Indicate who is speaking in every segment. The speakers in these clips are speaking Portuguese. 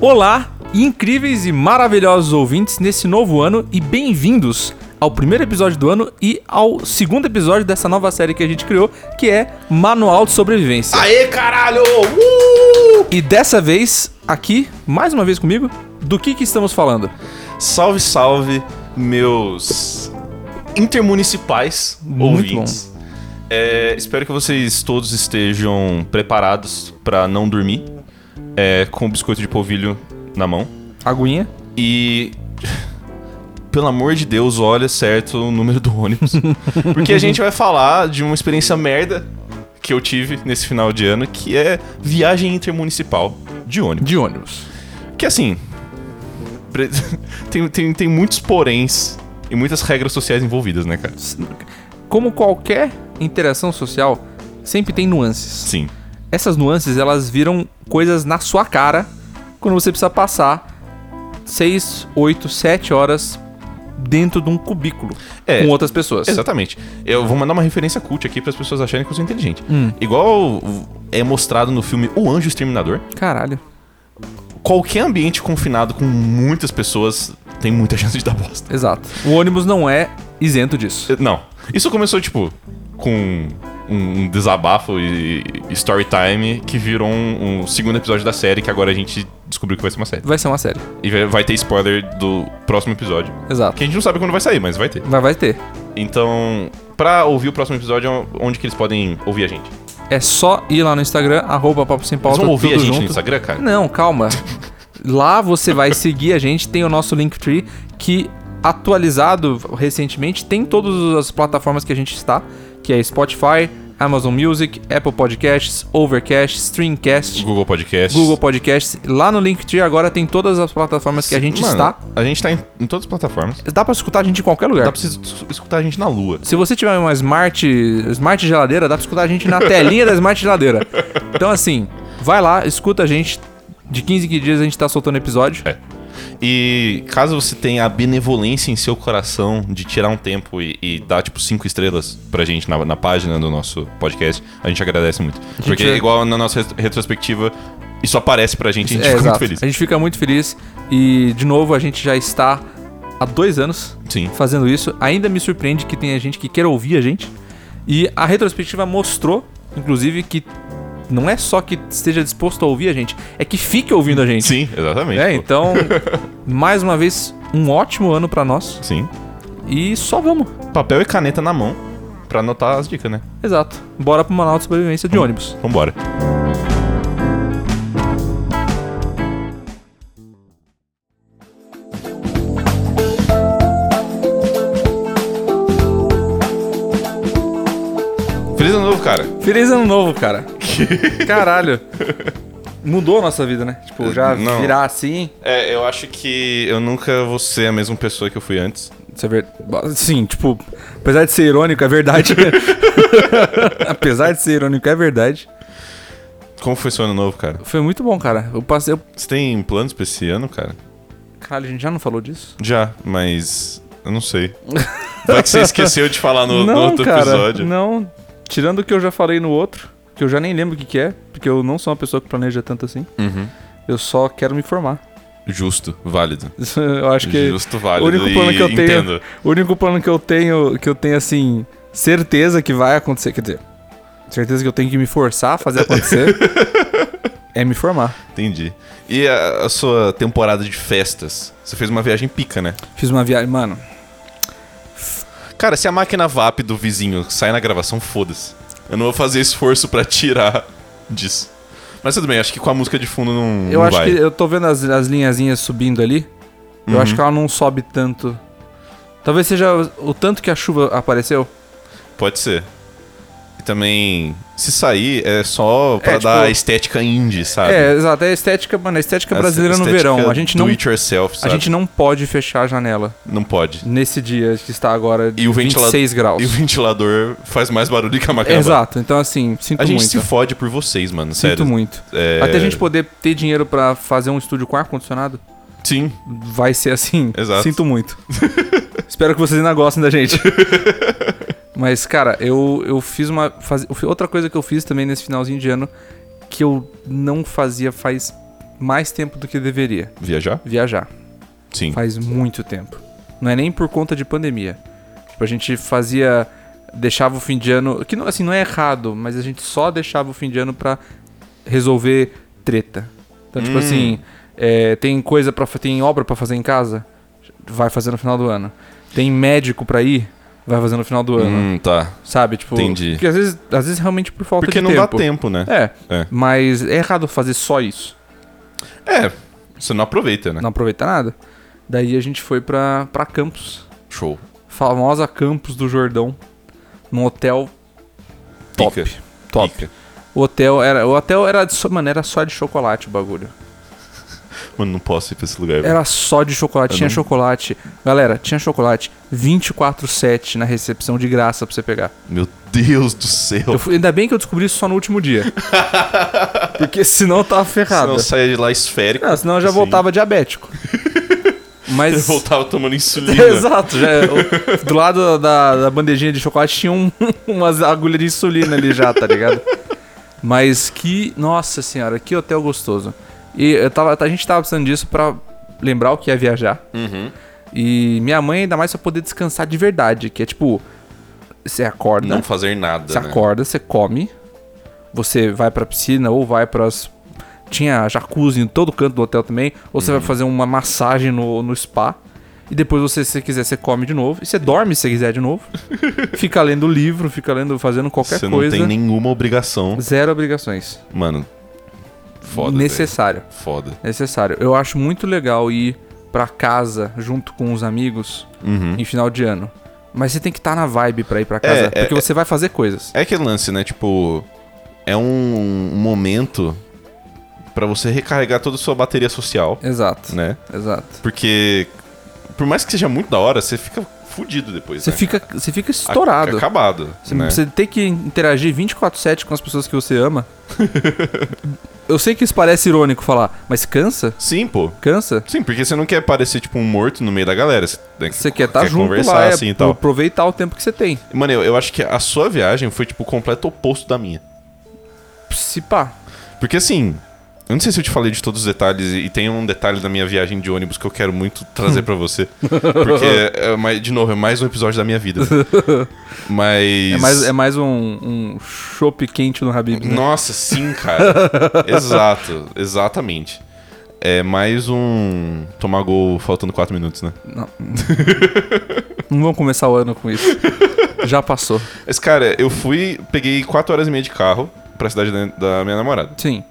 Speaker 1: Olá, incríveis e maravilhosos ouvintes nesse novo ano e bem-vindos ao primeiro episódio do ano e ao segundo episódio dessa nova série que a gente criou, que é Manual de Sobrevivência.
Speaker 2: Aê, caralho! Uh!
Speaker 1: E dessa vez, aqui, mais uma vez comigo, do que que estamos falando?
Speaker 2: Salve, salve, meus intermunicipais ouvintes. É, espero que vocês todos estejam preparados pra não dormir, é, com o biscoito de polvilho na mão.
Speaker 1: Aguinha.
Speaker 2: E. Pelo amor de Deus, olha certo o número do ônibus. Porque a gente vai falar de uma experiência merda que eu tive nesse final de ano, que é viagem intermunicipal de ônibus.
Speaker 1: De ônibus.
Speaker 2: Que assim. pre- Tem, tem, tem muitos poréns e muitas regras sociais envolvidas, né, cara?
Speaker 1: Como qualquer interação social, sempre tem nuances.
Speaker 2: Sim.
Speaker 1: Essas nuances, elas viram coisas na sua cara quando você precisa passar 6, 8, 7 horas dentro de um cubículo
Speaker 2: É.
Speaker 1: com outras pessoas.
Speaker 2: Exatamente. Eu vou mandar uma referência cult aqui para as pessoas acharem que eu sou inteligente. Igual é mostrado no filme O Anjo Exterminador,
Speaker 1: Caralho.
Speaker 2: qualquer ambiente confinado com muitas pessoas tem muita chance de dar bosta.
Speaker 1: Exato. O ônibus não é isento disso.
Speaker 2: Não. Isso começou, tipo, com um um desabafo e e story time que virou um, um segundo episódio da série que agora a gente descobriu que vai ser uma série.
Speaker 1: Vai ser uma série.
Speaker 2: E vai- vai ter spoiler do próximo episódio.
Speaker 1: Exato.
Speaker 2: Que a gente não sabe quando vai sair, mas vai ter.
Speaker 1: Mas vai ter.
Speaker 2: Então, pra ouvir o próximo episódio, é onde que eles podem ouvir a gente?
Speaker 1: É só ir lá no Instagram, arroba Papo Sem
Speaker 2: Eles
Speaker 1: Pauta,
Speaker 2: vão ouvir
Speaker 1: tudo
Speaker 2: a gente no
Speaker 1: junto.
Speaker 2: Instagram, cara?
Speaker 1: Não, calma. Lá você vai seguir a gente, tem o nosso Linktree, que atualizado recentemente, tem todas as plataformas que a gente está, que é Spotify, Amazon Music, Apple Podcasts, Overcast, Streamcast,
Speaker 2: Google Podcast.
Speaker 1: Google Podcasts. Lá no Linktree agora tem todas as plataformas que a gente
Speaker 2: Mano,
Speaker 1: está.
Speaker 2: A gente tá em, em todas as plataformas.
Speaker 1: Dá pra escutar a gente em qualquer lugar.
Speaker 2: Dá pra vocês es- escutar a gente na lua.
Speaker 1: Se você tiver uma smart, smart geladeira, dá pra escutar a gente na telinha da smart geladeira. Então, assim, vai lá, escuta a gente. De 15 em 15 dias a gente tá soltando episódio.
Speaker 2: É. E caso você tenha a benevolência em seu coração de tirar um tempo e, e dar, tipo, cinco estrelas pra gente na, na página do nosso podcast, a gente agradece muito. Porque,
Speaker 1: é-
Speaker 2: igual na nossa ret- retrospectiva, isso aparece pra gente e a gente
Speaker 1: É,
Speaker 2: fica
Speaker 1: exato.
Speaker 2: muito feliz.
Speaker 1: A gente fica muito feliz. E, de novo, a gente já está há dois anos
Speaker 2: Sim.
Speaker 1: fazendo isso. Ainda me surpreende que tenha gente que quer ouvir a gente. E a retrospectiva mostrou, inclusive, que não é só que esteja disposto a ouvir a gente, é que fique ouvindo a gente.
Speaker 2: Sim, exatamente.
Speaker 1: É,
Speaker 2: pô.
Speaker 1: então, mais uma vez, um ótimo ano pra nós.
Speaker 2: Sim.
Speaker 1: E só vamos.
Speaker 2: Papel e caneta na mão pra anotar as dicas, né?
Speaker 1: Exato. Bora pro Manaus de Sobrevivência de ônibus.
Speaker 2: Vambora. Feliz ano novo, cara.
Speaker 1: Feliz ano novo, cara. Caralho. Mudou a nossa vida, né? Tipo, já
Speaker 2: É, Não.
Speaker 1: virar assim.
Speaker 2: É, eu acho que eu nunca vou ser a mesma pessoa que eu fui antes.
Speaker 1: Isso é verdade. Sim, tipo, apesar de ser irônico, é verdade. apesar de ser irônico, é verdade.
Speaker 2: Como foi seu ano novo, cara?
Speaker 1: Foi muito bom, cara. Eu passei. eu-
Speaker 2: Você tem planos pra esse ano, cara?
Speaker 1: Caralho, a gente já não falou disso?
Speaker 2: Já, mas eu não sei. Vai que você esqueceu de falar no, no outro episódio.
Speaker 1: Não, tirando o que eu já falei no outro, que eu já nem lembro o que, que é, porque eu não sou uma pessoa que planeja tanto assim.
Speaker 2: Uhum.
Speaker 1: Eu só quero me formar.
Speaker 2: Justo, válido.
Speaker 1: eu acho que.
Speaker 2: Justo, válido.
Speaker 1: o único plano
Speaker 2: e
Speaker 1: que eu tenho-
Speaker 2: entendo.
Speaker 1: O único plano que eu tenho, que eu tenho assim, certeza que vai acontecer, quer dizer, certeza que eu tenho que me forçar a fazer acontecer, é me formar.
Speaker 2: Entendi. E a, a sua temporada de festas? Você fez uma viagem pica, né?
Speaker 1: Fiz uma viagem, mano,
Speaker 2: Cara, se a máquina VAP do vizinho sai na gravação, foda-se. Eu não vou fazer esforço pra tirar disso. Mas tudo bem, acho que com a música de fundo não,
Speaker 1: eu
Speaker 2: não
Speaker 1: acho
Speaker 2: vai.
Speaker 1: que eu tô vendo as, as linhazinhas subindo ali, eu
Speaker 2: Uhum.
Speaker 1: acho que ela não sobe tanto. Talvez seja o- o tanto que a chuva apareceu.
Speaker 2: Pode ser. E também, se sair, é só pra
Speaker 1: É,
Speaker 2: dar
Speaker 1: tipo-
Speaker 2: estética indie, sabe?
Speaker 1: É, exato, é a estética, mano, a estética
Speaker 2: Ah, Essa
Speaker 1: brasileira no
Speaker 2: estética
Speaker 1: verão. A gente
Speaker 2: do
Speaker 1: não
Speaker 2: it yourself,
Speaker 1: a
Speaker 2: sabe?
Speaker 1: gente não pode fechar a janela
Speaker 2: não pode.
Speaker 1: nesse dia que está agora de
Speaker 2: E o ventilador-
Speaker 1: 26 graus.
Speaker 2: E o ventilador faz mais barulho que a máquina VAP.
Speaker 1: Exato, então assim, sinto
Speaker 2: A gente
Speaker 1: muito.
Speaker 2: se fode por vocês, mano, sério.
Speaker 1: Sinto muito.
Speaker 2: É,
Speaker 1: Até a gente poder ter dinheiro pra fazer um estúdio com ar-condicionado.
Speaker 2: Sim.
Speaker 1: Vai ser assim.
Speaker 2: Exato.
Speaker 1: Sinto muito. Espero que vocês ainda gostem da gente. Mas, cara, eu, eu fiz uma. faz- eu fi- outra coisa que eu fiz também nesse finalzinho de ano que eu não fazia faz mais tempo do que deveria:
Speaker 2: Viajar?
Speaker 1: viajar.
Speaker 2: Sim.
Speaker 1: Faz muito tempo. Não é nem por conta de pandemia. Tipo, a gente fazia. Deixava o fim de ano. Que não, assim, não é errado, mas a gente só deixava o fim de ano pra resolver treta. Então, tipo
Speaker 2: Hum.
Speaker 1: assim, é, tem coisa para Tem obra pra fazer em casa? Vai fazer no final do ano. Tem médico pra ir? Vai fazer no final do ano.
Speaker 2: Hum, tá.
Speaker 1: Sabe? Tipo.
Speaker 2: Entendi.
Speaker 1: Porque às vezes, às vezes realmente por falta
Speaker 2: Porque
Speaker 1: de
Speaker 2: não
Speaker 1: tempo.
Speaker 2: dá tempo, né?
Speaker 1: É,
Speaker 2: É.
Speaker 1: mas é errado fazer só isso.
Speaker 2: É. Você não aproveita, né?
Speaker 1: Não aproveitar nada. Daí a gente foi pra, pra Campos.
Speaker 2: Show.
Speaker 1: famosa Campos do Jordão, num hotel top.
Speaker 2: Pica.
Speaker 1: Top.
Speaker 2: Pica.
Speaker 1: O hotel era, o hotel era de só, mano, era só de chocolate o bagulho.
Speaker 2: Mano, não posso ir pra esse lugar. velho.
Speaker 1: Era só de chocolate,
Speaker 2: Eu
Speaker 1: tinha
Speaker 2: não-
Speaker 1: chocolate. Galera, tinha chocolate 24/7 na recepção de graça pra você pegar.
Speaker 2: Meu Deus do céu.
Speaker 1: Eu fui- ainda bem que eu descobri isso só no último dia. Porque senão eu tava ferrado.
Speaker 2: Senão eu saía de lá esférico.
Speaker 1: Não, senão eu já
Speaker 2: assim.
Speaker 1: voltava diabético.
Speaker 2: Eu
Speaker 1: Mas
Speaker 2: voltava tomando insulina.
Speaker 1: Exato, já, é, o- do lado da, da bandejinha de chocolate tinha um- umas agulhas de insulina ali já, tá ligado? Mas que, nossa senhora, que hotel gostoso. E eu tava, a gente tava precisando disso pra lembrar o que é viajar.
Speaker 2: Uhum.
Speaker 1: E minha mãe ainda mais pra poder descansar de verdade, que é tipo, você acorda,
Speaker 2: Não fazer nada.
Speaker 1: você
Speaker 2: né?
Speaker 1: acorda, você come, você vai pra piscina ou vai pras... Tinha jacuzzi em todo canto do hotel também. Ou
Speaker 2: Uhum.
Speaker 1: você vai fazer uma massagem no, no spa. E depois você, se você quiser, você come de novo. E você dorme se você quiser de novo. fica lendo livro, fica lendo, fazendo qualquer
Speaker 2: Você não
Speaker 1: coisa.
Speaker 2: tem nenhuma obrigação.
Speaker 1: Zero obrigações.
Speaker 2: Mano, foda. velho.
Speaker 1: necessário.
Speaker 2: Foda.
Speaker 1: Necessário. Eu acho muito legal ir pra casa junto com os amigos
Speaker 2: Uhum.
Speaker 1: em final de ano. Mas você tem que estar na vibe pra ir pra casa.
Speaker 2: é,
Speaker 1: porque você vai fazer coisas.
Speaker 2: É aquele lance, né? Tipo, é um momento pra você recarregar toda a sua bateria social,
Speaker 1: Exato.
Speaker 2: né?
Speaker 1: Exato.
Speaker 2: Porque, por mais que seja muito da hora, você fica fudido depois,
Speaker 1: Você
Speaker 2: né?
Speaker 1: fica, você fica
Speaker 2: A-
Speaker 1: estourado.
Speaker 2: Acabado,
Speaker 1: Você,
Speaker 2: né?
Speaker 1: você tem que interagir 24-7 com as pessoas que você ama. Eu sei que isso parece irônico falar, mas cansa?
Speaker 2: Sim, pô.
Speaker 1: Cansa?
Speaker 2: Sim, porque você não quer parecer, tipo, um morto no meio da galera. Você, né?
Speaker 1: Você quer estar
Speaker 2: Quer
Speaker 1: junto
Speaker 2: conversar,
Speaker 1: lá, é,
Speaker 2: assim, e tal.
Speaker 1: aproveitar o tempo que você tem.
Speaker 2: Mano, eu, eu acho que a sua viagem foi, tipo, o completo oposto da minha.
Speaker 1: Se pá.
Speaker 2: Porque, assim... Eu não sei se eu te falei de todos os detalhes, e e tem um detalhe da minha viagem de ônibus que eu quero muito trazer pra você. Porque, é, é mais- de novo, é mais um episódio da minha vida. né? Mas.
Speaker 1: É mais, é mais um, um chopp quente no Habib. Né?
Speaker 2: Nossa, sim, cara. Exato, exatamente. É mais um tomar gol faltando 4 minutos, né?
Speaker 1: Não. Não vamos começar o ano com isso. Já passou.
Speaker 2: Mas, cara, eu fui, peguei 4 horas e meia de carro pra cidade da, da minha namorada.
Speaker 1: Sim.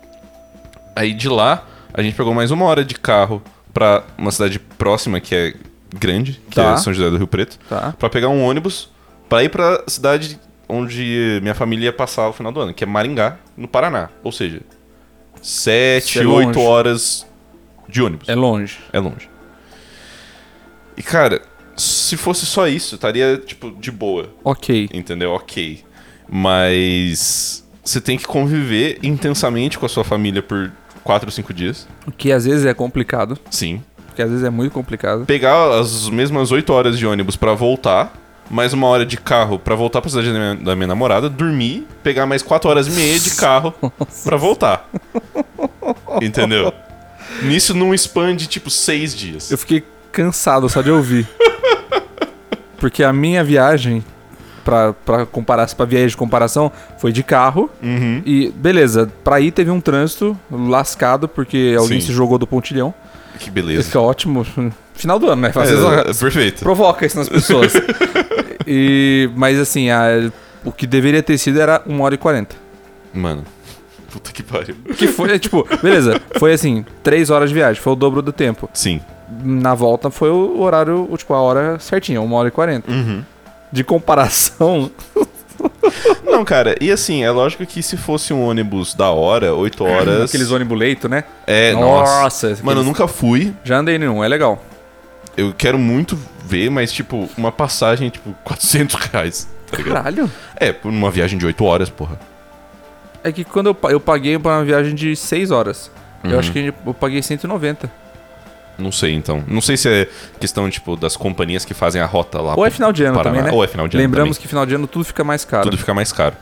Speaker 2: Aí de lá, a gente pegou mais uma hora de carro pra uma cidade próxima que é grande, que
Speaker 1: Tá.
Speaker 2: é São José do Rio Preto,
Speaker 1: Tá.
Speaker 2: pra pegar um ônibus pra ir pra cidade onde minha família ia passar o final do ano, que é Maringá, no Paraná. Ou seja, 7,
Speaker 1: é
Speaker 2: 8
Speaker 1: longe.
Speaker 2: horas de ônibus.
Speaker 1: É longe.
Speaker 2: É longe. E, cara, se fosse só isso, estaria, tipo, de boa,
Speaker 1: Ok.
Speaker 2: entendeu? Ok. Mas você tem que conviver intensamente com a sua família por 4 ou 5 dias.
Speaker 1: O que às vezes é complicado.
Speaker 2: Sim.
Speaker 1: Porque às vezes é muito complicado.
Speaker 2: Pegar as mesmas 8 horas de ônibus pra voltar, mais uma hora de carro pra voltar pra cidade da minha, da minha namorada, dormir, pegar mais 4 horas e meia de carro pra voltar. Entendeu? Nisso não expande, tipo, 6 dias.
Speaker 1: Eu fiquei cansado só de ouvir. Porque a minha viagem, pra, pra, comparar, pra viagem de comparação, foi de carro.
Speaker 2: Uhum.
Speaker 1: E beleza, pra ir teve um trânsito lascado, porque alguém
Speaker 2: Sim.
Speaker 1: se jogou do pontilhão.
Speaker 2: Que beleza.
Speaker 1: Isso é ótimo. Final do ano, né? Às vezes
Speaker 2: É, é, perfeito.
Speaker 1: provoca isso nas pessoas. e, mas assim, a- o que deveria ter sido era 1 hora e 40.
Speaker 2: Mano. Puta que pariu.
Speaker 1: Que foi, tipo, beleza, foi assim, 3 horas de viagem, foi o dobro do tempo.
Speaker 2: Sim.
Speaker 1: Na volta foi o horário, o, tipo, a hora certinha, 1 hora e 40.
Speaker 2: Uhum.
Speaker 1: de comparação.
Speaker 2: Não, cara, e assim, é lógico que se fosse um ônibus da hora, 8 horas.
Speaker 1: Aqueles ônibus leito, né?
Speaker 2: É, nossa. Mano,
Speaker 1: Mano,
Speaker 2: eu nunca fui.
Speaker 1: Já andei nenhum, é legal.
Speaker 2: Eu quero muito ver, mas, tipo, uma passagem, tipo, 400 reais. Tá ligado?
Speaker 1: Caralho.
Speaker 2: É, por uma viagem de 8 horas, porra.
Speaker 1: É que quando eu, pa- eu paguei pra uma viagem de 6 horas,
Speaker 2: Uhum.
Speaker 1: eu acho que eu paguei 190.
Speaker 2: Não sei, então. Não sei se é questão, tipo, das companhias que fazem a rota lá.
Speaker 1: Ou é final de ano também, né?
Speaker 2: Ou é final de ano
Speaker 1: Lembramos
Speaker 2: também.
Speaker 1: que final de ano tudo fica mais caro.
Speaker 2: Tudo fica mais caro.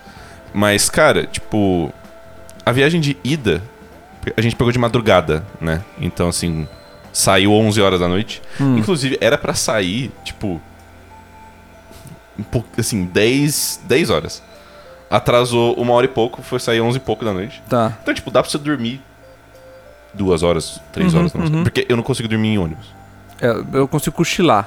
Speaker 2: Mas, cara, tipo... A viagem de ida, a gente pegou de madrugada, né? Então, assim, saiu 11 horas da noite.
Speaker 1: Hum.
Speaker 2: Inclusive, era pra sair, tipo... um pouco- assim, 10, 10 horas. Atrasou uma hora e pouco, foi sair 11 e pouco da noite.
Speaker 1: Tá.
Speaker 2: Então, tipo, dá pra você dormir duas horas, três
Speaker 1: Uhum,
Speaker 2: horas. Não sei.
Speaker 1: uhum.
Speaker 2: Porque eu não consigo dormir em ônibus.
Speaker 1: É, eu consigo cochilar.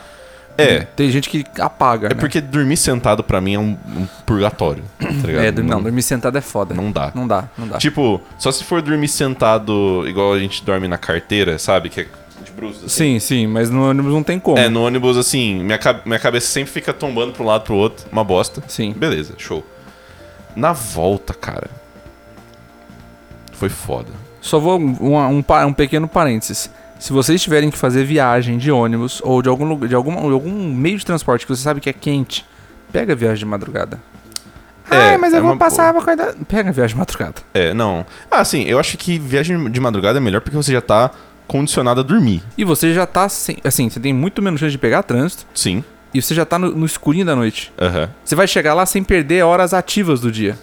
Speaker 2: É.
Speaker 1: Tem gente que apaga, né?
Speaker 2: É porque dormir sentado pra mim é um, um purgatório, tá ligado?
Speaker 1: Né? É, dormir- não,
Speaker 2: não,
Speaker 1: dormir sentado é foda.
Speaker 2: não dá.
Speaker 1: Não dá, não dá.
Speaker 2: Tipo, só se for dormir sentado igual a gente dorme na carteira, sabe? Que é de bruços. assim.
Speaker 1: Sim, sim, mas no ônibus não tem como.
Speaker 2: É, no ônibus, assim, minha, ca- minha cabeça sempre fica tombando pra um lado pro outro, uma bosta.
Speaker 1: Sim.
Speaker 2: Beleza, show. Na volta, cara. Foi foda.
Speaker 1: Só vou um, um, pa- um pequeno parênteses. Se vocês tiverem que fazer viagem de ônibus ou de algum lugar, de alguma, de algum meio de transporte que você sabe que é quente, pega a viagem de madrugada.
Speaker 2: É,
Speaker 1: ah, mas eu
Speaker 2: é
Speaker 1: vou
Speaker 2: uma
Speaker 1: passar pra cuidar. Pega a viagem de madrugada.
Speaker 2: É, não. Ah, sim, eu acho que viagem de madrugada é melhor porque você já tá condicionado a dormir.
Speaker 1: E você já tá sem, assim, você tem muito menos chance de pegar trânsito
Speaker 2: Sim.
Speaker 1: e você já tá no, no escurinho da noite.
Speaker 2: Aham.
Speaker 1: Você vai chegar lá sem perder horas ativas do dia.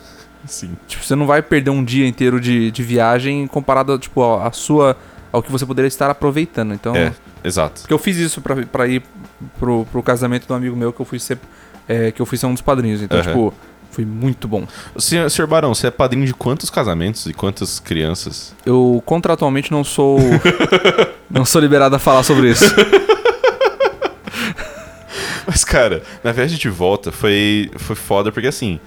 Speaker 2: Sim.
Speaker 1: Tipo, você não vai perder um dia inteiro de, de viagem comparado, tipo, a, sua ao que você poderia estar aproveitando. Então,
Speaker 2: É, exato.
Speaker 1: Porque eu fiz isso pra, pra ir pro, pro casamento de um amigo meu que eu fui ser. é, que eu fui ser um dos padrinhos. Então,
Speaker 2: Aham.
Speaker 1: tipo, foi muito bom.
Speaker 2: Senhor, senhor Barão, você é padrinho de quantos casamentos e quantas crianças?
Speaker 1: Eu contratualmente não sou. não sou liberado a falar sobre isso.
Speaker 2: Mas, cara, na viagem de volta foi, foi foda, porque assim.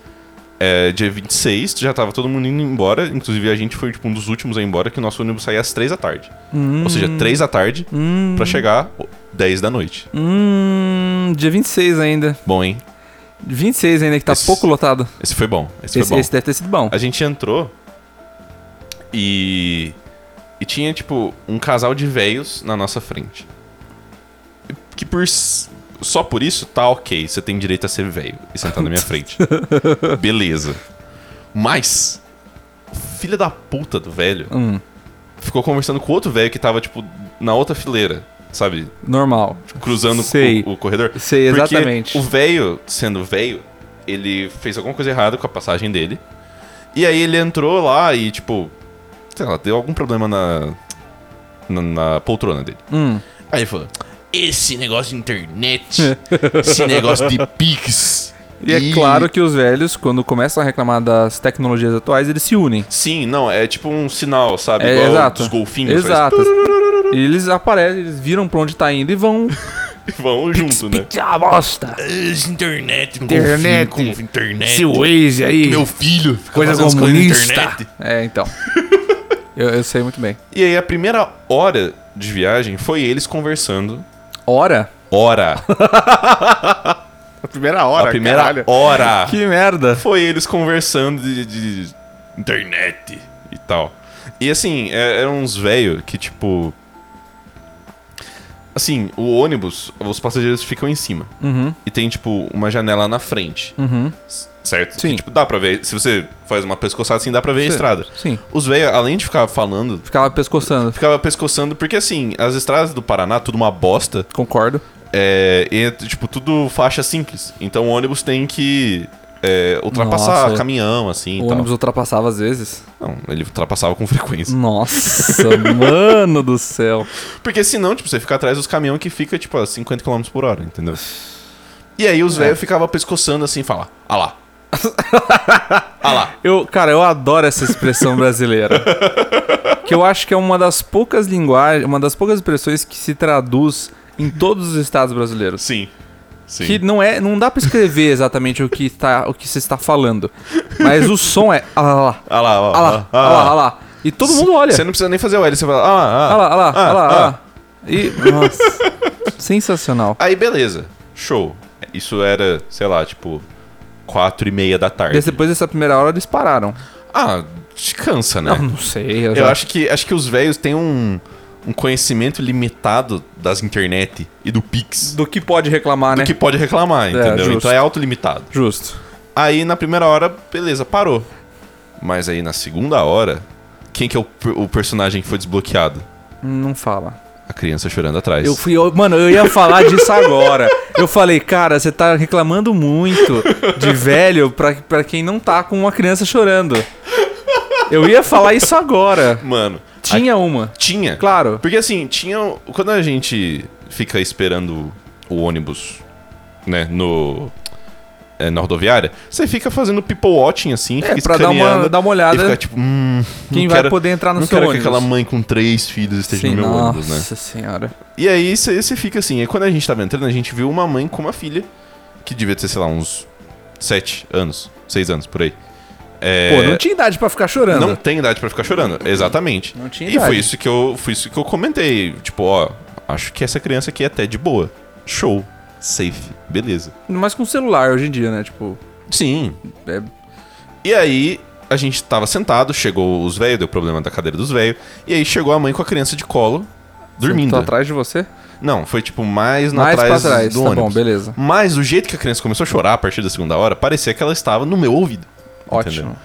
Speaker 2: É, dia 26, já tava todo mundo indo embora. Inclusive, a gente foi tipo, um dos últimos a ir embora, que o nosso ônibus saía às 3 da tarde. Ou seja, 3 da tarde
Speaker 1: Hum,
Speaker 2: pra chegar ó, 10 da noite.
Speaker 1: hum, dia 26 ainda.
Speaker 2: Bom, hein?
Speaker 1: 26 ainda, que tá
Speaker 2: Esse-
Speaker 1: pouco lotado.
Speaker 2: Esse foi bom. Esse,
Speaker 1: Esse,
Speaker 2: foi bom.
Speaker 1: esse deve ter sido bom.
Speaker 2: A gente entrou e. E tinha, tipo, um casal de velhos na nossa frente. Que por. s- Só por isso tá ok, você tem direito a ser velho e sentar na minha frente. Beleza. Mas. o Filha da puta do velho
Speaker 1: Hum,
Speaker 2: ficou conversando com outro velho que tava, tipo, na outra fileira, sabe?
Speaker 1: normal.
Speaker 2: Cruzando
Speaker 1: Sei.
Speaker 2: o, o corredor.
Speaker 1: Sei,
Speaker 2: Porque
Speaker 1: exatamente.
Speaker 2: O velho, sendo velho, ele fez alguma coisa errada com a passagem dele. E aí ele entrou lá e, tipo, sei lá, deu algum problema na, na, na poltrona dele.
Speaker 1: Hum,
Speaker 2: Aí ele falou: Esse negócio de internet, esse negócio de Pix.
Speaker 1: E é claro que os velhos, quando começam a reclamar das tecnologias atuais, eles se unem.
Speaker 2: Sim, não, é tipo um sinal, sabe?
Speaker 1: É,
Speaker 2: Igual
Speaker 1: exato.
Speaker 2: dos golfinhos. faz
Speaker 1: Exato. E eles aparecem, eles viram pra onde tá indo e vão.
Speaker 2: e Vão junto, né?
Speaker 1: Pite a bosta!
Speaker 2: Esse internet, um
Speaker 1: Internet.
Speaker 2: golfinho com internet.
Speaker 1: Esse Waze aí,
Speaker 2: É, Meu filho, fica
Speaker 1: coisa
Speaker 2: fazendo as coisas na
Speaker 1: comunista.
Speaker 2: internet.
Speaker 1: É, então. eu, eu sei muito bem.
Speaker 2: E aí a primeira hora de viagem foi eles conversando.
Speaker 1: Hora?
Speaker 2: Hora.
Speaker 1: A primeira
Speaker 2: a primeira hora.
Speaker 1: Que merda.
Speaker 2: Foi eles conversando de, de internet e tal. E assim, é- eram uns velhos que tipo. Assim, o ônibus, os passageiros ficam em cima.
Speaker 1: Uhum,
Speaker 2: E tem, tipo, uma janela na frente.
Speaker 1: uhum.
Speaker 2: c- Certo?
Speaker 1: Sim.
Speaker 2: Que, tipo, dá pra ver. Se você faz uma pescoçada assim, dá pra ver a
Speaker 1: Sim.
Speaker 2: estrada.
Speaker 1: Sim.
Speaker 2: Os velhos, além de ficar falando,
Speaker 1: Ficava pescoçando.
Speaker 2: ficava pescoçando, porque assim, as estradas do Paraná, tudo uma bosta.
Speaker 1: Concordo.
Speaker 2: É, e é, tipo, tudo faixa simples. Então o ônibus tem que é, ultrapassar
Speaker 1: Nossa.
Speaker 2: caminhão,
Speaker 1: o
Speaker 2: assim e tal.
Speaker 1: ônibus Hum. ultrapassava às vezes.
Speaker 2: Não, ele ultrapassava com frequência.
Speaker 1: Nossa, mano do céu.
Speaker 2: Porque senão, tipo, você fica atrás dos caminhões que fica, tipo, a 50 km por hora, entendeu? E aí
Speaker 1: É.
Speaker 2: os velhos ficavam pescoçando assim, falar, ah lá. ah lá.
Speaker 1: Eu, cara, eu adoro essa expressão brasileira. que eu acho que é uma das poucas linguagens, uma das poucas expressões que se traduz em todos os estados brasileiros.
Speaker 2: Sim. Sim.
Speaker 1: Que não é, não dá pra escrever exatamente o que está, o que se está falando. Mas o som é ah lá,
Speaker 2: Ah lá, ó,
Speaker 1: ah lá, ah lá, ah lá. E todo mundo olha.
Speaker 2: Você não precisa nem fazer o L, você fala, ah, ah,
Speaker 1: Ah lá, ah lá, ah lá, ah
Speaker 2: ah.
Speaker 1: lá. E nossa. Sensacional.
Speaker 2: Aí beleza, show. Isso era, sei lá, tipo, quatro e meia da tarde.
Speaker 1: Depois dessa primeira hora eles pararam.
Speaker 2: Ah, te cansa, né?
Speaker 1: Não, não sei. Eu,
Speaker 2: Eu
Speaker 1: já-
Speaker 2: acho que, acho que os velhos têm um, um conhecimento limitado das internet e do Pix.
Speaker 1: do que pode reclamar, né?
Speaker 2: Que pode reclamar, entendeu?
Speaker 1: justo.
Speaker 2: então é autolimitado.
Speaker 1: Justo.
Speaker 2: Aí na primeira hora, beleza, parou. Mas aí na segunda hora, quem que é o, per- o personagem que foi desbloqueado?
Speaker 1: Não fala.
Speaker 2: A criança chorando atrás.
Speaker 1: Eu fui, eu- mano, eu ia falar disso agora. Eu falei, cara, você tá reclamando muito de velho pra, pra quem não tá com uma criança chorando. Eu ia falar isso agora.
Speaker 2: Mano, a-
Speaker 1: Tinha uma.
Speaker 2: tinha.
Speaker 1: Claro.
Speaker 2: Porque assim, tinha. Quando a gente fica esperando o ônibus, né, no. é, na rodoviária, você fica fazendo people watching, assim,
Speaker 1: É,
Speaker 2: fica
Speaker 1: pra dar uma,
Speaker 2: escaneando
Speaker 1: dar uma
Speaker 2: e fica
Speaker 1: olhada
Speaker 2: tipo, hum, não
Speaker 1: quem vai
Speaker 2: quero-
Speaker 1: poder entrar no
Speaker 2: Não
Speaker 1: seu
Speaker 2: quero que
Speaker 1: ônibus.
Speaker 2: aquela mãe com três filhos esteja
Speaker 1: Sim,
Speaker 2: no meu
Speaker 1: nossa
Speaker 2: ônibus, né?
Speaker 1: senhora.
Speaker 2: E aí você você fica assim, e quando a gente tava entrando, a gente viu uma mãe com uma filha, que devia ter, sei lá, uns sete anos, seis anos, por aí. É,
Speaker 1: Pô, não tinha idade pra ficar chorando.
Speaker 2: não tem idade pra ficar chorando, exatamente.
Speaker 1: Não tinha
Speaker 2: E
Speaker 1: idade.
Speaker 2: foi isso que eu, foi isso que eu comentei, tipo, ó, acho que essa criança aqui é até de boa. Show. Safe. Beleza.
Speaker 1: Mas com celular hoje em dia, né? Tipo,
Speaker 2: Sim.
Speaker 1: é
Speaker 2: E aí a gente tava sentado, chegou os velhos, deu problema da cadeira dos velhos, e aí chegou a mãe com a criança de colo, dormindo.
Speaker 1: Tô atrás de você?
Speaker 2: Não, foi tipo mais na
Speaker 1: Mais pra
Speaker 2: trás
Speaker 1: trás.
Speaker 2: do
Speaker 1: tá
Speaker 2: ônibus.
Speaker 1: bom, beleza.
Speaker 2: Mas o jeito que a criança começou a chorar a partir da segunda hora, parecia que ela estava no meu ouvido.
Speaker 1: Ótimo.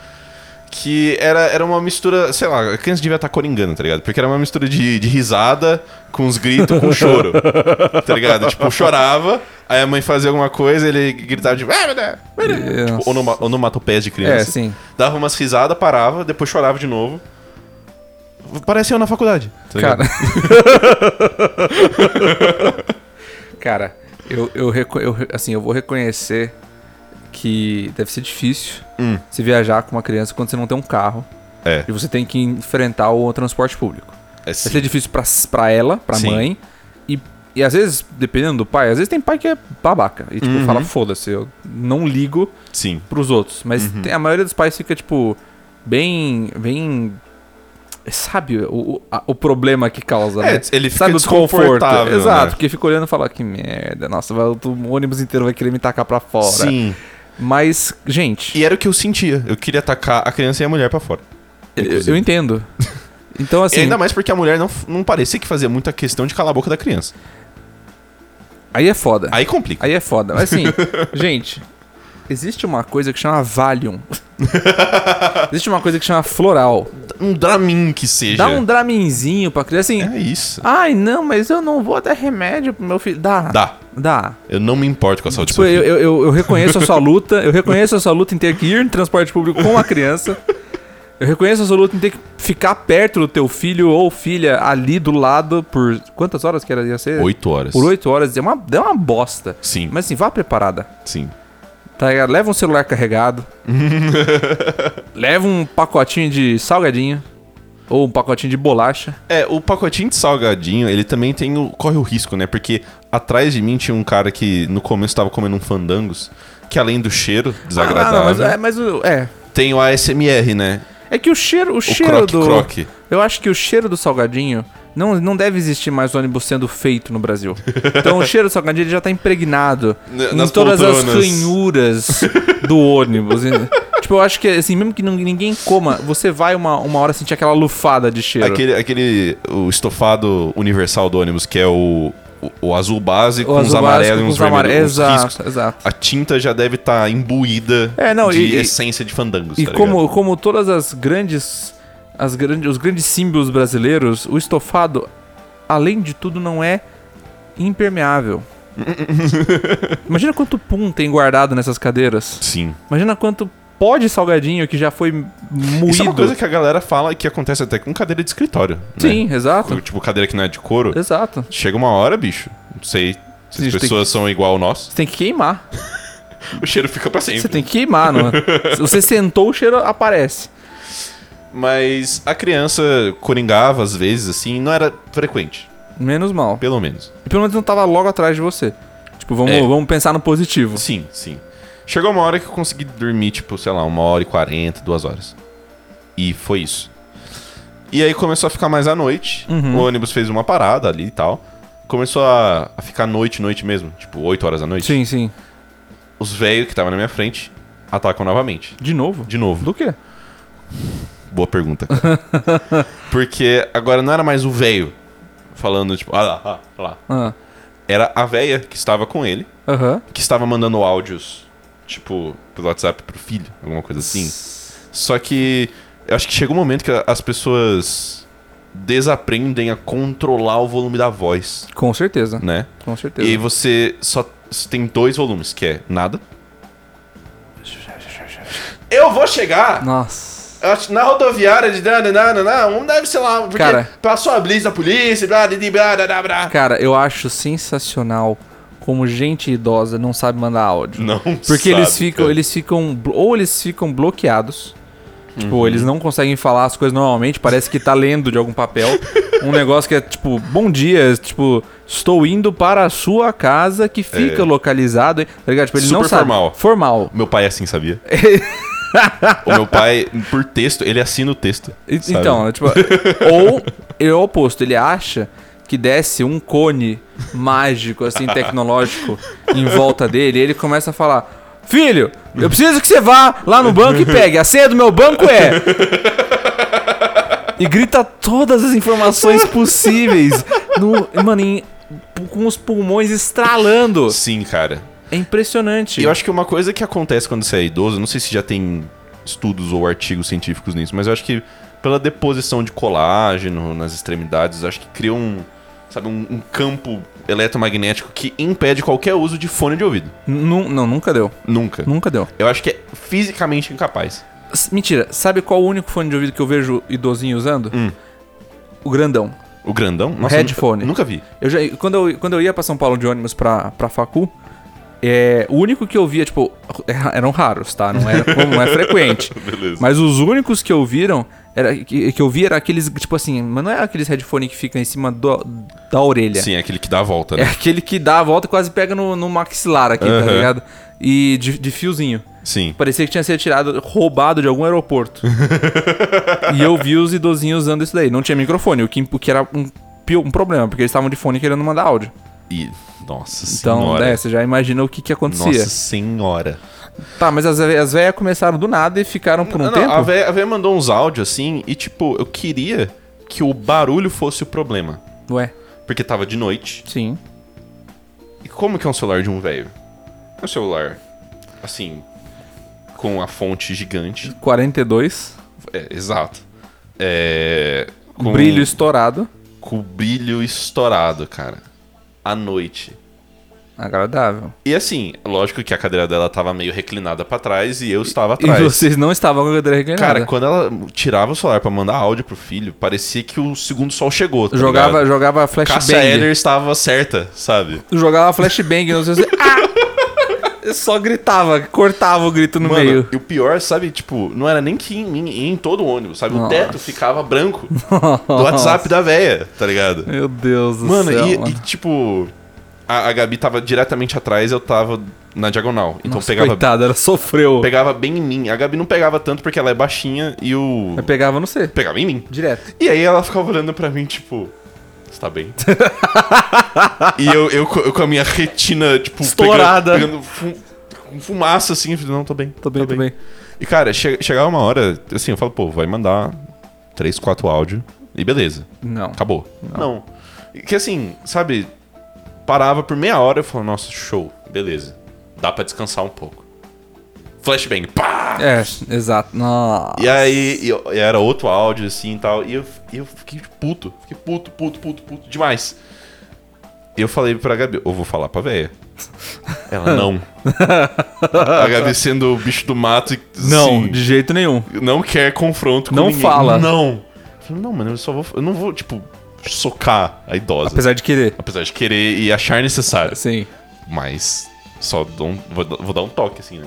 Speaker 2: Que era, era uma mistura, sei lá, a criança devia estar coringando, tá ligado? Porque era uma mistura de, de risada com os gritos, com choro, tá ligado? Tipo, chorava, aí a mãe fazia alguma coisa, ele gritava de...
Speaker 1: Yes.
Speaker 2: Tipo, onoma, onomatopeias de criança.
Speaker 1: É, sim.
Speaker 2: Dava umas risadas, parava, depois chorava de novo. Parecia eu na faculdade, tá ligado?
Speaker 1: Cara. Cara, eu, eu, reco- eu re- assim, eu vou reconhecer que deve ser difícil
Speaker 2: Hum.
Speaker 1: se viajar com uma criança quando você não tem um carro
Speaker 2: É,
Speaker 1: e você tem que enfrentar o transporte público.
Speaker 2: é
Speaker 1: Vai ser
Speaker 2: sim.
Speaker 1: difícil pra, pra ela, pra
Speaker 2: Sim.
Speaker 1: mãe. E, e às vezes, dependendo do pai, às vezes tem pai que é babaca. E tipo,
Speaker 2: Uhum.
Speaker 1: fala, foda-se, eu não ligo
Speaker 2: sim.
Speaker 1: pros outros. Mas
Speaker 2: Uhum.
Speaker 1: tem- a maioria dos pais fica, tipo, bem. bem. Sabe o, o, a- o problema que causa,
Speaker 2: É,
Speaker 1: né?
Speaker 2: ele fica
Speaker 1: Sabe o desconforto.
Speaker 2: desconfortável,
Speaker 1: Exato,
Speaker 2: né?
Speaker 1: porque fica olhando e fala, que merda, nossa, vai- o ônibus inteiro vai querer me tacar pra fora.
Speaker 2: Sim.
Speaker 1: Mas, gente,
Speaker 2: E era o que eu sentia. Eu queria atacar a criança e a mulher pra fora.
Speaker 1: eu,
Speaker 2: inclusive.
Speaker 1: eu entendo. Então, assim,
Speaker 2: E ainda mais porque a mulher não, não parecia que fazia muita questão de calar a boca da criança.
Speaker 1: aí é foda.
Speaker 2: Aí complica.
Speaker 1: Aí é foda. Mas assim, gente, existe uma coisa que chama Valium. existe uma coisa que chama floral.
Speaker 2: Um Dramin que seja.
Speaker 1: Dá um draminzinho pra criança, assim...
Speaker 2: É isso.
Speaker 1: Ai, não, mas eu não vou dar remédio pro meu filho. Dá.
Speaker 2: Dá.
Speaker 1: Dá.
Speaker 2: Eu não me importo com a saúde
Speaker 1: Tipo,
Speaker 2: do seu
Speaker 1: eu, eu, eu- eu reconheço a sua luta, eu reconheço a sua luta em ter que ir no transporte público com a criança. Eu reconheço a sua luta em ter que ficar perto do teu filho ou filha ali do lado por quantas horas que era ia ser?
Speaker 2: filho. Oito horas.
Speaker 1: Por oito horas. É uma, é uma bosta.
Speaker 2: Sim,
Speaker 1: Mas assim, vá preparada.
Speaker 2: sim.
Speaker 1: Tá ligado? Leva um celular carregado. leva um pacotinho de salgadinho. Ou um pacotinho de bolacha.
Speaker 2: É, o pacotinho de salgadinho, ele também tem o, corre o risco, né? Porque atrás de mim tinha um cara que no começo tava comendo um fandangos, que além do cheiro desagradável,
Speaker 1: Ah, mas, é, mas o- é.
Speaker 2: tem o ASMR, né?
Speaker 1: É que o cheiro, o,
Speaker 2: O
Speaker 1: cheiro
Speaker 2: croque
Speaker 1: do.
Speaker 2: croque.
Speaker 1: Eu acho que o cheiro do salgadinho não, não deve existir mais ônibus sendo feito no Brasil. Então o cheiro do salgadinho ele já tá impregnado
Speaker 2: N-
Speaker 1: em
Speaker 2: nas
Speaker 1: todas as
Speaker 2: poltronas.
Speaker 1: ranhuras do ônibus. E- tipo, eu acho que assim, mesmo que não- ninguém coma, você vai uma, uma hora sentir aquela lufada de cheiro.
Speaker 2: Aquele, aquele o estofado universal do ônibus, que é o, o, o azul base com
Speaker 1: Os
Speaker 2: uns amarelos e uns vermelhos. uns riscos.
Speaker 1: Exato, exato.
Speaker 2: A tinta já deve estar imbuída
Speaker 1: É, não,
Speaker 2: de
Speaker 1: e- e-
Speaker 2: essência de fandangos.
Speaker 1: E
Speaker 2: tá ligado?
Speaker 1: como, como todas as grandes, as grandes. Os grandes símbolos brasileiros, o estofado, além de tudo, não é impermeável. Imagina quanto pum tem guardado nessas cadeiras.
Speaker 2: Sim.
Speaker 1: Imagina quanto pó de salgadinho que já foi moído.
Speaker 2: Isso é uma coisa que a galera fala que acontece até com cadeira de escritório. né?
Speaker 1: Sim, exato.
Speaker 2: Co- Tipo, cadeira que não é de couro.
Speaker 1: Exato.
Speaker 2: Chega uma hora, bicho. Não sei se
Speaker 1: Sim,
Speaker 2: as
Speaker 1: tem
Speaker 2: pessoas são igual nós.
Speaker 1: Você tem que queimar.
Speaker 2: O cheiro fica pra sempre.
Speaker 1: Você tem que queimar, não é? Se você sentou, o cheiro aparece.
Speaker 2: Mas a criança coringava às vezes, assim, não era frequente,
Speaker 1: Menos mal.
Speaker 2: pelo menos.
Speaker 1: E pelo menos não tava logo atrás de você. Tipo, vamos,
Speaker 2: É.
Speaker 1: vamos pensar no positivo.
Speaker 2: Sim, sim. Chegou uma hora que eu consegui dormir, tipo, sei lá, uma hora e quarenta, duas horas. E foi isso. E aí começou a ficar mais à noite.
Speaker 1: Uhum.
Speaker 2: O ônibus fez uma parada ali e tal. Começou a, a ficar noite, noite mesmo. Tipo, oito horas da noite.
Speaker 1: Sim, sim.
Speaker 2: Os velhos que estavam na minha frente atacam novamente.
Speaker 1: De novo?
Speaker 2: De novo.
Speaker 1: Do quê?
Speaker 2: Boa pergunta. cara. Porque agora não era mais o velho falando, tipo, ah lá, ah lá.
Speaker 1: Ah.
Speaker 2: Era a velha que estava com ele,
Speaker 1: Aham.
Speaker 2: que estava mandando áudios, tipo, pelo WhatsApp pro filho, alguma coisa assim. Só que eu acho que chega um momento que as pessoas desaprendem a controlar o volume da voz,
Speaker 1: Com certeza.
Speaker 2: né?
Speaker 1: Com certeza.
Speaker 2: E aí você só você tem dois volumes, que é nada. Eu vou chegar
Speaker 1: Nossa.
Speaker 2: acho, na rodoviária de nananana, um deve, sei lá, porque
Speaker 1: Cara.
Speaker 2: passou a blitz da polícia, blá, blá, blá, blá, blá, blá.
Speaker 1: Cara, eu acho sensacional como gente idosa não sabe mandar áudio.
Speaker 2: Não
Speaker 1: Porque
Speaker 2: sabe,
Speaker 1: eles ficam,
Speaker 2: cara.
Speaker 1: eles ficam, blo- ou eles ficam bloqueados. Tipo,
Speaker 2: Uhum.
Speaker 1: eles não conseguem falar as coisas normalmente, parece que tá lendo de algum papel. um negócio que é tipo, bom dia, tipo, estou indo para a sua casa que fica
Speaker 2: É.
Speaker 1: localizado, tá ligado? Tipo, ele não
Speaker 2: Super
Speaker 1: sabe.
Speaker 2: formal.
Speaker 1: Formal.
Speaker 2: Meu pai é assim, sabia? o meu pai, por texto, ele assina o texto.
Speaker 1: E-
Speaker 2: sabe?
Speaker 1: Então, né, tipo, ou ele é o oposto, ele acha que desce um cone mágico, assim, tecnológico em volta dele, e ele começa a falar: Filho, eu preciso que você vá lá no banco e pegue. A senha do meu banco é. E grita todas as informações possíveis. No, mano, em- com os pulmões estralando.
Speaker 2: Sim, cara.
Speaker 1: É impressionante.
Speaker 2: E eu acho que uma coisa que acontece quando você é idoso, não sei se já tem estudos ou artigos científicos nisso, mas eu acho que pela deposição de colágeno nas extremidades, eu acho que cria um, sabe, um, um campo eletromagnético que impede qualquer uso de fone de ouvido.
Speaker 1: Nu- Não, nunca deu.
Speaker 2: Nunca.
Speaker 1: Nunca deu.
Speaker 2: Eu acho que é fisicamente incapaz.
Speaker 1: S- Mentira, sabe qual o único fone de ouvido que eu vejo idosinho usando?
Speaker 2: Hum.
Speaker 1: O grandão.
Speaker 2: O grandão?
Speaker 1: Headphone.
Speaker 2: eu Nunca vi.
Speaker 1: Eu já, quando, eu, quando eu ia pra São Paulo de ônibus pra, pra facu, é, o único que eu via, tipo, era- eram raros, tá? Não, era, não é frequente.
Speaker 2: Beleza.
Speaker 1: Mas os únicos que eu viram, era, que, que eu vi era aqueles, tipo assim, mas não é aqueles headphone que fica em cima do- da orelha.
Speaker 2: Sim, é aquele que dá a volta,
Speaker 1: É
Speaker 2: né?
Speaker 1: aquele que dá a volta e quase pega no, no maxilar aqui, tá
Speaker 2: Aham.
Speaker 1: ligado? E de, de fiozinho.
Speaker 2: Sim.
Speaker 1: Parecia que tinha sido tirado, roubado de algum aeroporto. e eu vi os idosinhos usando isso daí. Não tinha microfone, o que, o que era um, pio- um problema, porque eles estavam de fone querendo mandar áudio.
Speaker 2: E. Nossa
Speaker 1: Então,
Speaker 2: senhora.
Speaker 1: né, você já imagina o que, que acontecia.
Speaker 2: Nossa senhora.
Speaker 1: Tá, mas as, ve- as velhas começaram do nada e ficaram por um
Speaker 2: Não, não,
Speaker 1: tempo.
Speaker 2: A véia, a véia mandou uns áudios assim e, tipo, eu queria que o barulho fosse o problema.
Speaker 1: Ué,
Speaker 2: Porque tava de noite.
Speaker 1: sim.
Speaker 2: E como que é um celular de um velho? É um celular, assim, com a fonte gigante.
Speaker 1: 42,
Speaker 2: É, exato. É. Com,
Speaker 1: brilho estourado.
Speaker 2: com brilho estourado, cara. À noite.
Speaker 1: Agradável.
Speaker 2: E assim, lógico que a cadeira dela tava meio reclinada pra trás e eu estava atrás.
Speaker 1: E vocês não estavam com a cadeira reclinada.
Speaker 2: Cara, quando ela tirava o celular pra mandar áudio pro filho, parecia que o segundo sol chegou. Tá ligado?
Speaker 1: jogava, jogava
Speaker 2: Cássia Eller
Speaker 1: flashbang.
Speaker 2: estava certa, sabe?
Speaker 1: Jogava flashbang, não sei se... Ah! Eu Só gritava, cortava o grito no
Speaker 2: Mano,
Speaker 1: meio.
Speaker 2: e o pior, sabe, tipo, não era nem que em mim, em, todo o ônibus, sabe? O
Speaker 1: Nossa.
Speaker 2: teto ficava branco do WhatsApp da véia, tá ligado?
Speaker 1: Meu Deus do
Speaker 2: Mano,
Speaker 1: céu.
Speaker 2: e,
Speaker 1: mano.
Speaker 2: e, tipo, a, a Gabi tava diretamente atrás, eu tava na diagonal. Então
Speaker 1: Nossa,
Speaker 2: pegava,
Speaker 1: Coitada, ela sofreu.
Speaker 2: pegava bem em mim. A Gabi não pegava tanto porque ela é baixinha e o.
Speaker 1: Mas pegava no C,
Speaker 2: Pegava em mim.
Speaker 1: direto.
Speaker 2: E aí ela ficava olhando pra mim, tipo, você tá bem? e eu, eu, co- eu com a minha retina, tipo,
Speaker 1: Estourada.
Speaker 2: Pegando, pegando fu- com fumaça, assim, eu falei, não, tô bem.
Speaker 1: Tô bem, tô bem.
Speaker 2: E, cara, che- chegava uma hora, assim, eu falo, pô, vai mandar três, quatro áudio e beleza,
Speaker 1: Não.
Speaker 2: acabou. Não. E Que assim, sabe, parava por meia hora eu falava, nossa, show, beleza. Dá pra descansar um pouco. Flashbang, pá!
Speaker 1: É, exato. Nossa.
Speaker 2: E aí e eu- e era outro áudio, assim e tal. E eu, e eu fiquei puto, fiquei puto, puto, puto, puto demais. E eu falei pra Gabi, eu vou falar pra véia. Ela não. A Gabi sendo o bicho do mato e.
Speaker 1: Não,
Speaker 2: assim,
Speaker 1: de jeito nenhum.
Speaker 2: não quer confronto com
Speaker 1: Não
Speaker 2: ninguém.
Speaker 1: fala.
Speaker 2: Não. Eu falei, não, mano, eu só vou. Eu não vou, tipo, socar a idosa. Apesar,
Speaker 1: Apesar de querer.
Speaker 2: de querer e achar necessário.
Speaker 1: Sim.
Speaker 2: Mas só dou um- vou, dar- vou dar um toque, assim, né?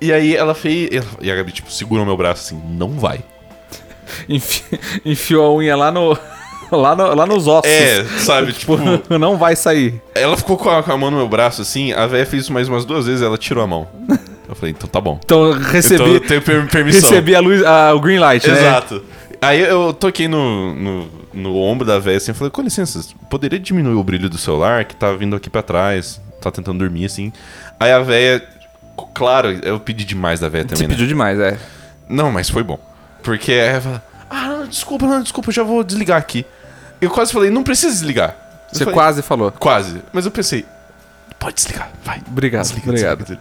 Speaker 2: E aí ela fez. ela- e a Gabi, tipo, segurou meu braço assim, não vai.
Speaker 1: Enfi- enfiou a unha lá no. Lá, no, lá nos ossos.
Speaker 2: É, sabe, tipo,
Speaker 1: Tipo, não vai sair.
Speaker 2: ela ficou com a, com a mão no meu braço assim, a véia fez isso mais umas duas vezes, ela tirou a mão. Eu falei, então tá bom.
Speaker 1: Então recebi,
Speaker 2: Então eu tenho per- permissão.
Speaker 1: recebi a luz, a- o green light, né?
Speaker 2: Exato. Aí eu toquei no, no, no ombro da véia assim, eu falei, com licença, poderia diminuir o brilho do celular que tá vindo aqui pra trás, tá tentando dormir assim. Aí a véia, claro, eu pedi demais da véia
Speaker 1: Você
Speaker 2: também, né?
Speaker 1: pediu demais, é.
Speaker 2: Não, mas foi bom. Porque aí ela fala, ah, não, desculpa, não, desculpa, eu já vou desligar aqui. Eu quase falei, não precisa desligar. Eu
Speaker 1: Você
Speaker 2: falei,
Speaker 1: quase falou.
Speaker 2: Quase. Mas eu pensei, pode desligar, vai.
Speaker 1: Obrigado, obrigado.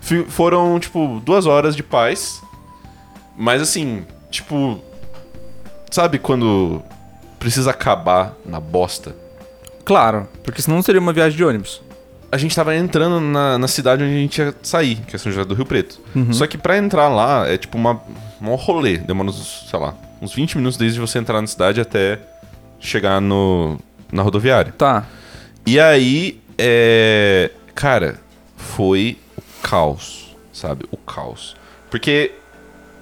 Speaker 2: Fi- Foram, tipo, duas horas de paz. Mas assim, tipo. Sabe quando precisa acabar na bosta?
Speaker 1: Claro, porque senão não seria uma viagem de ônibus.
Speaker 2: A gente tava entrando na, na cidade onde a gente ia sair, que é São José do Rio Preto. Só que pra entrar lá é tipo uma, um rolê. Demora uns, sei lá, uns 20 minutos desde você entrar na cidade até chegar no, na rodoviária.
Speaker 1: Tá.
Speaker 2: E aí, é. Cara, foi o caos, sabe? O caos. Porque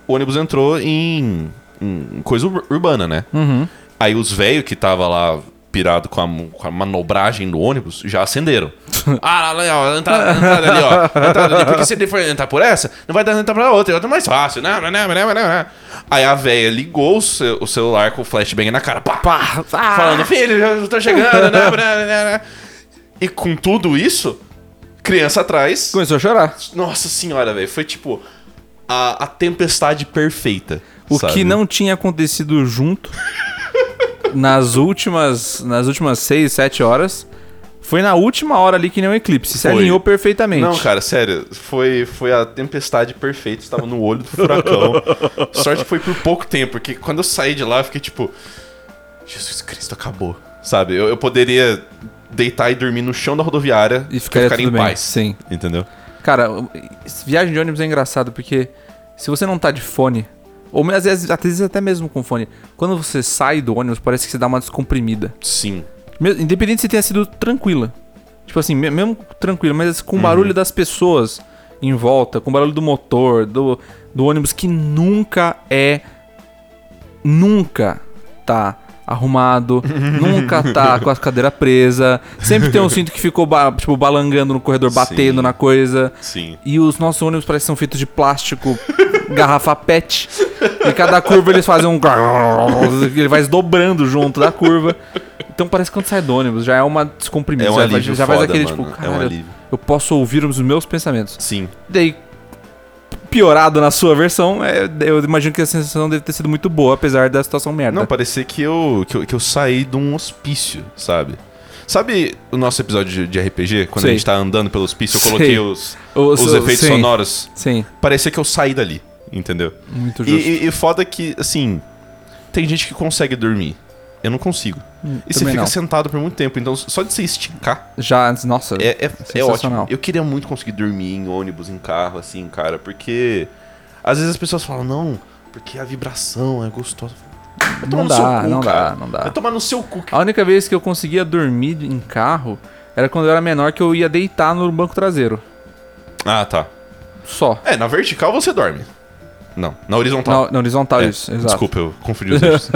Speaker 2: o ônibus entrou em, em coisa ur- urbana, né?
Speaker 1: Uhum.
Speaker 2: Aí os velhos que tava lá pirado com a, mo- com a manobragem do ônibus já acenderam. ah, lá, lá, ó, entrada, entrada ali, ó. Entrada ali. Porque se ele for entrar por essa, não vai dar pra entrar pra outra. e Outra é mais fácil. Não, não, não, não, não, não. Aí a velha ligou o, ce- o celular com o flashbang na cara. Pá, pá. Falando, filho, já tô chegando. né, né, né, né. E com tudo isso, criança atrás.
Speaker 1: Começou a chorar.
Speaker 2: Nossa senhora, velho. Foi tipo a, a tempestade perfeita.
Speaker 1: O
Speaker 2: sabe?
Speaker 1: que não tinha acontecido junto nas últimas nas últimas 6, 7 horas foi na última hora ali que nem um eclipse. Se
Speaker 2: Foi.
Speaker 1: alinhou perfeitamente.
Speaker 2: Não, cara, sério, foi, foi a tempestade perfeita, estava no olho do furacão. Sorte que foi por pouco tempo, porque quando eu saí de lá, eu fiquei tipo. Jesus Cristo, acabou. Sabe? Eu, eu poderia deitar e dormir no chão da rodoviária
Speaker 1: E ficaria
Speaker 2: ficar
Speaker 1: tudo
Speaker 2: em
Speaker 1: bem.
Speaker 2: paz.
Speaker 1: Sim.
Speaker 2: Entendeu?
Speaker 1: Cara, o- viagem de ônibus é engraçado porque se você não tá de fone, ou às vezes, às vezes até mesmo com fone, quando você sai do ônibus, parece que você dá uma descomprimida.
Speaker 2: Sim.
Speaker 1: Me- Independente se tenha sido tranquila. Tipo assim, me- mesmo tranquila, mas assim, com o barulho das pessoas em volta, com o barulho do motor, do, do ônibus, que nunca é. Nunca tá arrumado, nunca tá com a cadeira presa, sempre tem um cinto que ficou ba- tipo, balangando no corredor, batendo
Speaker 2: Sim.
Speaker 1: na coisa.
Speaker 2: Sim.
Speaker 1: E os nossos ônibus parecem que são feitos de plástico, garrafa PET. E cada curva eles fazem um. Ele vai se dobrando junto da curva. Então parece que quando sai do ônibus já é uma descomprimida.
Speaker 2: É um
Speaker 1: já,
Speaker 2: alívio
Speaker 1: já faz
Speaker 2: foda,
Speaker 1: aquele
Speaker 2: mano.
Speaker 1: tipo,
Speaker 2: É um
Speaker 1: caralho,
Speaker 2: alívio.
Speaker 1: eu posso ouvir os meus pensamentos.
Speaker 2: Sim.
Speaker 1: Daí, piorado na sua versão, é- eu imagino que a sensação deve ter sido muito boa, apesar da situação merda.
Speaker 2: Não, parecia que eu, que eu, que eu saí de um hospício, sabe? Sabe o nosso episódio de- de RPG? Quando
Speaker 1: Sei.
Speaker 2: a gente tá andando pelo hospício, eu
Speaker 1: Sei.
Speaker 2: coloquei os,
Speaker 1: Os-
Speaker 2: os, efeitos
Speaker 1: sim.
Speaker 2: sonoros.
Speaker 1: Sim,
Speaker 2: Parecia que eu saí dali, entendeu?
Speaker 1: muito
Speaker 2: E,
Speaker 1: justo.
Speaker 2: e- e foda que, assim, tem gente que consegue dormir. Eu não consigo. e
Speaker 1: Hum,
Speaker 2: você
Speaker 1: também
Speaker 2: fica
Speaker 1: não.
Speaker 2: sentado por muito tempo, então só de você esticar
Speaker 1: Já, nossa.
Speaker 2: é, é, é
Speaker 1: Sensacional.
Speaker 2: ótimo. Eu queria muito conseguir dormir em ônibus, em carro, assim, cara, porque às vezes as pessoas falam, não, porque a vibração é gostosa. Vai tomar
Speaker 1: Não
Speaker 2: no seu
Speaker 1: dá,
Speaker 2: cu,
Speaker 1: não
Speaker 2: cara.
Speaker 1: dá, não dá.
Speaker 2: Vai tomar no seu cu.
Speaker 1: A única vez que eu conseguia dormir em carro era quando eu era menor que eu ia deitar no banco traseiro.
Speaker 2: Ah, tá.
Speaker 1: Só.
Speaker 2: É, na vertical você dorme. Não, na horizontal.
Speaker 1: Na, na horizontal,
Speaker 2: É,
Speaker 1: isso, exato.
Speaker 2: Desculpa, eu confundi os eixos.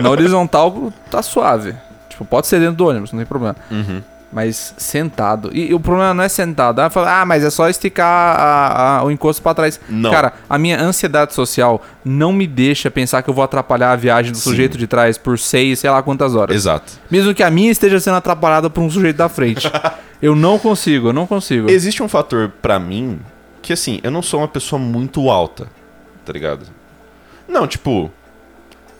Speaker 1: Na horizontal tá suave. Tipo, pode ser dentro do ônibus, não tem problema.
Speaker 2: Uhum.
Speaker 1: Mas sentado. E, e o problema não é sentado. Ah, fala, ah mas é só esticar a- a- o encosto pra trás.
Speaker 2: Não.
Speaker 1: Cara, a minha ansiedade social não me deixa pensar que eu vou atrapalhar a viagem do
Speaker 2: Sim.
Speaker 1: sujeito de trás por seis, sei lá quantas horas.
Speaker 2: Exato.
Speaker 1: Mesmo que a minha esteja sendo atrapalhada por um sujeito da frente. eu não consigo, eu não consigo.
Speaker 2: Existe um fator pra mim que, assim, eu não sou uma pessoa muito alta, tá ligado? Não, tipo,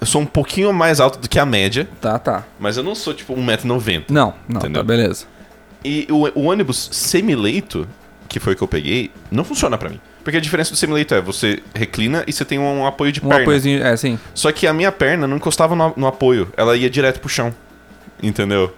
Speaker 2: eu sou um pouquinho mais alto do que a média,
Speaker 1: Tá, tá.
Speaker 2: mas eu não sou, tipo, 1,90m.
Speaker 1: Não, não,
Speaker 2: Entendeu?
Speaker 1: tá beleza.
Speaker 2: E o, o ônibus semileito, que foi o que eu peguei, não funciona pra mim. Porque a diferença do semileito é você reclina e você tem um, apoio de
Speaker 1: Um
Speaker 2: perna.
Speaker 1: apoiozinho, é sim.
Speaker 2: Só que a minha perna não encostava no, no apoio, ela ia direto pro chão. Entendeu?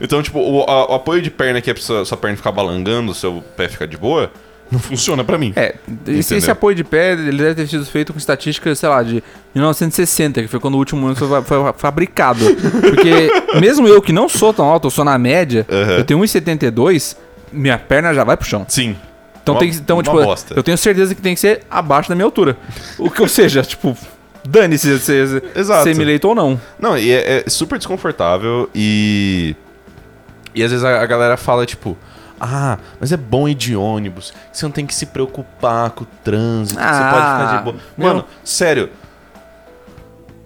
Speaker 2: Então, tipo, o, a- o apoio de perna que é pra sua, sua perna ficar balangando, seu pé ficar de boa, não funciona pra mim.
Speaker 1: É, esse,
Speaker 2: Entendeu?
Speaker 1: esse apoio de pé, ele deve ter sido feito com estatísticas, sei lá, de 1960, que foi quando o último ônibus foi, fa- foi fabricado. Porque mesmo eu que não sou tão alto, eu sou na média,
Speaker 2: Aham.
Speaker 1: eu tenho 1,72, minha perna já vai pro chão.
Speaker 2: Sim.
Speaker 1: Então
Speaker 2: Uma-
Speaker 1: tem que, então,
Speaker 2: uma
Speaker 1: tipo,
Speaker 2: bosta.
Speaker 1: eu tenho certeza que tem que ser abaixo da minha altura. O que, ou seja, tipo, dane-se se, se,
Speaker 2: Exato.
Speaker 1: semi-leito ou não.
Speaker 2: Não, e é, é super desconfortável e. E às vezes a, a galera fala, tipo. Ah, mas é bom ir de ônibus. que Você não tem que se preocupar com o trânsito. que você pode ficar
Speaker 1: Ah,
Speaker 2: de boa.
Speaker 1: meu-
Speaker 2: Mano, sério.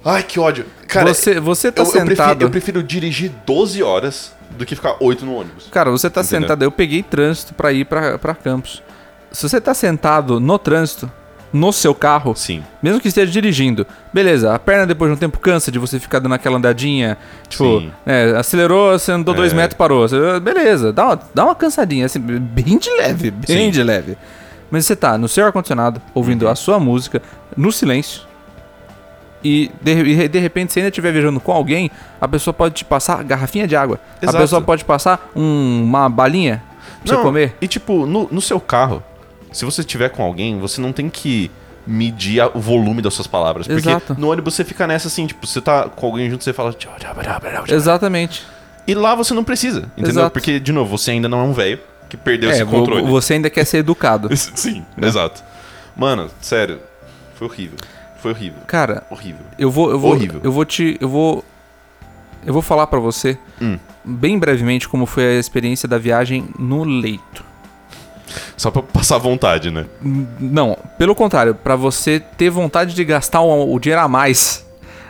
Speaker 2: Ai, que ódio. Cara,
Speaker 1: você, você tá
Speaker 2: eu, eu
Speaker 1: sentado...
Speaker 2: prefiro, eu prefiro dirigir 12 horas do que ficar 8 no ônibus.
Speaker 1: Cara, você tá
Speaker 2: Entendeu?
Speaker 1: sentado. Eu peguei trânsito pra ir pra, pra Campos. Se você tá sentado no trânsito, no seu carro,
Speaker 2: Sim.
Speaker 1: mesmo que esteja dirigindo, beleza, a perna depois de um tempo cansa de você ficar dando aquela andadinha. Tipo,
Speaker 2: Sim.
Speaker 1: né, acelerou, você andou dois
Speaker 2: É.
Speaker 1: metros, parou. Você- Beleza, dá uma, dá uma cansadinha, assim, bem de leve, bem
Speaker 2: Sim. Uhum.
Speaker 1: de leve. Mas você tá no seu ar-condicionado, ouvindo a sua música, no silêncio. E de, e de repente, se ainda estiver viajando com alguém, a pessoa pode te passar garrafinha de água.
Speaker 2: Exato.
Speaker 1: A pessoa pode passar um- uma balinha pra
Speaker 2: Não,
Speaker 1: você comer.
Speaker 2: E tipo, no, no seu carro, se você tiver com alguém, você não tem que medir a- o volume das suas palavras. Porque
Speaker 1: Exato.
Speaker 2: no ônibus você fica nessa assim, tipo, você tá com alguém junto, você fala. "Tchau, tchau, tchau, tchau, tchau".
Speaker 1: Exatamente.
Speaker 2: E lá você não precisa, entendeu?
Speaker 1: Exato.
Speaker 2: Porque, de novo, você ainda não é um velho que perdeu
Speaker 1: É,
Speaker 2: esse
Speaker 1: vo-
Speaker 2: controle.
Speaker 1: você ainda quer ser educado.
Speaker 2: Sim, exato. Mano, sério, foi horrível. Foi horrível.
Speaker 1: Cara,
Speaker 2: Horrível.
Speaker 1: eu vou. Eu vou
Speaker 2: Horrível.
Speaker 1: Eu vou te. Eu vou. Eu vou falar pra você,
Speaker 2: Hum.
Speaker 1: bem brevemente, como foi a experiência da viagem no leito.
Speaker 2: Só pra passar vontade, né?
Speaker 1: N- Não, pelo contrário, pra você ter vontade de gastar o, o dinheiro a mais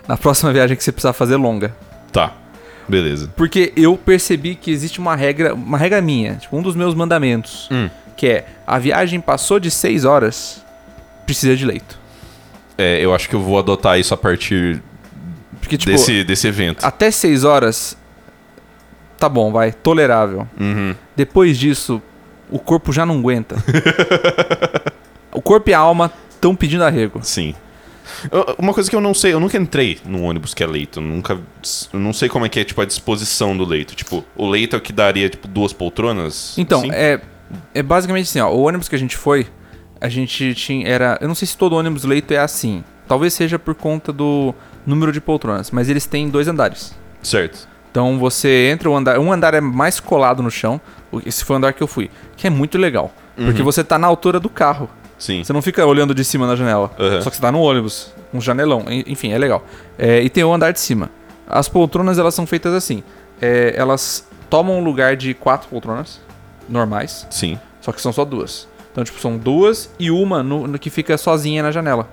Speaker 1: na próxima viagem que você precisar fazer longa.
Speaker 2: Tá. Beleza.
Speaker 1: Porque eu percebi que existe uma regra, uma regra minha, tipo, um dos meus mandamentos,
Speaker 2: Hum.
Speaker 1: que é a viagem passou de 6 horas, precisa de leito.
Speaker 2: É, eu acho que eu vou adotar isso a partir
Speaker 1: Porque tipo,
Speaker 2: desse, desse evento.
Speaker 1: até 6 horas tá bom, vai, tolerável.
Speaker 2: Uhum.
Speaker 1: Depois disso, o corpo já não aguenta. o corpo e a alma estão pedindo arrego.
Speaker 2: Sim. Eu- Uma coisa que eu não sei, eu nunca entrei num ônibus que é leito. eu Nunca. Eu não sei como é que é, tipo, a disposição do leito. Tipo, o leito é o que daria, tipo, duas poltronas?
Speaker 1: Então,
Speaker 2: assim?
Speaker 1: é, é basicamente assim, ó. O ônibus que a gente foi, a gente tinha. Era. Eu não sei se todo ônibus leito é assim. Talvez seja por conta do número de poltronas, mas eles têm dois andares.
Speaker 2: Certo.
Speaker 1: Então você entra o andar. Um andar é mais colado no chão. o- Esse foi o andar que eu fui. Que é muito legal. Porque você tá na altura do carro.
Speaker 2: Sim.
Speaker 1: Você não fica olhando de cima na janela.
Speaker 2: Uhum.
Speaker 1: Só que você tá no ônibus, um janelão. en- Enfim, é legal. É, e tem o andar de cima. As poltronas, elas são feitas assim. É, elas tomam o lugar de quatro poltronas normais,
Speaker 2: Sim.
Speaker 1: só que são só duas. Então, tipo, são duas e uma no, no que fica sozinha na janela.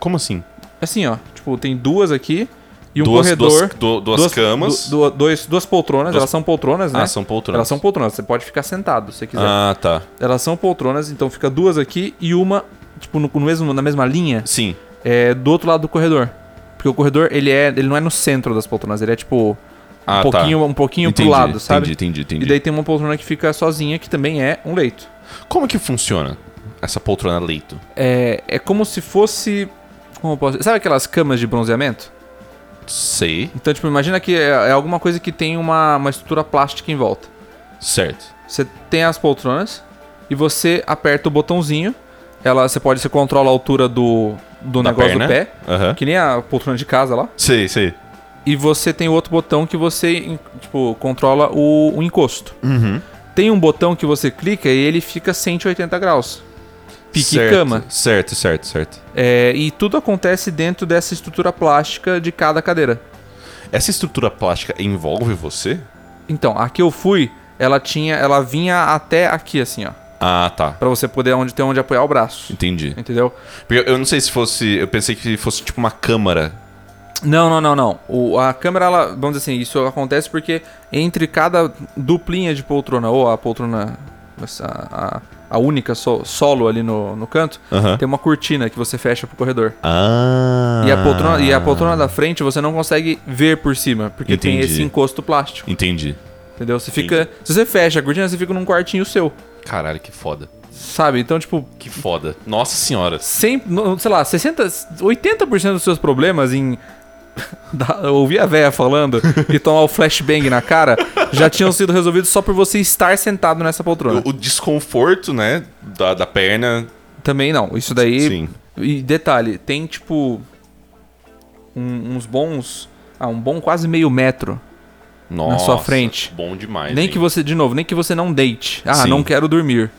Speaker 2: Como assim?
Speaker 1: Assim, ó. Tipo, tem duas aqui e um
Speaker 2: duas,
Speaker 1: corredor.
Speaker 2: duas, du- duas camas.
Speaker 1: du- du- dois, duas poltronas.
Speaker 2: Duas-
Speaker 1: Elas são poltronas, né?
Speaker 2: Ah, são poltronas.
Speaker 1: Elas são poltronas. Você pode ficar sentado se quiser.
Speaker 2: Ah, tá.
Speaker 1: Elas são poltronas, então fica duas aqui e uma, tipo, no, no mesmo, na mesma linha.
Speaker 2: Sim.
Speaker 1: é, do outro lado do corredor. Porque o corredor, ele, é, ele não é no centro das poltronas, ele é tipo
Speaker 2: Ah,
Speaker 1: um pouquinho, um pouquinho
Speaker 2: entendi,
Speaker 1: pro lado, sabe?
Speaker 2: Entendi, entendi, entendi.
Speaker 1: E daí tem uma poltrona que fica sozinha, que também é um leito.
Speaker 2: Como que funciona essa poltrona leito?
Speaker 1: É, é como se fosse. Como eu posso Sabe aquelas camas de bronzeamento?
Speaker 2: Sei.
Speaker 1: Então, tipo, imagina que é, é alguma coisa que tem uma, uma estrutura plástica em volta.
Speaker 2: Certo.
Speaker 1: Você tem as poltronas e você aperta o botãozinho. Ela, você pode, você controla a altura do, do
Speaker 2: Da
Speaker 1: negócio
Speaker 2: perna.
Speaker 1: do pé.
Speaker 2: Aham.
Speaker 1: Que nem a poltrona de casa lá.
Speaker 2: Sei, sei.
Speaker 1: E você tem outro botão que você, em- tipo, controla o, o encosto.
Speaker 2: Uhum.
Speaker 1: Tem um botão que você clica e ele fica 180 graus. Pique
Speaker 2: certo,
Speaker 1: cama.
Speaker 2: Certo, certo, certo.
Speaker 1: É, e tudo acontece dentro dessa estrutura plástica de cada cadeira.
Speaker 2: Essa estrutura plástica envolve você?
Speaker 1: Então, a que eu fui, ela tinha. Ela vinha até aqui, assim, ó.
Speaker 2: Ah, tá.
Speaker 1: Pra você poder onde, ter onde apoiar o braço.
Speaker 2: Entendi.
Speaker 1: Entendeu?
Speaker 2: Porque eu- eu não sei se fosse. Eu pensei que fosse tipo uma câmara.
Speaker 1: Não, não, não, não. O- a câmera, ela, vamos dizer assim, isso acontece porque entre cada duplinha de poltrona, ou a poltrona, essa- a, a única so- solo ali no, no canto,
Speaker 2: Aham.
Speaker 1: tem uma cortina que você fecha pro corredor.
Speaker 2: Ah.
Speaker 1: E, a poltrona, e a poltrona da frente você não consegue ver por cima, porque tem
Speaker 2: Entendi.
Speaker 1: esse encosto plástico,
Speaker 2: Entendi.
Speaker 1: entendeu? Você fica. Se você fecha a cortina, você fica num quartinho seu,
Speaker 2: Caralho, que foda.
Speaker 1: sabe? Então, tipo,
Speaker 2: Que foda. Nossa senhora.
Speaker 1: sem, no- sei lá, 60, 80% dos seus problemas em da- ouvir a véia falando e tomar o flashbang na cara já tinham sido resolvidos só por você estar sentado nessa poltrona.
Speaker 2: O, o desconforto, né? Da, da perna.
Speaker 1: Também não, isso daí.
Speaker 2: Sim.
Speaker 1: E detalhe, tem tipo um- uns bons, ah, um bom quase meio metro.
Speaker 2: Nossa.
Speaker 1: sua frente.
Speaker 2: Bom demais.
Speaker 1: nem
Speaker 2: hein?
Speaker 1: que você, de novo, nem que você não deite. Ah,
Speaker 2: Sim.
Speaker 1: não quero dormir.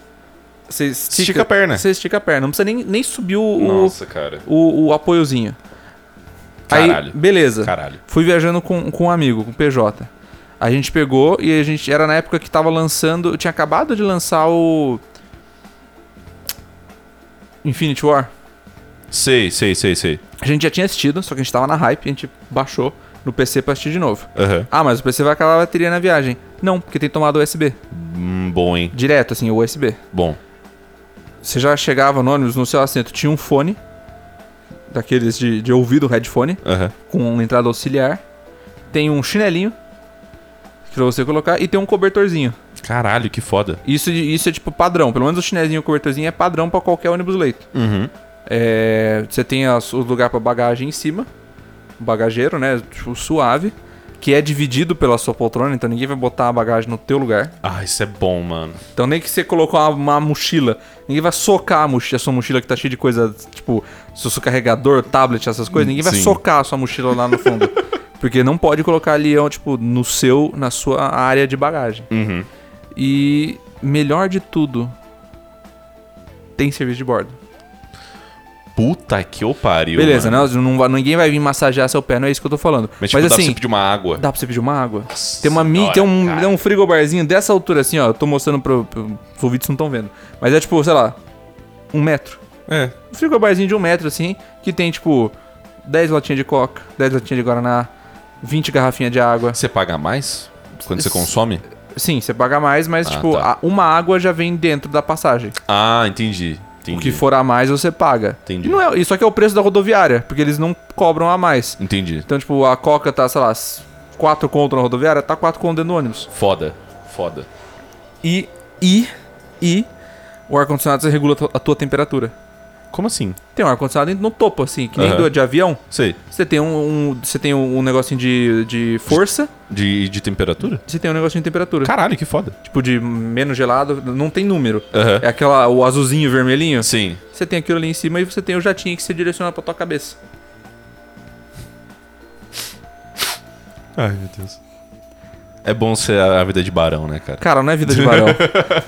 Speaker 1: Você estica,
Speaker 2: Estica a perna.
Speaker 1: Você estica a perna, não precisa nem, nem subir o, o,
Speaker 2: Nossa, cara.
Speaker 1: o, o apoiozinho.
Speaker 2: Caralho.
Speaker 1: Aí, beleza.
Speaker 2: Caralho.
Speaker 1: Fui viajando com, com um amigo, com o PJ. A gente pegou e a gente. Era na época que tava lançando. Tinha acabado de lançar o. Infinity War.
Speaker 2: Sei, sei, sei, sei.
Speaker 1: A gente já tinha assistido, só que a gente tava na hype, a gente baixou no PC pra assistir de novo.
Speaker 2: Aham.
Speaker 1: Ah, mas o PC vai acabar a bateria na viagem. Não, porque tem tomado USB.
Speaker 2: Hum, bom, hein?
Speaker 1: Direto, assim, o USB.
Speaker 2: Bom.
Speaker 1: Você já chegava no ônibus, no seu assento tinha um fone, daqueles de, de ouvido, headphone,
Speaker 2: Aham.
Speaker 1: com entrada auxiliar. Tem um chinelinho, pra você colocar, e tem um cobertorzinho.
Speaker 2: Caralho, que foda.
Speaker 1: Isso, isso é tipo padrão, pelo menos o chinelinho e o cobertorzinho é padrão pra qualquer ônibus leito.
Speaker 2: Uhum.
Speaker 1: É, você tem as- o lugar para bagagem em cima, o bagageiro, né? Tipo, suave, que é dividido pela sua poltrona, então ninguém vai botar a bagagem no teu lugar.
Speaker 2: Ah, isso é bom, mano.
Speaker 1: Então nem que você colocou uma, uma mochila, ninguém vai socar a, mochila, a sua mochila que tá cheia de coisa, tipo, seu, seu carregador, tablet, essas coisas, ninguém vai
Speaker 2: Sim.
Speaker 1: socar a sua mochila lá no fundo. porque não pode colocar ali, ó, tipo, no seu, na sua área de bagagem.
Speaker 2: Uhum.
Speaker 1: E melhor de tudo, tem serviço de bordo.
Speaker 2: Puta que eu pariu.
Speaker 1: Beleza,
Speaker 2: mano.
Speaker 1: né? Não, vai- ninguém vai vir massagear seu pé, não é isso que eu tô falando.
Speaker 2: Mas,
Speaker 1: Mas,
Speaker 2: tipo, dá pra
Speaker 1: assim,
Speaker 2: você pedir uma água.
Speaker 1: dá pra você pedir uma água.
Speaker 2: Nossa
Speaker 1: Tem, uma, mi-
Speaker 2: senhora,
Speaker 1: tem um,
Speaker 2: cara.
Speaker 1: tem um frigobarzinho dessa altura, assim, ó. Eu tô mostrando pro. pro os ouvintes não estão vendo. Mas é tipo, sei lá, um metro.
Speaker 2: É.
Speaker 1: Um frigobarzinho de um metro, assim, que tem, tipo, 10 latinhas de coca, 10 latinhas de guaraná, 20 garrafinhas de água.
Speaker 2: Você paga mais quando você
Speaker 1: S-
Speaker 2: consome?
Speaker 1: Sim, você paga mais, mas,
Speaker 2: Ah,
Speaker 1: tipo,
Speaker 2: tá.
Speaker 1: a- uma água já vem dentro da passagem.
Speaker 2: Ah, entendi. Entendi.
Speaker 1: O que for a mais, você paga.
Speaker 2: Entendi.
Speaker 1: Não é, isso aqui é o preço da rodoviária, porque eles não cobram a mais.
Speaker 2: Entendi.
Speaker 1: Então, tipo, a coca tá, sei lá, 4 conto na rodoviária, tá 4 conto dentro do ônibus.
Speaker 2: Foda. Foda.
Speaker 1: E, e, e o ar-condicionado você regula a tu- a tua temperatura.
Speaker 2: Como assim?
Speaker 1: Tem um ar-condicionado no topo, assim, que nem
Speaker 2: Aham.
Speaker 1: do de avião.
Speaker 2: Sei.
Speaker 1: Você tem um, um- você tem um, um negocinho de, de força,
Speaker 2: De, de temperatura?
Speaker 1: você tem um negocinho de temperatura.
Speaker 2: Caralho, que foda.
Speaker 1: Tipo, de menos gelado, não tem número.
Speaker 2: Aham.
Speaker 1: É aquela, o azulzinho, vermelhinho.
Speaker 2: Sim.
Speaker 1: Você tem aquilo ali em cima e você tem o jatinho que você direciona pra tua cabeça.
Speaker 2: Ai, meu Deus. É bom ser a a vida de barão, né, cara?
Speaker 1: Cara, não é vida de barão.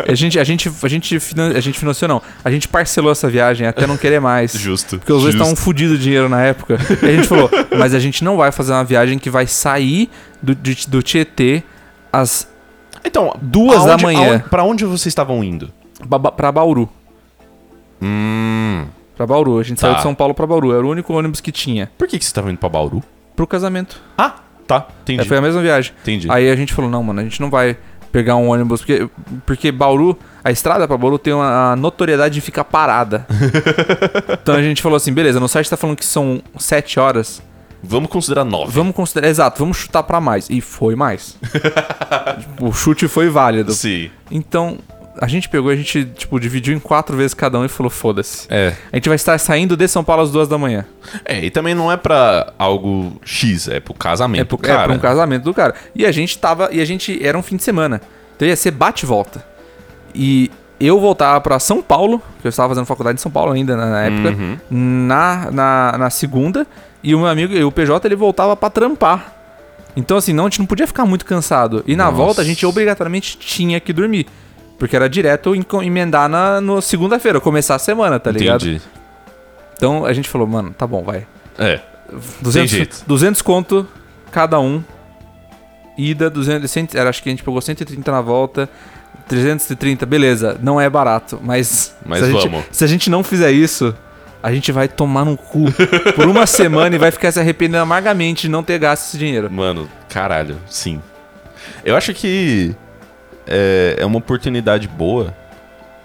Speaker 1: a, gente, a, gente, a, gente, finan- a gente financiou, não. A gente parcelou essa viagem até não querer mais.
Speaker 2: Justo.
Speaker 1: Porque os dois
Speaker 2: justo.
Speaker 1: estavam fodidos de dinheiro na época. E a gente falou, mas a gente não vai fazer uma viagem que vai sair do, de- do Tietê às
Speaker 2: Então,
Speaker 1: duas da
Speaker 2: aonde-
Speaker 1: manhã.
Speaker 2: aonde- pra onde vocês estavam indo?
Speaker 1: ba- ba- pra Bauru.
Speaker 2: Hum.
Speaker 1: Pra Bauru. A gente
Speaker 2: Tá.
Speaker 1: saiu de São Paulo pra Bauru. Era o único ônibus que tinha.
Speaker 2: Por que, que vocês estavam indo pra Bauru?
Speaker 1: Pro casamento.
Speaker 2: Ah, tá.
Speaker 1: É,
Speaker 2: Entendi.
Speaker 1: foi a mesma viagem.
Speaker 2: Entendi.
Speaker 1: Aí a gente falou, não, mano, a gente não vai pegar um ônibus, porque, porque Bauru, a estrada pra Bauru tem uma a notoriedade de ficar parada. então a gente falou assim, beleza, no site tá falando que são 7 horas,
Speaker 2: Vamos considerar nove.
Speaker 1: vamos considerar, exato, vamos chutar pra mais. E foi mais. o chute foi válido.
Speaker 2: Sim.
Speaker 1: Então a gente pegou, a gente, tipo, dividiu em quatro vezes cada um e falou, foda-se.
Speaker 2: É.
Speaker 1: A gente vai estar saindo de São Paulo às duas da manhã.
Speaker 2: É, e também não é pra algo X, é pro casamento.
Speaker 1: É pro, é
Speaker 2: cara.
Speaker 1: pra um casamento do cara. E a gente tava. E a gente. Era um fim de semana. Então ia ser bate e volta. E eu voltava pra São Paulo, que eu estava fazendo faculdade em São Paulo ainda na, na época,
Speaker 2: Uhum.
Speaker 1: na, na, na segunda. E o meu amigo, e o PJ, ele voltava pra trampar. Então, assim, não, a gente não podia ficar muito cansado. E na
Speaker 2: Nossa.
Speaker 1: volta a gente obrigatoriamente tinha que dormir. Porque era direto enco- emendar na no segunda-feira, começar a semana, tá ligado?
Speaker 2: Entendi.
Speaker 1: Então a gente falou, mano, tá bom, vai.
Speaker 2: É.
Speaker 1: 200,
Speaker 2: jeito.
Speaker 1: 200 conto cada um. Ida, 200, 100, era, acho que a gente pagou 130 na volta. 330, beleza, não é barato, mas.
Speaker 2: Mas
Speaker 1: se a
Speaker 2: vamos.
Speaker 1: Gente, se a gente não fizer isso, a gente vai tomar no cu por uma semana e vai ficar se arrependendo amargamente de não ter gasto esse dinheiro.
Speaker 2: Mano, caralho, sim. Eu acho que é, é uma oportunidade boa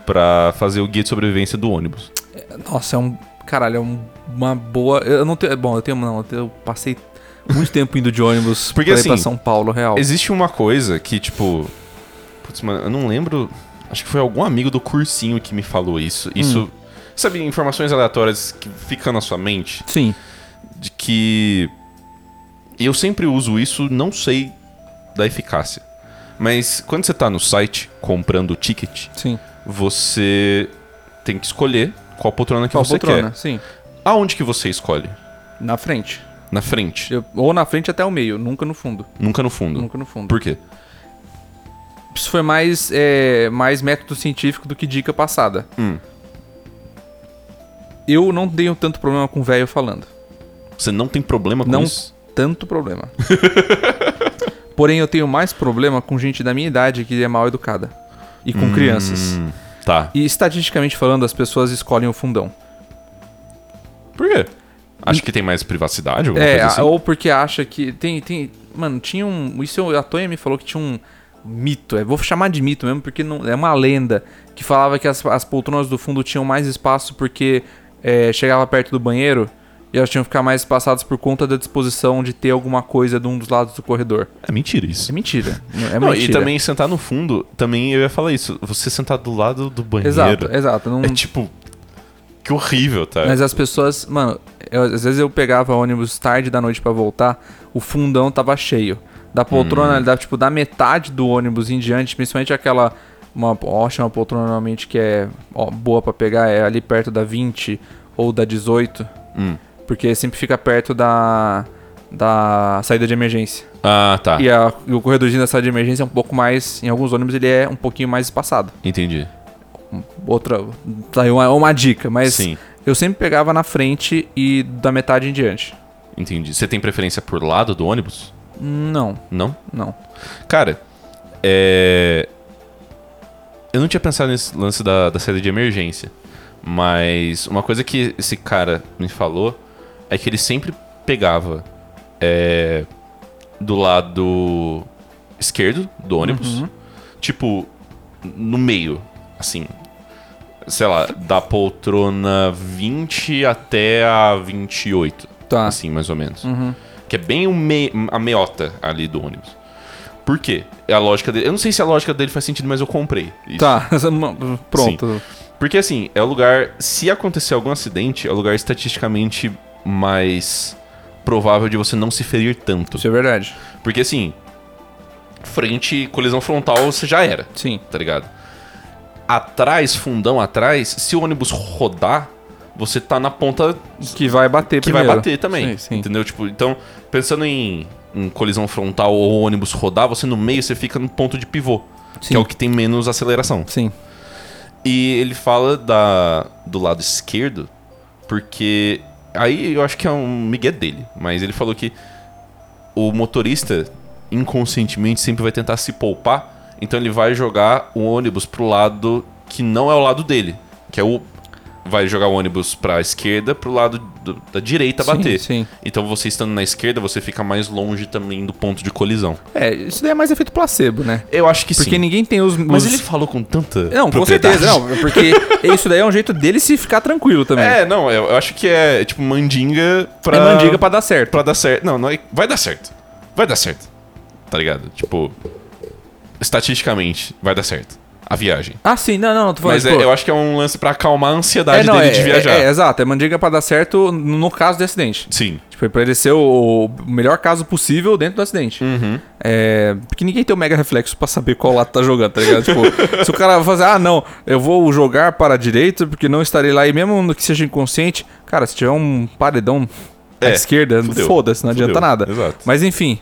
Speaker 2: pra fazer o guia de sobrevivência do ônibus.
Speaker 1: Nossa, é um. Caralho, é um- uma boa. Eu não tenho. Bom, eu tenho. Não, eu passei muito tempo indo de ônibus
Speaker 2: Porque,
Speaker 1: pra ir pra
Speaker 2: assim,
Speaker 1: São Paulo, real.
Speaker 2: Existe uma coisa que, tipo. Putz, mano, eu não lembro. Acho que foi algum amigo do cursinho que me falou
Speaker 1: Hum.
Speaker 2: isso. Isso. Sabe, informações aleatórias que ficam na sua mente?
Speaker 1: Sim.
Speaker 2: de que eu sempre uso isso, não sei da eficácia. Mas quando você tá no site comprando o ticket,
Speaker 1: Sim.
Speaker 2: você tem que escolher qual poltrona que
Speaker 1: Qual
Speaker 2: você
Speaker 1: poltrona? Sim.
Speaker 2: quer. Aonde que você escolhe?
Speaker 1: Na frente.
Speaker 2: Na frente,
Speaker 1: Eu- ou na frente até o meio, nunca no fundo.
Speaker 2: nunca no fundo.
Speaker 1: Nunca no fundo.
Speaker 2: Hum. Por quê?
Speaker 1: Isso foi mais, é, mais método científico do que dica passada.
Speaker 2: Hum.
Speaker 1: Eu não tenho tanto problema com o velho falando.
Speaker 2: Você não tem problema com
Speaker 1: Não.
Speaker 2: isso?
Speaker 1: Tanto problema. Porém, eu tenho mais problema com gente da minha idade que é mal educada. E com crianças.
Speaker 2: Hum, tá.
Speaker 1: E estatisticamente falando, as pessoas escolhem o fundão.
Speaker 2: Por quê? Acho que tem mais privacidade, alguma
Speaker 1: É,
Speaker 2: coisa assim.
Speaker 1: ou porque acha que. Tem, tem. Mano, tinha um. Isso eu- a Tonha me falou que tinha um mito. É, vou chamar de mito mesmo, porque não, é uma lenda. Que falava que as, as poltronas do fundo tinham mais espaço porque é, chegava perto do banheiro e elas tinham que ficar mais espaçadas por conta da disposição de ter alguma coisa de um dos lados do corredor.
Speaker 2: É mentira
Speaker 1: Isso
Speaker 2: isso.
Speaker 1: é mentira. É
Speaker 2: Não,
Speaker 1: mentira.
Speaker 2: e também sentar no fundo, também eu ia falar isso. Você sentar do lado do banheiro.
Speaker 1: Exato, exato. Não,
Speaker 2: É tipo. que horrível, tá?
Speaker 1: é um- Mas as pessoas, mano, eu- às vezes eu pegava ônibus tarde da noite pra voltar, o fundão tava cheio. Da poltrona,
Speaker 2: Hum.
Speaker 1: da, tipo, da metade do ônibus em diante, principalmente aquela. Uma ótima poltrona normalmente que é ó, boa pra pegar, é ali perto da 20 ou da 18.
Speaker 2: Hum.
Speaker 1: Porque sempre fica perto da. Da saída de emergência.
Speaker 2: Ah, tá.
Speaker 1: E, a- e o corredorzinho da saída de emergência é um pouco mais. Em alguns ônibus ele é um pouquinho mais espaçado.
Speaker 2: Entendi.
Speaker 1: Outra. Tá aí uma, uma dica, mas.
Speaker 2: Sim,
Speaker 1: Eu sempre pegava na frente e da metade em diante.
Speaker 2: entendi. Você tem preferência por lado do ônibus?
Speaker 1: Não,
Speaker 2: Não?
Speaker 1: não.
Speaker 2: Cara, é. Eu não tinha pensado nesse lance da, da saída de emergência. Mas uma coisa que esse cara me falou é que ele sempre pegava é, do lado esquerdo do ônibus. Tipo, no meio. Assim. Sei lá, da poltrona 20 até a 28.
Speaker 1: Tá.
Speaker 2: Assim, mais ou menos. Que é bem o mei- a meiota ali do ônibus. Por quê? É a lógica dele. Eu não sei se a lógica dele faz sentido, mas eu comprei. isso.
Speaker 1: Tá, pronto.
Speaker 2: Porque assim, é o lugar. Se acontecer algum acidente, é o lugar estatisticamente mais provável de você não se ferir tanto.
Speaker 1: Isso é verdade.
Speaker 2: Porque assim, frente, colisão frontal, você já era,
Speaker 1: Sim.
Speaker 2: tá ligado? Atrás, fundão atrás, se o ônibus rodar, você tá na ponta
Speaker 1: Que vai bater
Speaker 2: que
Speaker 1: primeiro.
Speaker 2: vai bater também.
Speaker 1: Sim, sim.
Speaker 2: Entendeu? Tipo, então, pensando em, em colisão frontal ou ônibus rodar, você no meio você fica no ponto de pivô,
Speaker 1: Sim.
Speaker 2: que é o que tem menos aceleração.
Speaker 1: Sim.
Speaker 2: E ele fala da, do lado esquerdo, porque aí eu acho que é um migué dele, mas ele falou que o motorista inconscientemente sempre vai tentar se poupar, então ele vai jogar o ônibus pro lado que não é o lado dele, que é o vai jogar o ônibus pra esquerda pro lado do- da direita
Speaker 1: Sim,
Speaker 2: bater.
Speaker 1: sim.
Speaker 2: Então você estando na esquerda, você fica mais longe também do ponto de colisão.
Speaker 1: É, isso daí é mais efeito placebo, né?
Speaker 2: Eu acho que
Speaker 1: Porque
Speaker 2: sim.
Speaker 1: ninguém tem os.
Speaker 2: Mas
Speaker 1: os-
Speaker 2: ele falou com tanta
Speaker 1: Não, com
Speaker 2: propriedade.
Speaker 1: certeza, não. Porque isso daí é um jeito dele se ficar tranquilo também.
Speaker 2: É, não, eu eu acho que é tipo mandinga pra.
Speaker 1: É mandiga pra dar certo.
Speaker 2: pra dar certo. Não, não é- vai dar certo. Vai dar certo. Tá ligado? Tipo. Estatisticamente, vai dar certo. A viagem.
Speaker 1: Ah, sim, não, não, tu falando.
Speaker 2: Mas é-
Speaker 1: pô,
Speaker 2: eu acho que é um lance pra acalmar a ansiedade
Speaker 1: não,
Speaker 2: dele de viajar.
Speaker 1: É, é, exato, é mandiga pra dar certo no caso do acidente.
Speaker 2: Sim.
Speaker 1: Tipo, pra ele ser o, o melhor caso possível dentro do acidente.
Speaker 2: Uhum.
Speaker 1: É, porque ninguém tem o mega reflexo pra saber qual lado tá jogando, tá ligado? tipo, se o cara fazer, ah, não, eu vou jogar para a direita porque não estarei lá. E mesmo que seja inconsciente, cara, se tiver um paredão à
Speaker 2: É,
Speaker 1: esquerda,
Speaker 2: fudeu.
Speaker 1: foda-se, não
Speaker 2: Fudeu,
Speaker 1: adianta nada.
Speaker 2: exato.
Speaker 1: Mas enfim,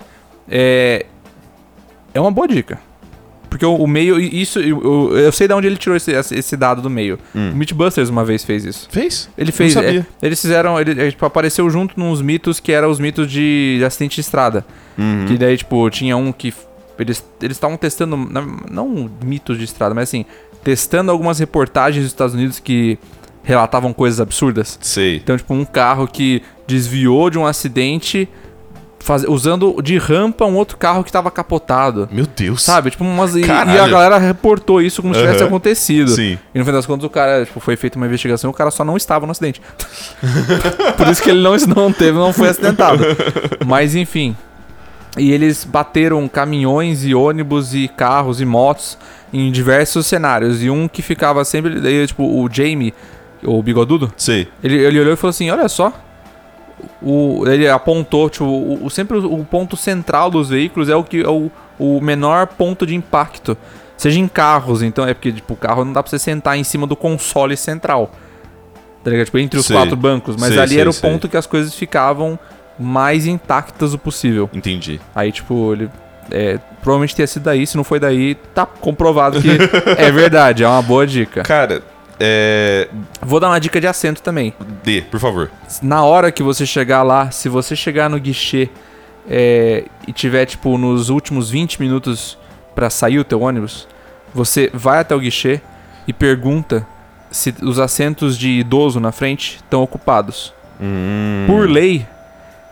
Speaker 1: é, é uma boa dica. Porque o, o meio, e isso, eu, eu- eu sei de onde ele tirou esse, esse dado do meio.
Speaker 2: Hum.
Speaker 1: O Meatbusters uma vez fez isso.
Speaker 2: Fez?
Speaker 1: Ele fez.
Speaker 2: Não sabia.
Speaker 1: é, eles fizeram. Ele, é, tipo, apareceu junto nos mitos que eram os mitos de, de acidente de estrada.
Speaker 2: Uhum.
Speaker 1: Que daí, tipo, tinha um que. f- Eles eles estavam testando. na- Não mitos de estrada, mas assim. Testando algumas reportagens dos Estados Unidos que relatavam coisas absurdas.
Speaker 2: Sei.
Speaker 1: Então, tipo, um carro que desviou de um acidente faz- usando de rampa um outro carro que estava capotado.
Speaker 2: Meu Deus.
Speaker 1: Sabe? Tipo, umas. E, e a
Speaker 2: Caralho.
Speaker 1: galera reportou isso como se tivesse
Speaker 2: Aham.
Speaker 1: acontecido.
Speaker 2: Sim.
Speaker 1: E no fim das contas, o cara, tipo, foi feita uma investigação e o cara só não estava no acidente. Por isso que ele não, não teve, não foi acidentado. Mas enfim. E eles bateram caminhões e ônibus e carros e motos em diversos cenários. E um que ficava sempre. Daí, tipo, o Jamie, o bigodudo,
Speaker 2: Sei.
Speaker 1: ele, ele olhou e falou assim: olha só. O, ele apontou, tipo, o, o- sempre o, o ponto central dos veículos é o que é o, o menor ponto de impacto. Seja em carros, então é porque, tipo, o carro não dá pra você sentar em cima do console central. Tá ligado? Tipo, entre os
Speaker 2: Sei.
Speaker 1: quatro bancos. Mas
Speaker 2: Sei,
Speaker 1: ali
Speaker 2: sei,
Speaker 1: era o
Speaker 2: sei.
Speaker 1: ponto que as coisas ficavam mais intactas o possível.
Speaker 2: Entendi.
Speaker 1: Aí, tipo, ele. é, provavelmente tenha sido daí, se não foi daí, tá comprovado que é verdade, é uma boa dica.
Speaker 2: Cara, é.
Speaker 1: Vou dar uma dica de assento também.
Speaker 2: Dê, por favor.
Speaker 1: na hora que você chegar lá, se você chegar no guichê é, e tiver, tipo, nos últimos 20 minutos pra sair o teu ônibus, você vai até o guichê e pergunta se os assentos de idoso na frente estão ocupados.
Speaker 2: Hum.
Speaker 1: Por lei,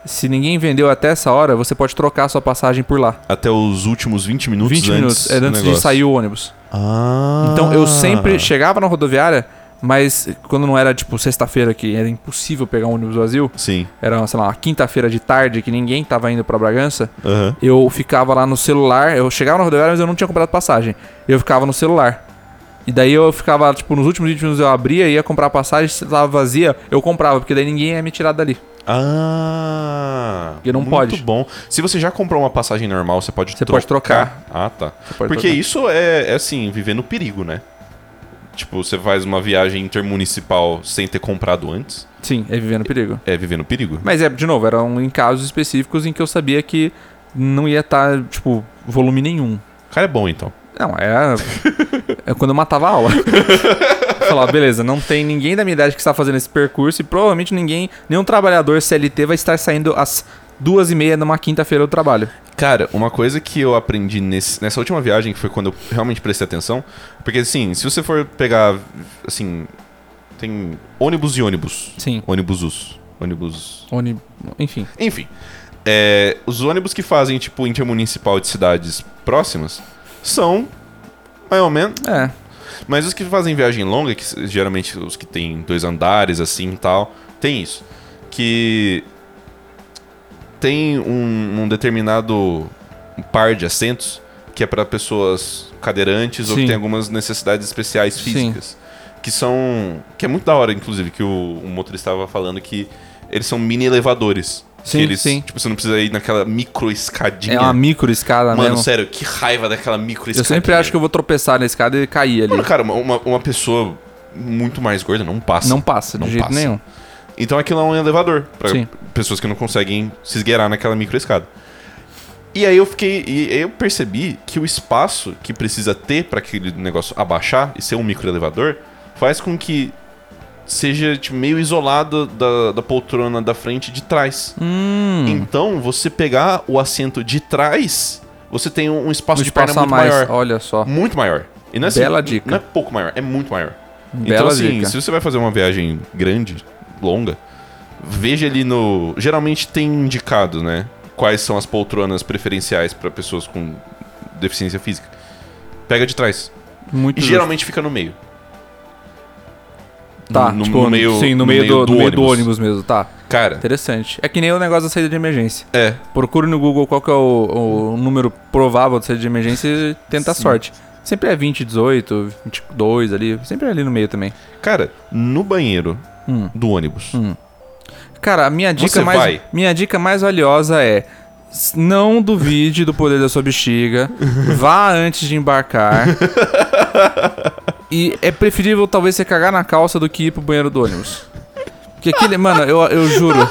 Speaker 1: se ninguém vendeu até essa hora, você pode trocar sua passagem por lá.
Speaker 2: Até os últimos 20 minutos
Speaker 1: 20
Speaker 2: antes.
Speaker 1: minutos, é
Speaker 2: do
Speaker 1: antes de
Speaker 2: negócio.
Speaker 1: sair o ônibus.
Speaker 2: Ah.
Speaker 1: Então eu sempre chegava na rodoviária, mas quando não era, tipo, sexta-feira, que era impossível pegar um ônibus vazio,
Speaker 2: Sim.
Speaker 1: era, sei lá, uma quinta-feira de tarde que ninguém tava indo pra Bragança,
Speaker 2: Aham.
Speaker 1: eu ficava lá no celular, eu chegava na rodoviária, mas eu não tinha comprado passagem. Eu ficava no celular. E daí eu ficava, tipo, nos últimos 20 minutos eu abria, ia comprar passagem, se tava vazia, eu comprava, porque daí ninguém ia me tirar dali.
Speaker 2: Ah.
Speaker 1: Porque não
Speaker 2: muito
Speaker 1: pode.
Speaker 2: bom. Se você já comprou uma passagem normal, você pode
Speaker 1: Você pode
Speaker 2: Ah, tá.
Speaker 1: pode
Speaker 2: Porque
Speaker 1: trocar.
Speaker 2: isso é, é assim, viver no perigo, né? Tipo, você faz uma viagem intermunicipal sem ter comprado antes,
Speaker 1: Sim, é vivendo perigo.
Speaker 2: é viver no perigo.
Speaker 1: Mas é, de novo, eram em casos específicos em que eu sabia que não ia estar, tipo, volume nenhum.
Speaker 2: O cara é bom, então.
Speaker 1: Não, é. é quando eu matava a aula. Eu Falava, beleza, não tem ninguém da minha idade que está fazendo esse percurso e provavelmente ninguém, nenhum trabalhador CLT vai estar saindo às duas e meia numa quinta-feira do trabalho.
Speaker 2: Cara, uma coisa que eu aprendi nesse- nessa última viagem, que foi quando eu realmente prestei atenção, porque assim, se você for pegar, assim, tem ônibus e ônibus.
Speaker 1: Sim.
Speaker 2: Ônibusus. Ônibus.
Speaker 1: Oni... Enfim.
Speaker 2: Enfim, é, os ônibus que fazem, tipo, intermunicipal de cidades próximas são, mais ou menos,
Speaker 1: É.
Speaker 2: mas os que fazem viagem longa, que s- geralmente os que tem dois andares, assim e tal, tem isso. Que tem um, um determinado par de assentos que é para pessoas cadeirantes ou que
Speaker 1: Sim.
Speaker 2: tem algumas necessidades especiais
Speaker 1: Sim.
Speaker 2: físicas. Que são. Que é muito da hora, inclusive, que o, o motorista estava falando que eles são mini elevadores. Que
Speaker 1: Sim,
Speaker 2: eles,
Speaker 1: sim.
Speaker 2: Tipo, você não precisa ir naquela micro escadinha.
Speaker 1: É uma micro escada
Speaker 2: Mano, é
Speaker 1: mesmo.
Speaker 2: sério, que raiva daquela micro
Speaker 1: Eu
Speaker 2: escadinha.
Speaker 1: sempre acho que eu vou tropeçar na escada e cair ali.
Speaker 2: Mano, cara, uma- uma, uma pessoa muito mais gorda não passa.
Speaker 1: Não passa, de
Speaker 2: Não
Speaker 1: jeito
Speaker 2: passa.
Speaker 1: nenhum.
Speaker 2: Então aquilo é um elevador pra
Speaker 1: Sim.
Speaker 2: pessoas que não conseguem se esgueirar naquela microescada. E aí eu fiquei. E aí eu percebi que o espaço que precisa ter pra aquele negócio abaixar e ser um microelevador faz com que seja tipo, meio isolado da, da poltrona da frente e de trás.
Speaker 1: Hum,
Speaker 2: Então, você pegar o assento de trás, você tem um espaço
Speaker 1: um
Speaker 2: de perna
Speaker 1: espaço a
Speaker 2: muito
Speaker 1: mais,
Speaker 2: maior.
Speaker 1: olha só.
Speaker 2: Muito maior. E não é assim,
Speaker 1: Bela dica.
Speaker 2: Não é pouco maior, é muito maior. então,
Speaker 1: Bela
Speaker 2: assim,
Speaker 1: dica.
Speaker 2: se você vai fazer uma viagem grande, longa, veja ali no. Geralmente tem indicado, né? Quais são as poltronas preferenciais pra pessoas com deficiência física. Pega de trás.
Speaker 1: Muito
Speaker 2: E
Speaker 1: justo.
Speaker 2: geralmente fica no meio.
Speaker 1: tá,
Speaker 2: no-
Speaker 1: tipo,
Speaker 2: no meio-
Speaker 1: sim, no, meio, do, no meio do ônibus mesmo, tá.
Speaker 2: Cara,
Speaker 1: Interessante. É que nem o negócio da saída de emergência.
Speaker 2: é.
Speaker 1: Procure no Google qual que é o, o número provável de saída de emergência e tenta a
Speaker 2: Sim.
Speaker 1: sorte. Sempre é 20, 18, 22 ali, sempre é ali no meio também.
Speaker 2: Cara, no banheiro
Speaker 1: Hum.
Speaker 2: do ônibus.
Speaker 1: Cara, a minha dica
Speaker 2: Você
Speaker 1: mais
Speaker 2: vai.
Speaker 1: minha dica mais valiosa é s- não duvide do poder da sua bexiga, vá antes de embarcar. e é preferível talvez você cagar na calça do que ir pro banheiro do ônibus. Porque aquele, mano, eu, eu juro,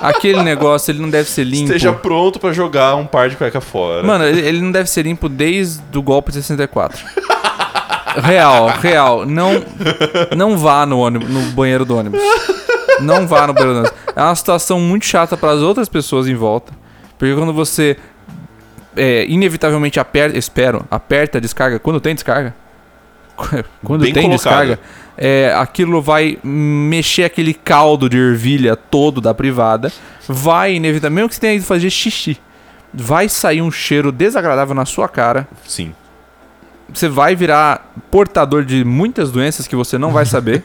Speaker 1: aquele negócio ele não deve ser limpo.
Speaker 2: Esteja pronto pra jogar um par de cueca fora.
Speaker 1: Mano, ele, ele não deve ser limpo desde o golpe de 64. Real, real. Não, não vá no, ônibus, no banheiro do ônibus. Não vá no banheiro do ônibus. É uma situação muito chata para as outras pessoas em volta. Porque quando você é, inevitavelmente aperta, espero, aperta a descarga, quando tem descarga. Quando
Speaker 2: Bem
Speaker 1: tem
Speaker 2: colocado.
Speaker 1: descarga, é, aquilo vai mexer aquele caldo de ervilha todo da privada. Vai inevitavelmente, mesmo que você tenha ido fazer xixi, vai sair um cheiro desagradável na sua cara.
Speaker 2: Sim.
Speaker 1: Você vai virar portador de muitas doenças que você não vai saber.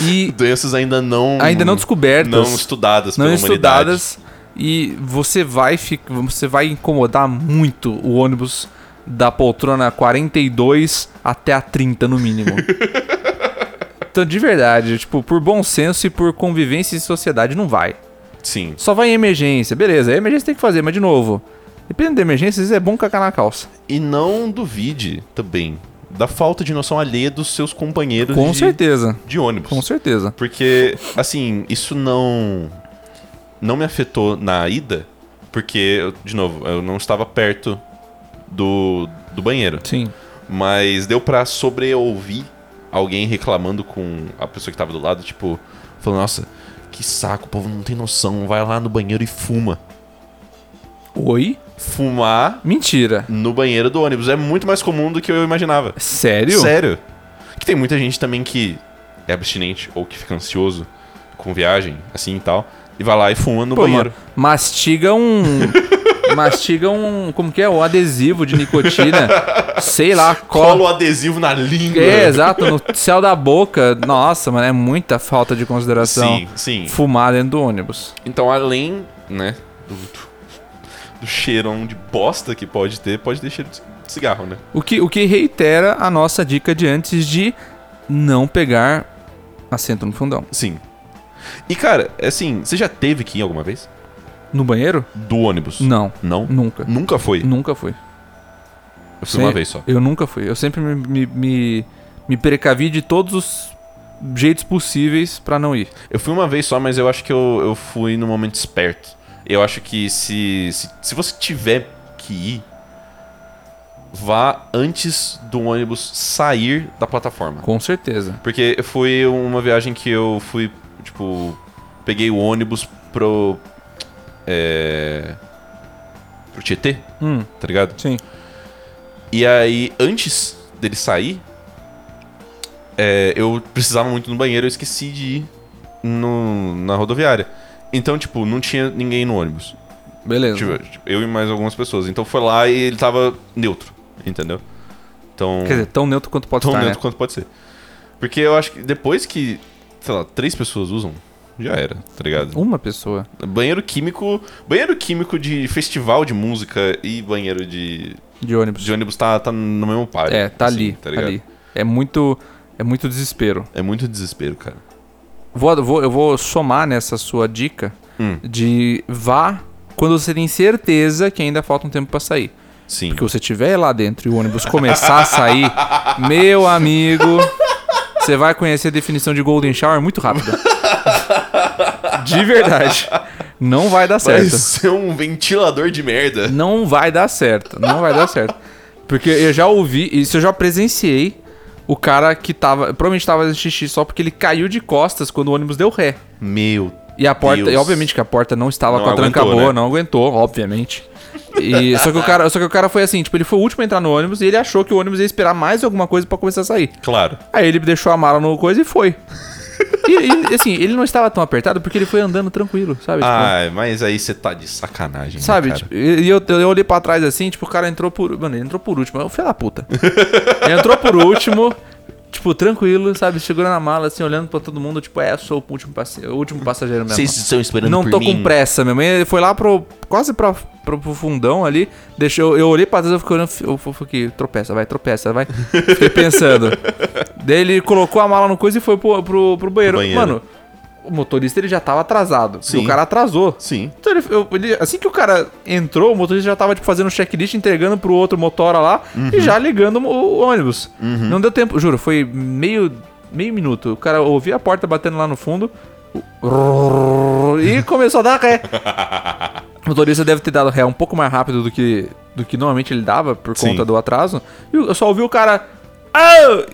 Speaker 1: e
Speaker 2: Doenças ainda não.
Speaker 1: ainda não descobertas,
Speaker 2: Não
Speaker 1: não,
Speaker 2: estudadas pela humanidade.
Speaker 1: estudadas. E você vai, fi- você vai incomodar muito o ônibus da poltrona 42 até a 30 no mínimo. então, de verdade, tipo, por bom senso e por convivência e sociedade, não vai.
Speaker 2: Sim.
Speaker 1: Só vai em emergência, beleza. Aí Emergência tem que fazer, mas de novo, dependendo da emergência, às vezes é bom cacar na calça.
Speaker 2: E não duvide também da falta de noção alheia dos seus companheiros
Speaker 1: Com
Speaker 2: de,
Speaker 1: certeza,
Speaker 2: de ônibus.
Speaker 1: com certeza.
Speaker 2: Porque, assim, isso não. Não me afetou na ida, porque, eu- de novo, eu não estava perto do, do banheiro.
Speaker 1: Sim.
Speaker 2: Mas deu pra sobreouvir alguém reclamando com a pessoa que tava do lado, tipo, falando: Nossa, que saco, o povo não tem noção, vai lá no banheiro e fuma.
Speaker 1: Oi?
Speaker 2: Fumar
Speaker 1: Mentira.
Speaker 2: no banheiro do ônibus. É muito mais comum do que eu imaginava.
Speaker 1: Sério?
Speaker 2: Sério. Que tem muita gente também que é abstinente ou que fica ansioso com viagem, assim e tal, e vai lá e fuma no
Speaker 1: Pô,
Speaker 2: banheiro.
Speaker 1: mano, mastiga um. mastiga um. Como que é? Um adesivo de nicotina. sei lá,
Speaker 2: Cola
Speaker 1: cola.
Speaker 2: o adesivo na língua.
Speaker 1: É, exato, no céu da boca. Nossa, mano, é muita falta de consideração.
Speaker 2: Sim, sim.
Speaker 1: Fumar dentro do ônibus.
Speaker 2: Então, além, né, do, do cheirão de bosta que pode ter, pode ter cheiro de cigarro, né?
Speaker 1: O que, o que reitera a nossa dica de antes de não pegar assento no fundão.
Speaker 2: Sim. E, cara, assim, você já teve que ir alguma vez?
Speaker 1: No banheiro?
Speaker 2: Do ônibus?
Speaker 1: Não.
Speaker 2: Não?
Speaker 1: Nunca.
Speaker 2: Nunca foi?
Speaker 1: Nunca fui.
Speaker 2: Eu fui uma vez só.
Speaker 1: Eu nunca fui. Eu sempre me, me, me, me precavi de todos os jeitos possíveis pra não ir.
Speaker 2: Eu fui uma vez só, mas eu acho que eu, eu fui num momento esperto. Eu acho que se, se, se você tiver que ir, vá antes do ônibus sair da plataforma.
Speaker 1: Com certeza.
Speaker 2: Porque foi uma viagem que eu fui, tipo, peguei o ônibus pro. É. pro Tietê,
Speaker 1: Hum,
Speaker 2: tá ligado?
Speaker 1: sim.
Speaker 2: E aí, antes dele sair, é, eu precisava muito no banheiro, eu esqueci de ir no- na rodoviária. Então, tipo, não tinha ninguém no ônibus.
Speaker 1: Beleza.
Speaker 2: Tipo, eu e mais algumas pessoas. Então foi lá e ele tava neutro, entendeu? Então,
Speaker 1: Quer dizer, tão neutro quanto pode
Speaker 2: tão
Speaker 1: estar,
Speaker 2: neutro
Speaker 1: né?
Speaker 2: quanto pode ser. Porque eu acho que depois que, sei lá, três pessoas usam, já era, tá ligado?
Speaker 1: Uma pessoa.
Speaker 2: Banheiro químico. Banheiro químico de festival de música e banheiro de,
Speaker 1: De ônibus.
Speaker 2: de ônibus tá, tá no mesmo par.
Speaker 1: É, tá
Speaker 2: assim,
Speaker 1: ali. Tá ali. É muito, é muito desespero.
Speaker 2: É muito desespero, cara.
Speaker 1: Vou, vou- eu vou somar nessa sua dica
Speaker 2: Hum.
Speaker 1: de vá quando você tem certeza que ainda falta um tempo pra sair.
Speaker 2: Sim.
Speaker 1: Porque você estiver lá dentro e o ônibus começar a sair, meu amigo, você vai conhecer a definição de Golden Shower muito rápido. De verdade. Não vai dar
Speaker 2: Vai
Speaker 1: certo.
Speaker 2: ser um ventilador de merda.
Speaker 1: Não vai dar certo. Não vai dar certo. Porque eu já ouvi, isso eu já presenciei, o cara que tava. Provavelmente tava fazendo xixi só porque ele caiu de costas quando o ônibus deu ré.
Speaker 2: Meu.
Speaker 1: E a porta,
Speaker 2: Deus.
Speaker 1: e obviamente que a porta não estava
Speaker 2: Não
Speaker 1: com a
Speaker 2: aguentou,
Speaker 1: tranca boa,
Speaker 2: né?
Speaker 1: não aguentou, obviamente. E só que o cara, só que o cara foi assim, tipo, ele foi o último a entrar no ônibus e ele achou que o ônibus ia esperar mais alguma coisa pra começar a sair.
Speaker 2: Claro.
Speaker 1: Aí ele deixou a mala no coisa e foi. E, e, assim, ele não estava tão apertado porque ele foi andando tranquilo, sabe? Tipo,
Speaker 2: Ah, mas aí você tá de sacanagem. né,
Speaker 1: Sabe?
Speaker 2: cara?
Speaker 1: Tipo, e e eu, eu olhei pra trás assim, tipo, o cara entrou por. Mano, ele entrou por último. Eu, filho da puta. ele entrou por último, tipo, tranquilo, sabe? Segurando a mala, assim, olhando pra todo mundo, tipo, é, eu sou o último, passe... o último passageiro mesmo.
Speaker 2: Vocês estão esperando
Speaker 1: Não
Speaker 2: por
Speaker 1: tô
Speaker 2: mim?
Speaker 1: com pressa, minha mãe. Ele foi lá pro. quase pra, pro, pro fundão ali. Deixou, eu olhei pra trás e fiquei olhando. Eu fiquei, tropeça, vai, tropeça, vai. Fiquei pensando. Daí ele colocou a mala no coisa e foi pro, pro, pro banheiro.
Speaker 2: Pro banheiro.
Speaker 1: Mano, o motorista ele já tava atrasado. E
Speaker 2: Sim.
Speaker 1: o cara atrasou.
Speaker 2: Sim.
Speaker 1: Então ele, eu- ele- assim que o cara entrou, o motorista já tava tipo, fazendo um checklist, entregando pro outro motora lá e já ligando o, o ônibus. Não deu tempo, juro, foi meio, meio minuto. O cara ouvia a porta batendo lá no fundo o- e começou a dar ré. O motorista deve ter dado ré um pouco mais rápido do que, do que normalmente ele dava por
Speaker 2: Sim.
Speaker 1: conta do atraso. E eu só ouvi o cara. "Ah!"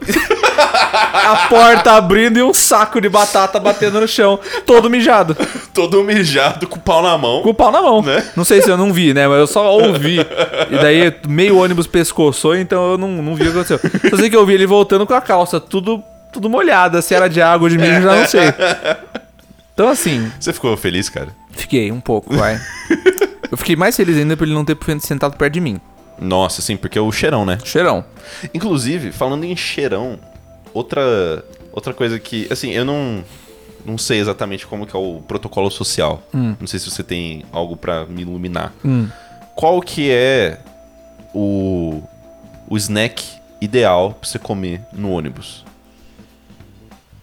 Speaker 1: a porta abrindo e um saco de batata batendo no chão, todo mijado
Speaker 2: Todo mijado com o pau na mão.
Speaker 1: com o pau na mão.
Speaker 2: Né?
Speaker 1: Não sei se eu não vi, né? Mas eu só ouvi. E daí meio ônibus pescoçou, então eu não, não vi o que aconteceu. Só sei que eu vi ele voltando com a calça, tudo, tudo molhada. Se era de água ou de milho, já não sei. Então assim,
Speaker 2: Você ficou feliz, cara?
Speaker 1: fiquei um pouco, vai. Eu fiquei mais feliz ainda por ele não ter sentado perto de mim.
Speaker 2: Nossa, sim, porque é o cheirão, né?
Speaker 1: Cheirão.
Speaker 2: Inclusive, falando em cheirão, outra outra coisa que, assim, eu não não sei exatamente como que é o protocolo social.
Speaker 1: Hum.
Speaker 2: Não sei se você tem algo pra me iluminar. Qual que é o o snack ideal pra você comer no ônibus?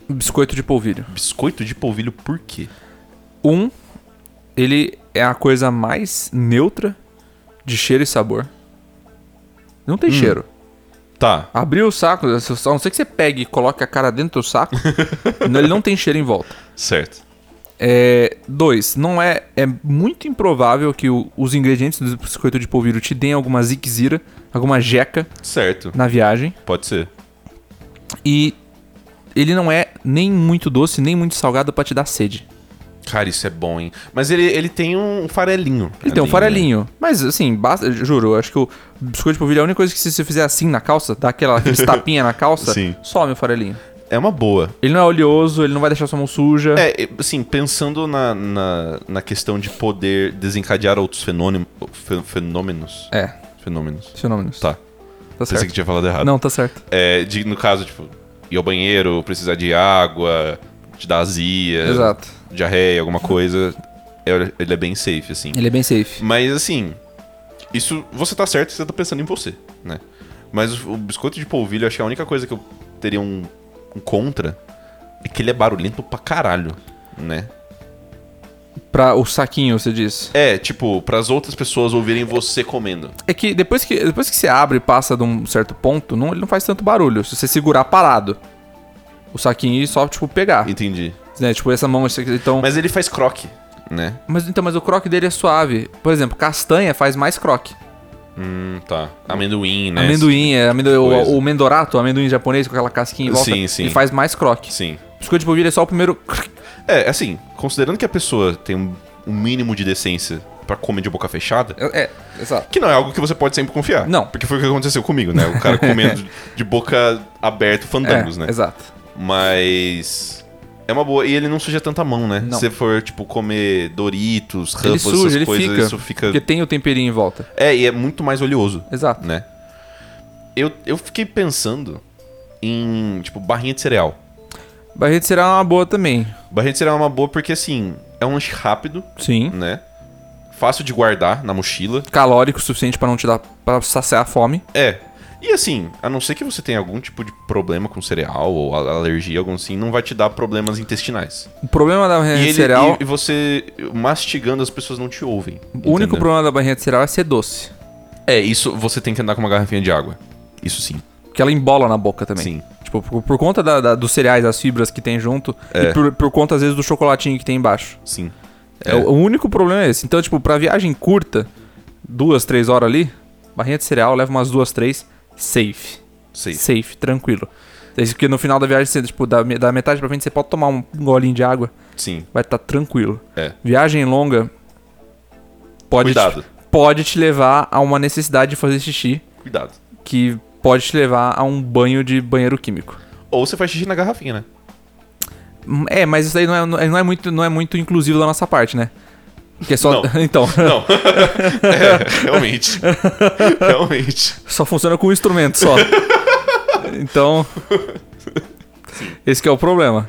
Speaker 1: Biscoito de polvilho.
Speaker 2: Biscoito de polvilho por quê?
Speaker 1: Um, ele é a coisa mais neutra de cheiro e sabor. Não tem cheiro.
Speaker 2: Tá.
Speaker 1: Abriu o saco, a não ser que você pegue e coloque a cara dentro do saco, não- ele não tem cheiro em volta.
Speaker 2: Certo.
Speaker 1: É, dois, não é, é muito improvável que o- os ingredientes do biscoito de polvilho te deem alguma ziquezira, alguma jeca
Speaker 2: Certo.
Speaker 1: na viagem.
Speaker 2: Pode ser.
Speaker 1: E ele não é nem muito doce, nem muito salgado pra te dar sede.
Speaker 2: Cara, isso é bom, hein? Mas ele, ele tem um farelinho.
Speaker 1: Ele tem um
Speaker 2: né?
Speaker 1: farelinho. Mas assim, basta, juro, eu acho que o biscoito de polvilho é a única coisa que se você fizer assim na calça, dá aquela aqueles tapinha na calça,
Speaker 2: Sim.
Speaker 1: some o farelinho.
Speaker 2: É uma boa.
Speaker 1: Ele não é oleoso, ele não vai deixar sua mão suja.
Speaker 2: É, e, assim, pensando na, na, na questão de poder desencadear outros fenômeno, fe- fenômenos.
Speaker 1: É,
Speaker 2: Fenômenos.
Speaker 1: fenômenos.
Speaker 2: Tá.
Speaker 1: Tá
Speaker 2: Pensei
Speaker 1: certo.
Speaker 2: que tinha falado errado.
Speaker 1: Não, tá certo.
Speaker 2: É, de, no caso, tipo, ir ao banheiro, precisar de água, te dar azia,
Speaker 1: Exato.
Speaker 2: diarreia, alguma coisa. é- ele é bem safe, assim.
Speaker 1: Ele é bem safe.
Speaker 2: Mas assim, isso você tá certo, você tá pensando em você. né? Mas o, o biscoito de polvilho, eu acho que a única coisa que eu teria um, um contra é que ele é barulhento pra caralho, né?
Speaker 1: Pra o saquinho, você diz.
Speaker 2: É, tipo, pras outras pessoas ouvirem você comendo.
Speaker 1: É que depois que, depois que você abre e passa de um certo ponto, não, ele não faz tanto barulho. Se você segurar parado, o saquinho e só, tipo, pegar.
Speaker 2: Entendi.
Speaker 1: Né? Tipo, essa mão, esse- então... Mas...
Speaker 2: Mas ele faz croque, né?
Speaker 1: então, mas o croque dele é suave. Por exemplo, castanha faz mais croque.
Speaker 2: Hum, tá. Amendoim, né?
Speaker 1: Amendoim, é, amendoim
Speaker 2: coisa.
Speaker 1: o, o mendorato, o amendoim japonês com aquela casquinha em volta,
Speaker 2: Sim, sim.
Speaker 1: ele faz mais croque.
Speaker 2: Sim.
Speaker 1: Biscoito de polvilho é só o primeiro...
Speaker 2: É, assim, considerando que a pessoa tem um, um mínimo de decência pra comer de boca fechada,
Speaker 1: É, é, exato.
Speaker 2: que não é algo que você pode sempre confiar.
Speaker 1: Não.
Speaker 2: Porque foi o que aconteceu comigo, né? O cara comendo de- de boca aberta fandangos,
Speaker 1: é,
Speaker 2: né?
Speaker 1: Exato.
Speaker 2: Mas. É uma boa. E ele não suja tanta mão, né?
Speaker 1: Não.
Speaker 2: Se você for, tipo, comer Doritos,
Speaker 1: Ele
Speaker 2: rampas,
Speaker 1: suja,
Speaker 2: essas
Speaker 1: ele
Speaker 2: coisas,
Speaker 1: fica,
Speaker 2: isso fica.
Speaker 1: Porque tem o temperinho em volta.
Speaker 2: É, e é muito mais oleoso,
Speaker 1: Exato.
Speaker 2: né? Eu, eu fiquei pensando em, tipo, barrinha de cereal.
Speaker 1: Barreto será uma boa também.
Speaker 2: Barrinha de cereal é uma boa porque, assim, é um lanche rápido,
Speaker 1: Sim.
Speaker 2: né? Fácil de guardar na mochila.
Speaker 1: Calórico o suficiente pra não te dar para saciar a fome.
Speaker 2: É. E assim, a não ser que você tenha algum tipo de problema com cereal ou a- alergia, algum assim, não vai te dar problemas intestinais.
Speaker 1: O problema da
Speaker 2: E,
Speaker 1: barrinha de
Speaker 2: ele-
Speaker 1: É, cereal,
Speaker 2: e- e você mastigando, as pessoas não te ouvem.
Speaker 1: o único
Speaker 2: entendeu?
Speaker 1: problema da barrinha de cereal é ser doce,
Speaker 2: É, isso você tem que andar com uma garrafinha de água. Isso sim.
Speaker 1: porque ela embola na boca também.
Speaker 2: Sim.
Speaker 1: Tipo, por, por conta da- da- dos cereais, das fibras que tem junto,
Speaker 2: É.
Speaker 1: e por, por conta às vezes do chocolatinho que tem embaixo.
Speaker 2: Sim.
Speaker 1: É. o, o único problema é esse. Então, tipo, pra viagem curta, duas, três horas ali, barrinha de cereal leva umas duas, três, safe.
Speaker 2: Sei.
Speaker 1: Safe, tranquilo. Isso Porque no final da viagem, você, tipo, da, me- da metade pra frente, você pode tomar um golinho de água,
Speaker 2: Sim.
Speaker 1: vai estar tranquilo.
Speaker 2: É.
Speaker 1: Viagem longa pode
Speaker 2: Cuidado.
Speaker 1: Te, pode te levar a uma necessidade de fazer xixi
Speaker 2: Cuidado.
Speaker 1: que pode te levar a um banho de banheiro químico.
Speaker 2: Ou você faz xixi na garrafinha, né?
Speaker 1: Hum, É, mas isso aí não é, não é- não é muito, não é muito inclusivo da nossa parte, né? Porque é só.
Speaker 2: Não.
Speaker 1: então,
Speaker 2: Não. é, realmente. realmente.
Speaker 1: só funciona com um instrumento só. então. Esse que é o problema.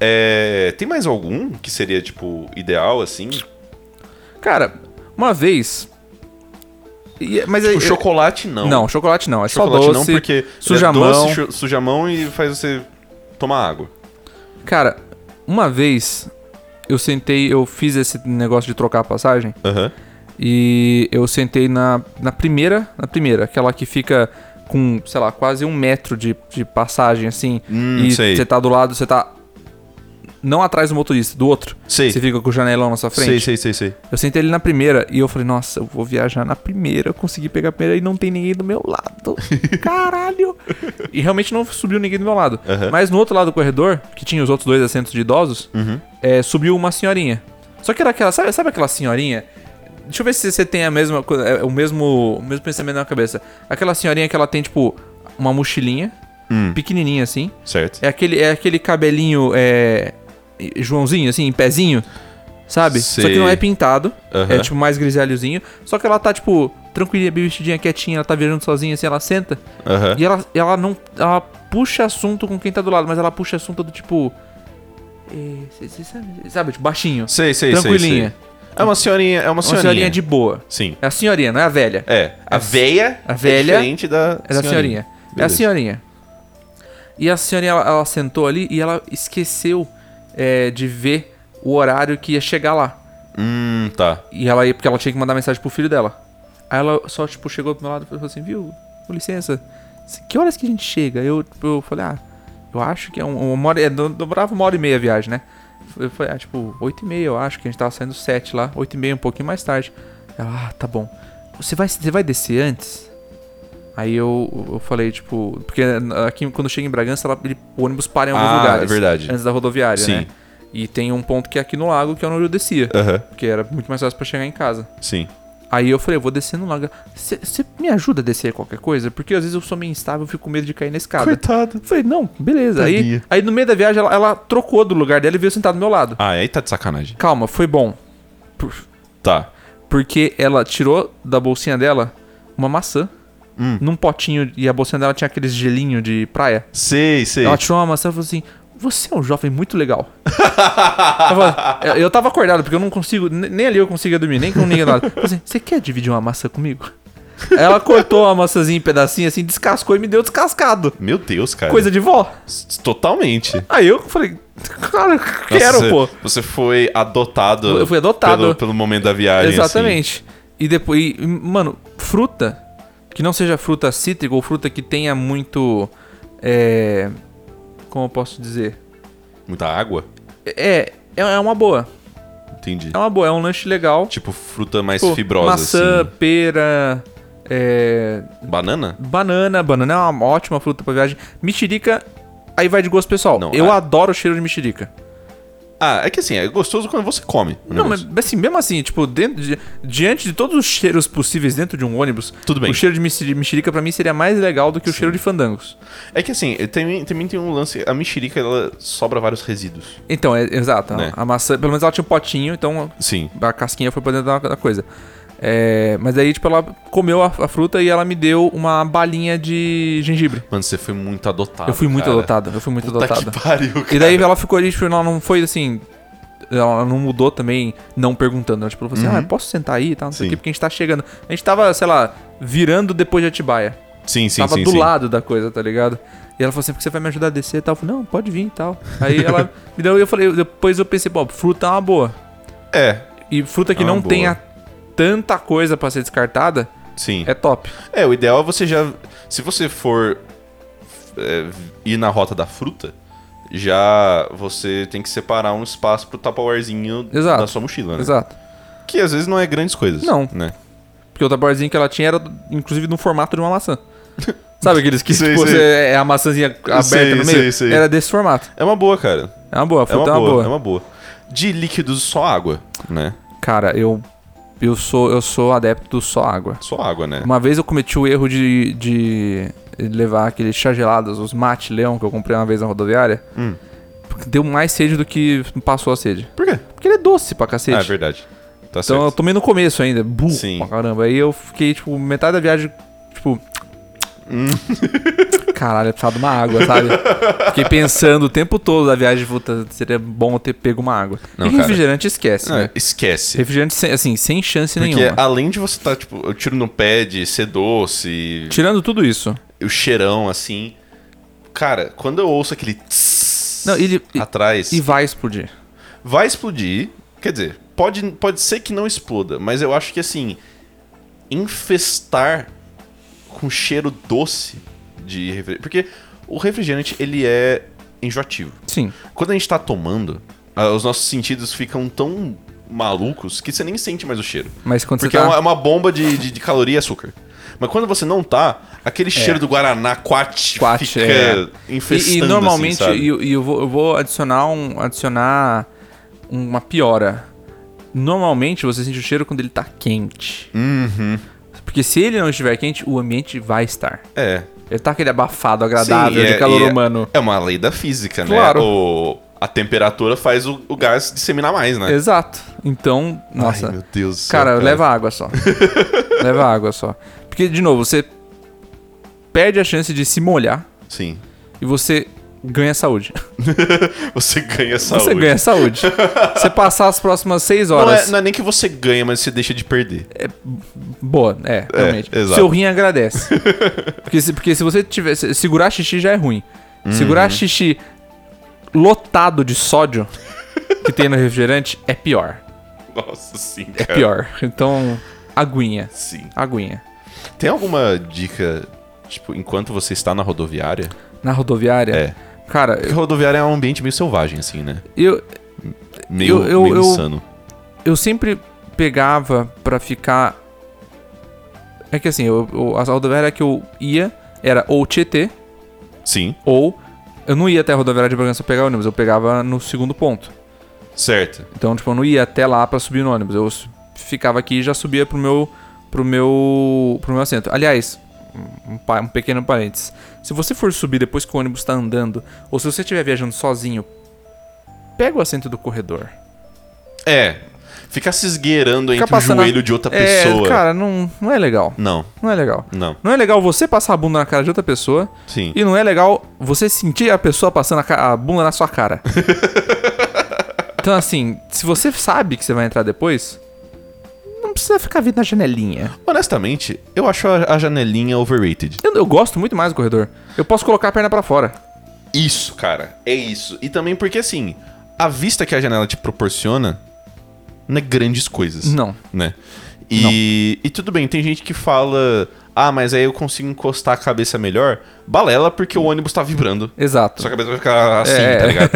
Speaker 2: É, tem mais algum que seria, tipo, ideal, assim?
Speaker 1: Cara, uma vez. e- mas aí-
Speaker 2: O Tipo, chocolate, não.
Speaker 1: Não, chocolate não. É
Speaker 2: chocolate
Speaker 1: só
Speaker 2: não,
Speaker 1: doce.
Speaker 2: porque
Speaker 1: suja a
Speaker 2: é doce,
Speaker 1: mão.
Speaker 2: chu- suja a mão e faz você tomar água.
Speaker 1: Cara, uma vez eu sentei, eu fiz esse negócio de trocar a passagem
Speaker 2: Aham.
Speaker 1: e eu sentei na, na primeira, na primeira, aquela que fica com, sei lá, quase um metro de, de passagem assim.
Speaker 2: Hum,
Speaker 1: e
Speaker 2: sei.
Speaker 1: você tá do lado, você tá não atrás do motorista, do outro.
Speaker 2: Sei.
Speaker 1: Você fica com o janelão na sua frente.
Speaker 2: Sei, sei, sei, sei.
Speaker 1: Eu sentei ele na primeira e eu falei, nossa, eu vou viajar na primeira, eu consegui pegar a primeira e não tem ninguém do meu lado. Caralho! e realmente não subiu ninguém do meu lado.
Speaker 2: Aham.
Speaker 1: Mas no outro lado do corredor, que tinha os outros dois assentos de idosos,
Speaker 2: Uhum.
Speaker 1: é, subiu uma senhorinha. Só que era aquela, sabe, sabe aquela senhorinha? Deixa eu ver se você tem a mesma, co- é, o mesmo, o mesmo pensamento na cabeça. Aquela senhorinha que ela tem tipo uma mochilinha
Speaker 2: Hum.
Speaker 1: pequenininha assim.
Speaker 2: Certo.
Speaker 1: É aquele, é aquele cabelinho é, Joãozinho, assim, em pezinho. Sabe? Só que
Speaker 2: Sei.
Speaker 1: não é pintado.
Speaker 2: Aham.
Speaker 1: É tipo mais grisalhozinho. Só que ela tá, tipo, tranquilinha, bem vestidinha, quietinha, ela tá viajando sozinha, assim, ela senta.
Speaker 2: Aham.
Speaker 1: E ela, ela não. Ela puxa assunto com quem tá do lado, mas ela puxa assunto do tipo. eh, cê- cê sabe, sabe, tipo, baixinho.
Speaker 2: Sei, sei, sei,
Speaker 1: tranquilinha.
Speaker 2: sei. É uma senhorinha, é uma
Speaker 1: Uma senhorinha.
Speaker 2: senhorinha.
Speaker 1: de boa.
Speaker 2: Sim.
Speaker 1: É a senhorinha, não é a velha.
Speaker 2: É, a veia
Speaker 1: a velha
Speaker 2: é diferente da
Speaker 1: É da senhorinha. É a
Speaker 2: Beleza.
Speaker 1: senhorinha. E a senhorinha, ela, ela sentou ali e ela esqueceu eh, de ver o horário que ia chegar lá.
Speaker 2: Hum, tá.
Speaker 1: E ela ia, porque ela tinha que mandar mensagem pro filho dela. Aí ela só, tipo, chegou do meu lado e falou assim, viu, com licença, Assim, que horas que a gente chega? Eu, tipo, eu falei, ah, eu acho que é um, uma hora, é, do- dobrava uma hora e meia a viagem, né? Eu falei, ah, tipo, oito e meia, eu acho, que a gente tava saindo sete lá, oito e meia, um pouquinho mais tarde. Ela, ah, tá bom. Você vai, você vai descer antes? Aí eu, eu falei, tipo, porque aqui quando chega em Bragança, ela- ele- o ônibus para em alguns
Speaker 2: Ah,
Speaker 1: lugares.
Speaker 2: é verdade.
Speaker 1: Antes da rodoviária,
Speaker 2: Sim.
Speaker 1: né? E tem um ponto que é aqui no lago, que é onde eu descia.
Speaker 2: Aham,
Speaker 1: Porque era muito mais fácil pra chegar em casa.
Speaker 2: sim.
Speaker 1: Aí eu falei, eu vou descendo logo. Você me ajuda a descer qualquer coisa? Porque às vezes eu sou meio instável, eu fico com medo de cair na escada.
Speaker 2: Coitado.
Speaker 1: Eu falei, não, beleza. Aí,
Speaker 2: Tadinha.
Speaker 1: aí no meio da viagem ela, ela trocou do lugar dela e veio sentar do meu lado.
Speaker 2: Ah, aí tá de sacanagem.
Speaker 1: Calma, foi bom. Por-
Speaker 2: Tá.
Speaker 1: porque ela tirou da bolsinha dela uma maçã
Speaker 2: Hum.
Speaker 1: num potinho e a bolsinha dela tinha aqueles gelinho de praia.
Speaker 2: Sei, sei.
Speaker 1: Ela tirou uma maçã e falou assim: Você é um jovem muito legal. eu, falei- eu- eu tava acordado, porque eu não consigo, ne- nem ali eu conseguia dormir, nem com ninguém do lado. Eu falei assim: Você quer dividir uma maçã comigo? Ela cortou a maçãzinha em pedacinho assim, descascou e me deu descascado.
Speaker 2: Meu Deus, cara.
Speaker 1: Coisa de vó.
Speaker 2: S- Totalmente.
Speaker 1: Aí eu falei, cara, quero,
Speaker 2: Nossa,
Speaker 1: pô.
Speaker 2: você, é Você foi adotado.
Speaker 1: Eu fui adotado.
Speaker 2: Pelo, pelo momento da viagem. assim.
Speaker 1: Exatamente. E depois, e, mano, fruta que não seja fruta cítrica ou fruta que tenha muito. É, como eu posso dizer?
Speaker 2: assim. Muita água?
Speaker 1: É, é é uma boa.
Speaker 2: Entendi.
Speaker 1: É uma boa, é um lanche legal.
Speaker 2: Tipo, fruta mais
Speaker 1: Pô,
Speaker 2: fibrosa,
Speaker 1: Maçã,
Speaker 2: né?
Speaker 1: pera, é,
Speaker 2: assim. Banana?
Speaker 1: banana. Banana é uma ótima fruta pra viagem. Mexerica, aí vai de gosto pessoal.
Speaker 2: Não,
Speaker 1: eu
Speaker 2: a-
Speaker 1: adoro o cheiro de mexerica.
Speaker 2: Ah, é que assim, é gostoso quando você come. o
Speaker 1: Não, mas
Speaker 2: negócio.
Speaker 1: assim, mesmo assim, tipo, dentro de- diante de todos os cheiros possíveis dentro de um ônibus,
Speaker 2: Tudo bem.
Speaker 1: o cheiro de mexeri- mexerica pra mim seria mais legal do que o cheiro de fandangos.
Speaker 2: É que assim, também, também tem um lance. A mexerica, ela sobra vários resíduos.
Speaker 1: Então, é, exato. a-
Speaker 2: Né?
Speaker 1: A maçã, pelo menos ela tinha um potinho, então
Speaker 2: Sim.
Speaker 1: a casquinha foi pra dentro da, da coisa. É, mas aí, tipo, ela comeu a, a fruta e ela me deu uma balinha de gengibre.
Speaker 2: Mano, você foi muito adotado.
Speaker 1: eu fui muito
Speaker 2: cara.
Speaker 1: adotado, eu fui muito
Speaker 2: Puta
Speaker 1: adotado.
Speaker 2: que pariu, cara.
Speaker 1: E daí ela ficou ali, tipo, ela não foi assim. Ela não mudou também, não perguntando. Ela tipo, falou assim:
Speaker 2: Uhum.
Speaker 1: ah, posso sentar aí e tal, não sei o
Speaker 2: Sim.
Speaker 1: quê, porque a gente tá chegando. A gente tava, sei lá, virando depois de Atibaia.
Speaker 2: Sim, sim,
Speaker 1: tava
Speaker 2: sim.
Speaker 1: do
Speaker 2: sim.
Speaker 1: lado da coisa, tá ligado? E ela falou assim: porque você vai me ajudar a descer e tal? Eu falei: não, pode vir e tal. Aí ela me deu, e eu falei, depois eu pensei: bom, fruta é uma boa.
Speaker 2: É,
Speaker 1: E fruta que
Speaker 2: É uma
Speaker 1: não
Speaker 2: boa.
Speaker 1: tenha tanta coisa pra ser descartada
Speaker 2: sim.
Speaker 1: é top.
Speaker 2: É, o ideal é você já. Se você for é, ir na rota da fruta, já você tem que separar um espaço pro tapawarezinho
Speaker 1: Exato.
Speaker 2: da sua mochila, né?
Speaker 1: Exato.
Speaker 2: Que às vezes não é grandes coisas.
Speaker 1: Não.
Speaker 2: Né?
Speaker 1: Porque o taborzinho que ela tinha era, inclusive, no formato de uma maçã. Sabe aqueles que
Speaker 2: Sei,
Speaker 1: tipo,
Speaker 2: sei.
Speaker 1: você- é a maçãzinha aberta
Speaker 2: Sei,
Speaker 1: no meio?
Speaker 2: sei, sei.
Speaker 1: Era desse formato.
Speaker 2: É uma boa, cara.
Speaker 1: É uma boa, a
Speaker 2: É
Speaker 1: fruta
Speaker 2: uma boa, é uma boa. De líquidos, só água, né?
Speaker 1: Cara, eu, eu, sou, eu sou adepto do só água.
Speaker 2: Só água, né?
Speaker 1: Uma vez eu cometi o erro de, de levar aqueles chá gelados, os mate leão que eu comprei uma vez na rodoviária.
Speaker 2: Hum.
Speaker 1: Porque deu mais sede do que passou a sede.
Speaker 2: Por quê?
Speaker 1: Porque ele é doce pra cacete.
Speaker 2: Ah, é verdade. Tá
Speaker 1: Então eu
Speaker 2: certo.
Speaker 1: tomei no começo ainda, burro
Speaker 2: Sim.
Speaker 1: pra caramba. Aí eu fiquei, tipo, metade da viagem, tipo.
Speaker 2: Hum.
Speaker 1: Caralho, eu precisava de uma água, sabe? Fiquei pensando o tempo todo da viagem, puta, seria bom eu ter pego uma água.
Speaker 2: Não,
Speaker 1: e
Speaker 2: cara.
Speaker 1: refrigerante esquece,
Speaker 2: Ah,
Speaker 1: né?
Speaker 2: esquece.
Speaker 1: Refrigerante, sem- assim, sem chance
Speaker 2: Porque é-
Speaker 1: nenhuma.
Speaker 2: além de você estar, tipo, eu tiro no pé de ser doce,
Speaker 1: Tirando tudo isso.
Speaker 2: o cheirão, assim. Cara, quando eu ouço aquele tss
Speaker 1: Não, ele- e-
Speaker 2: atrás,
Speaker 1: E vai explodir.
Speaker 2: vai explodir. Quer dizer, pode, pode ser que não exploda, mas eu acho que assim, infestar com cheiro doce de refrigerante. Porque o refrigerante, ele é enjoativo.
Speaker 1: Sim.
Speaker 2: Quando a gente tá tomando, ah, os nossos sentidos ficam tão malucos que você nem sente mais o cheiro.
Speaker 1: Mas quando
Speaker 2: Porque
Speaker 1: você
Speaker 2: é,
Speaker 1: tá.
Speaker 2: uma, é uma bomba de, de, de caloria e açúcar. Mas quando você não tá, aquele cheiro do Guaraná quat,
Speaker 1: É. Quat,
Speaker 2: fica
Speaker 1: é.
Speaker 2: infestando,
Speaker 1: E, e normalmente,
Speaker 2: assim, sabe?
Speaker 1: e eu, e eu vou, eu vou adicionar, um, adicionar uma piora. Normalmente você sente o cheiro quando ele tá quente.
Speaker 2: Uhum.
Speaker 1: Porque se ele não estiver quente, o ambiente vai estar.
Speaker 2: É.
Speaker 1: Ele tá aquele abafado agradável
Speaker 2: Sim,
Speaker 1: de
Speaker 2: é-
Speaker 1: calor
Speaker 2: e é-
Speaker 1: humano.
Speaker 2: É uma lei da física,
Speaker 1: Claro.
Speaker 2: né? O, a temperatura faz o, o gás disseminar mais, né?
Speaker 1: Exato. Então, nossa.
Speaker 2: Ai, meu Deus do céu,
Speaker 1: cara, leva água só. leva água só. Porque, de novo, você perde a chance de se molhar
Speaker 2: Sim.
Speaker 1: e você ganha saúde.
Speaker 2: Você ganha saúde.
Speaker 1: Você ganha saúde. você passar as próximas seis
Speaker 2: Não é,
Speaker 1: horas. É.
Speaker 2: não é nem que você ganha, mas você deixa de perder.
Speaker 1: Boa, é,
Speaker 2: É,
Speaker 1: realmente.
Speaker 2: exato.
Speaker 1: Seu rim agradece. porque, se, porque se você tiver. se- Segurar xixi já é ruim.
Speaker 2: Uhum.
Speaker 1: Segurar xixi lotado de sódio que tem no refrigerante é pior.
Speaker 2: Nossa, sim,
Speaker 1: É
Speaker 2: cara.
Speaker 1: pior. Então, aguinha.
Speaker 2: Sim.
Speaker 1: Aguinha.
Speaker 2: Tem alguma dica, tipo, enquanto você está na rodoviária?
Speaker 1: Na rodoviária.
Speaker 2: É.
Speaker 1: Cara,
Speaker 2: Porque rodoviária é um ambiente meio selvagem, assim, né?
Speaker 1: eu,
Speaker 2: Meio,
Speaker 1: Eu- eu-
Speaker 2: meio
Speaker 1: eu-
Speaker 2: insano.
Speaker 1: eu sempre pegava pra ficar. É que assim, eu, eu, a rodoviária que eu ia era ou Tietê,
Speaker 2: Sim,
Speaker 1: ou. Eu não ia até a rodoviária de Bragança pegar ônibus, eu pegava no segundo ponto.
Speaker 2: certo.
Speaker 1: Então, tipo, eu não ia até lá pra subir no ônibus. Eu s- ficava aqui e já subia pro meu pro meu pro meu assento. Aliás, um, pa- um pequeno parênteses. Se você for subir depois que o ônibus tá andando, ou se você estiver viajando sozinho, pega o assento do corredor.
Speaker 2: É. Ficar se esgueirando
Speaker 1: Fica
Speaker 2: entre o
Speaker 1: passando a-
Speaker 2: joelho de outra
Speaker 1: É,
Speaker 2: pessoa.
Speaker 1: cara, não, não é legal.
Speaker 2: Não,
Speaker 1: Não é legal.
Speaker 2: não.
Speaker 1: Não é legal você passar a bunda na cara de outra pessoa
Speaker 2: Sim.
Speaker 1: e não é legal você sentir a pessoa passando a, ca- a bunda na sua cara. então, assim, se você sabe que você vai entrar depois, não precisa ficar vindo na janelinha.
Speaker 2: Honestamente, eu acho a, a janelinha overrated.
Speaker 1: Eu, eu gosto muito mais do corredor. Eu posso colocar a perna pra fora.
Speaker 2: Isso, cara. É isso. E também porque, assim, a vista que a janela te proporciona não é grandes coisas.
Speaker 1: Não.
Speaker 2: Né? E, e tudo bem, tem gente que fala... Ah, mas aí eu consigo encostar a cabeça melhor. Balela, porque o ônibus tá vibrando.
Speaker 1: Exato.
Speaker 2: Sua cabeça vai ficar assim,
Speaker 1: É.
Speaker 2: tá ligado?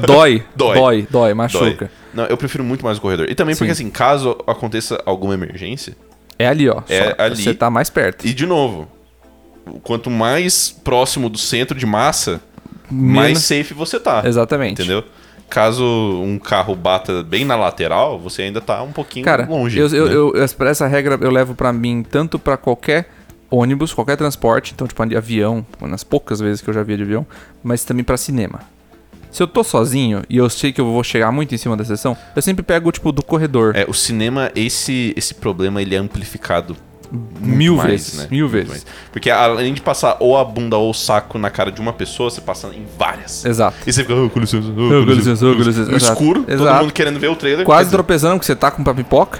Speaker 1: Dói.
Speaker 2: Dói.
Speaker 1: Dói, dói,
Speaker 2: Dói.
Speaker 1: machuca.
Speaker 2: Não, eu prefiro muito mais o corredor. E também porque,
Speaker 1: Sim.
Speaker 2: assim, caso aconteça alguma emergência,
Speaker 1: É ali, ó.
Speaker 2: É
Speaker 1: Só-
Speaker 2: ali.
Speaker 1: Você tá mais perto.
Speaker 2: E de novo, quanto mais próximo do centro de massa, mais
Speaker 1: Menos-
Speaker 2: safe você tá.
Speaker 1: Exatamente.
Speaker 2: Entendeu? Caso um carro bata bem na lateral, você ainda tá um pouquinho
Speaker 1: Cara,
Speaker 2: longe.
Speaker 1: eu, eu,
Speaker 2: né?
Speaker 1: eu- essa- essa regra eu levo pra mim tanto pra qualquer ônibus, qualquer transporte, então tipo de avião, nas poucas vezes que eu já via de avião, mas também pra cinema. Se eu tô sozinho e eu sei que eu vou chegar muito em cima da sessão, eu sempre pego tipo do corredor,
Speaker 2: É, o cinema, esse, esse problema, ele é amplificado muito
Speaker 1: mil
Speaker 2: mais,
Speaker 1: vezes,
Speaker 2: né?
Speaker 1: mil
Speaker 2: Muito
Speaker 1: vezes.
Speaker 2: mais. Porque além de passar ou a bunda ou o saco na cara de uma pessoa, você passa em várias.
Speaker 1: Exato.
Speaker 2: E você fica, oh, com licença, oh,
Speaker 1: com licença, oh, com licença.
Speaker 2: No
Speaker 1: Exato.
Speaker 2: escuro, todo
Speaker 1: Exato.
Speaker 2: mundo querendo ver o trailer.
Speaker 1: Quase
Speaker 2: Quer dizer,
Speaker 1: tropeçando porque você tá com pra pipoca.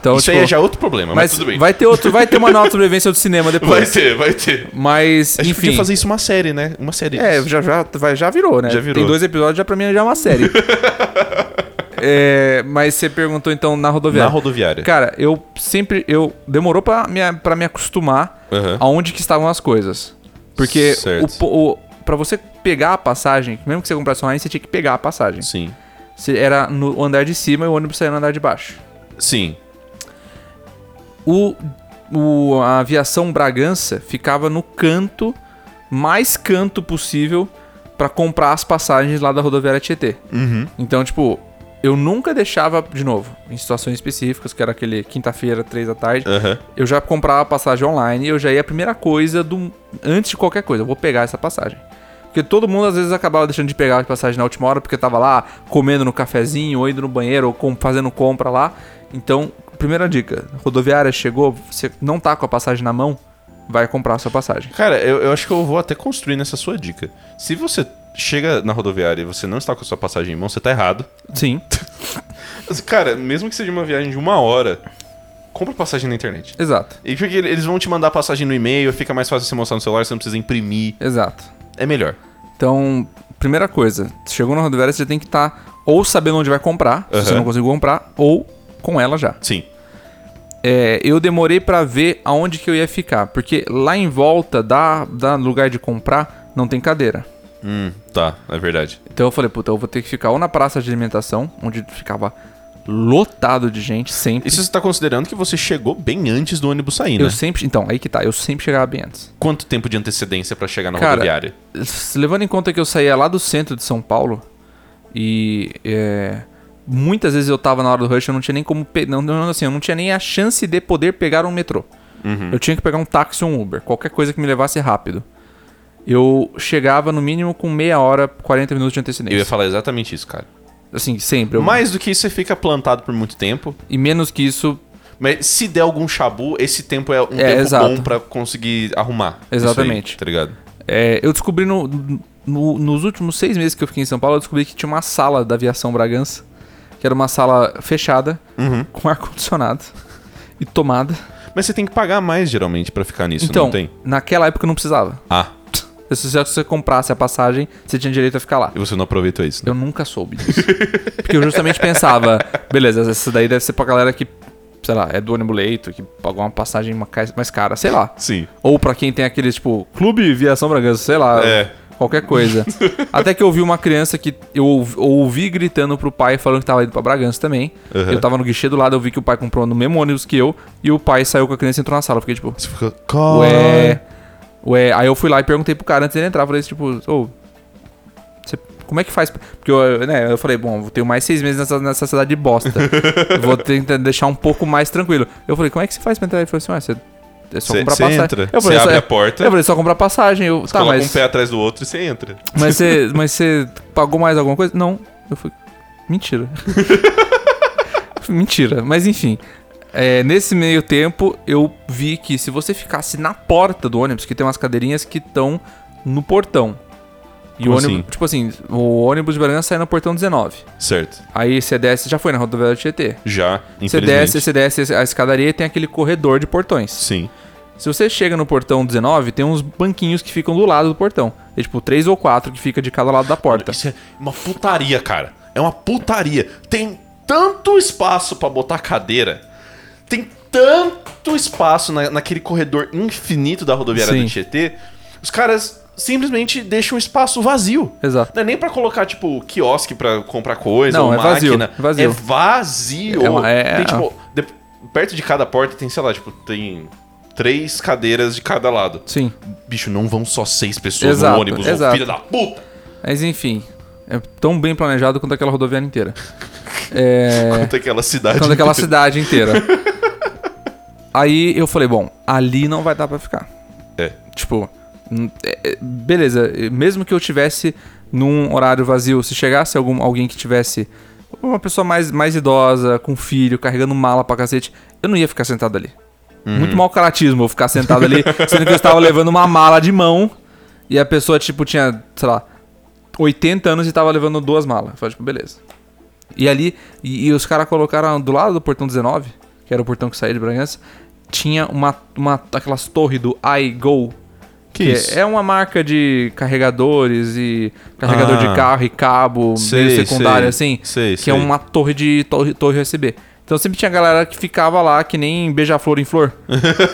Speaker 1: Então,
Speaker 2: Isso
Speaker 1: tipo,
Speaker 2: aí é já outro problema, mas,
Speaker 1: mas
Speaker 2: tudo bem.
Speaker 1: vai ter outro, vai ter uma nova sobrevivência do cinema
Speaker 2: vai
Speaker 1: depois.
Speaker 2: ter, vai ter.
Speaker 1: Mas
Speaker 2: A gente
Speaker 1: enfim,
Speaker 2: podia fazer isso uma série, né? Uma série.
Speaker 1: É, já, já, vai- já virou, né?
Speaker 2: Já virou.
Speaker 1: Tem dois episódios, já pra mim já é uma série. É, mas você perguntou então na
Speaker 2: na
Speaker 1: rodoviária.
Speaker 2: rodoviária.
Speaker 1: Cara, eu sempre. eu Demorou pra me, pra me acostumar
Speaker 2: Aham.
Speaker 1: aonde que estavam as coisas. Porque
Speaker 2: Uhum. Certo.
Speaker 1: o, po- o, pra você pegar a passagem, mesmo que você comprasse online, você tinha que pegar a passagem.
Speaker 2: Sim.
Speaker 1: Você era no andar de cima e o ônibus saía no andar de baixo.
Speaker 2: Sim.
Speaker 1: O, o- a aviação Bragança ficava no canto, mais canto possível, pra comprar as passagens lá da rodoviária Tietê. Então, tipo, eu nunca deixava, de novo, em situações específicas, que era aquele quinta-feira, três da tarde,
Speaker 2: Aham.
Speaker 1: eu já comprava a passagem online e eu já ia a primeira coisa, do, antes de qualquer coisa, eu vou pegar essa passagem. Porque todo mundo às vezes acabava deixando de pegar a passagem na última hora porque tava lá comendo no cafezinho, ou indo no banheiro, ou com- fazendo compra lá. Então, primeira dica: rodoviária chegou, você não tá com a passagem na mão, vai comprar a sua passagem.
Speaker 2: Cara, eu, eu acho que eu vou até construir nessa sua dica. Se você chega na rodoviária e você não está com a sua passagem em mão, você tá errado.
Speaker 1: Sim.
Speaker 2: Mas, Cara, mesmo que seja uma viagem de uma hora, compra passagem na internet.
Speaker 1: Exato.
Speaker 2: E porque eles vão te mandar a passagem no e-mail, fica mais fácil você mostrar no celular, você não precisa imprimir.
Speaker 1: Exato.
Speaker 2: É melhor.
Speaker 1: Então, primeira coisa, chegou na rodoviária, você tem que estar ou sabendo onde vai comprar, se você
Speaker 2: Aham.
Speaker 1: não conseguiu comprar, ou com ela já.
Speaker 2: Sim.
Speaker 1: É, eu demorei pra ver aonde que eu ia ficar, porque lá em volta da, da lugar de comprar não tem cadeira.
Speaker 2: Hum, tá, é verdade.
Speaker 1: Então eu falei, puta, eu vou ter que ficar ou na praça de alimentação, onde ficava lotado de gente sempre.
Speaker 2: Isso você tá considerando que você chegou bem antes do ônibus sair, né?
Speaker 1: eu sempre, então, aí que tá, eu sempre chegava bem antes.
Speaker 2: Quanto tempo de antecedência pra chegar na
Speaker 1: Cara,
Speaker 2: rodoviária?
Speaker 1: S- Levando em conta que eu saía lá do centro de São Paulo e é, muitas vezes eu tava na hora do rush, eu não tinha nem como, pe- não, não, assim, eu não tinha nem a chance de poder pegar um metrô.
Speaker 2: Uhum.
Speaker 1: Eu tinha que pegar um táxi ou um Uber, qualquer coisa que me levasse rápido. Eu chegava no mínimo com meia hora, 40 minutos de
Speaker 2: Eu ia
Speaker 1: antecedência.
Speaker 2: falar exatamente isso, cara.
Speaker 1: Assim, sempre. eu-
Speaker 2: Mais do que isso, você fica plantado por muito tempo.
Speaker 1: E menos que isso,
Speaker 2: Mas se der algum chabu, esse tempo é um
Speaker 1: É,
Speaker 2: tempo
Speaker 1: exato.
Speaker 2: bom pra conseguir arrumar. isso aí,
Speaker 1: Exatamente.
Speaker 2: tá ligado?
Speaker 1: É, eu descobri no- no- nos últimos seis meses que eu fiquei em São Paulo, eu descobri que tinha uma sala da aviação Bragança, que era uma sala fechada,
Speaker 2: Uhum.
Speaker 1: com ar-condicionado e tomada.
Speaker 2: Mas você tem que pagar mais, geralmente, pra ficar nisso,
Speaker 1: então,
Speaker 2: não tem?
Speaker 1: naquela época eu não precisava.
Speaker 2: Ah,
Speaker 1: Se você, se você comprasse a passagem, você tinha direito a ficar lá.
Speaker 2: e você não aproveitou isso, né?
Speaker 1: Eu nunca soube disso. Porque eu justamente pensava, beleza, essa daí deve ser pra galera que, sei lá, é do ônibus leito, que pagou uma passagem ma- mais cara, sei lá.
Speaker 2: Sim.
Speaker 1: Ou pra quem tem aqueles, tipo, Clube Viação Bragança, sei lá.
Speaker 2: É.
Speaker 1: Qualquer coisa. Até que eu vi uma criança que eu ouvi, ouvi gritando pro pai falando que tava indo pra Bragança também.
Speaker 2: Uhum.
Speaker 1: Eu tava no guichê do lado, eu vi que o pai comprou no mesmo ônibus que eu. E o pai saiu com a criança e entrou na sala. Eu fiquei tipo,
Speaker 2: Você fica... Qual?
Speaker 1: ué. Ué. Aí eu fui lá e perguntei pro cara antes dele entrar. Falei tipo, ô. você- como é que faz? Porque eu, né, eu falei, bom, eu tenho mais seis meses nessa, nessa cidade de bosta. eu vou tentar deixar um pouco mais tranquilo. Eu falei, como é que você faz pra entrar? Ele falou assim, ué, você. É só
Speaker 2: Você
Speaker 1: comprar
Speaker 2: você
Speaker 1: passagem.
Speaker 2: entra,
Speaker 1: eu
Speaker 2: você
Speaker 1: falei, só-
Speaker 2: abre a
Speaker 1: eu
Speaker 2: porta,
Speaker 1: falei, "É só comprar passagem. Eu, tá,
Speaker 2: coloca um
Speaker 1: mas.
Speaker 2: pé atrás do outro e você entra.
Speaker 1: Mas você, mas você pagou mais alguma coisa? Não. Eu fui. Mentira. Mentira. Mas enfim. É, nesse meio tempo, eu vi que se você ficasse na porta do ônibus, que tem umas cadeirinhas que estão no portão. E
Speaker 2: Como
Speaker 1: o ônibus,
Speaker 2: assim?
Speaker 1: tipo assim, o ônibus de Belém sai no portão 19.
Speaker 2: Certo.
Speaker 1: Aí você desce, já foi na rodoviária do Tietê.
Speaker 2: Já,
Speaker 1: Você
Speaker 2: infelizmente.
Speaker 1: desce, você desce a escadaria e tem aquele corredor de portões.
Speaker 2: Sim.
Speaker 1: Se você chega no portão 19, tem uns banquinhos que ficam do lado do portão. É tipo três ou quatro que fica de cada lado da porta.
Speaker 2: Isso é uma putaria, cara. É uma putaria. Tem tanto espaço pra botar cadeira. Tem tanto espaço na- naquele corredor infinito da rodoviária
Speaker 1: Sim.
Speaker 2: do Tietê. Os caras simplesmente deixam espaço vazio.
Speaker 1: Exato.
Speaker 2: Não é nem pra colocar, tipo, quiosque pra comprar coisa
Speaker 1: Não,
Speaker 2: ou
Speaker 1: é vazio,
Speaker 2: máquina.
Speaker 1: é vazio.
Speaker 2: É vazio.
Speaker 1: É uma- é-
Speaker 2: Tem, tipo, de- perto de cada porta tem, sei lá, tipo, tem três cadeiras de cada lado.
Speaker 1: Sim.
Speaker 2: Bicho, não vão só seis pessoas
Speaker 1: Exato,
Speaker 2: no ônibus, ô
Speaker 1: exato.
Speaker 2: filha da puta!
Speaker 1: Mas enfim, é tão bem planejado quanto aquela rodoviária inteira. É.
Speaker 2: Quanto aquela cidade.
Speaker 1: Quanto aquela
Speaker 2: inteira.
Speaker 1: cidade inteira. Aí eu falei, bom, ali não vai dar pra ficar.
Speaker 2: É.
Speaker 1: Tipo, hum, é, é, beleza, mesmo que eu tivesse num horário vazio, se chegasse algum, alguém que tivesse uma pessoa mais, mais idosa, com filho, carregando mala pra cacete, eu não ia ficar sentado ali. Muito mau caratismo eu ficar sentado ali, sendo que eu estava levando uma mala de mão e a pessoa, tipo, tinha, sei lá, 80 anos e tava levando duas malas. Eu falei, tipo, beleza. E ali, e, e os caras colocaram do lado do portão 19, que era o portão que saía de Bragança, tinha uma, uma aquelas torres do iGo.
Speaker 2: Que isso?
Speaker 1: é, é uma marca de carregadores e carregador
Speaker 2: Ah.
Speaker 1: de carro e cabo
Speaker 2: Sei,
Speaker 1: meio secundário
Speaker 2: sei,
Speaker 1: assim,
Speaker 2: sei,
Speaker 1: que
Speaker 2: sei.
Speaker 1: é uma torre de torre, torre USB. Então sempre tinha galera que ficava lá que nem beija-flor em flor.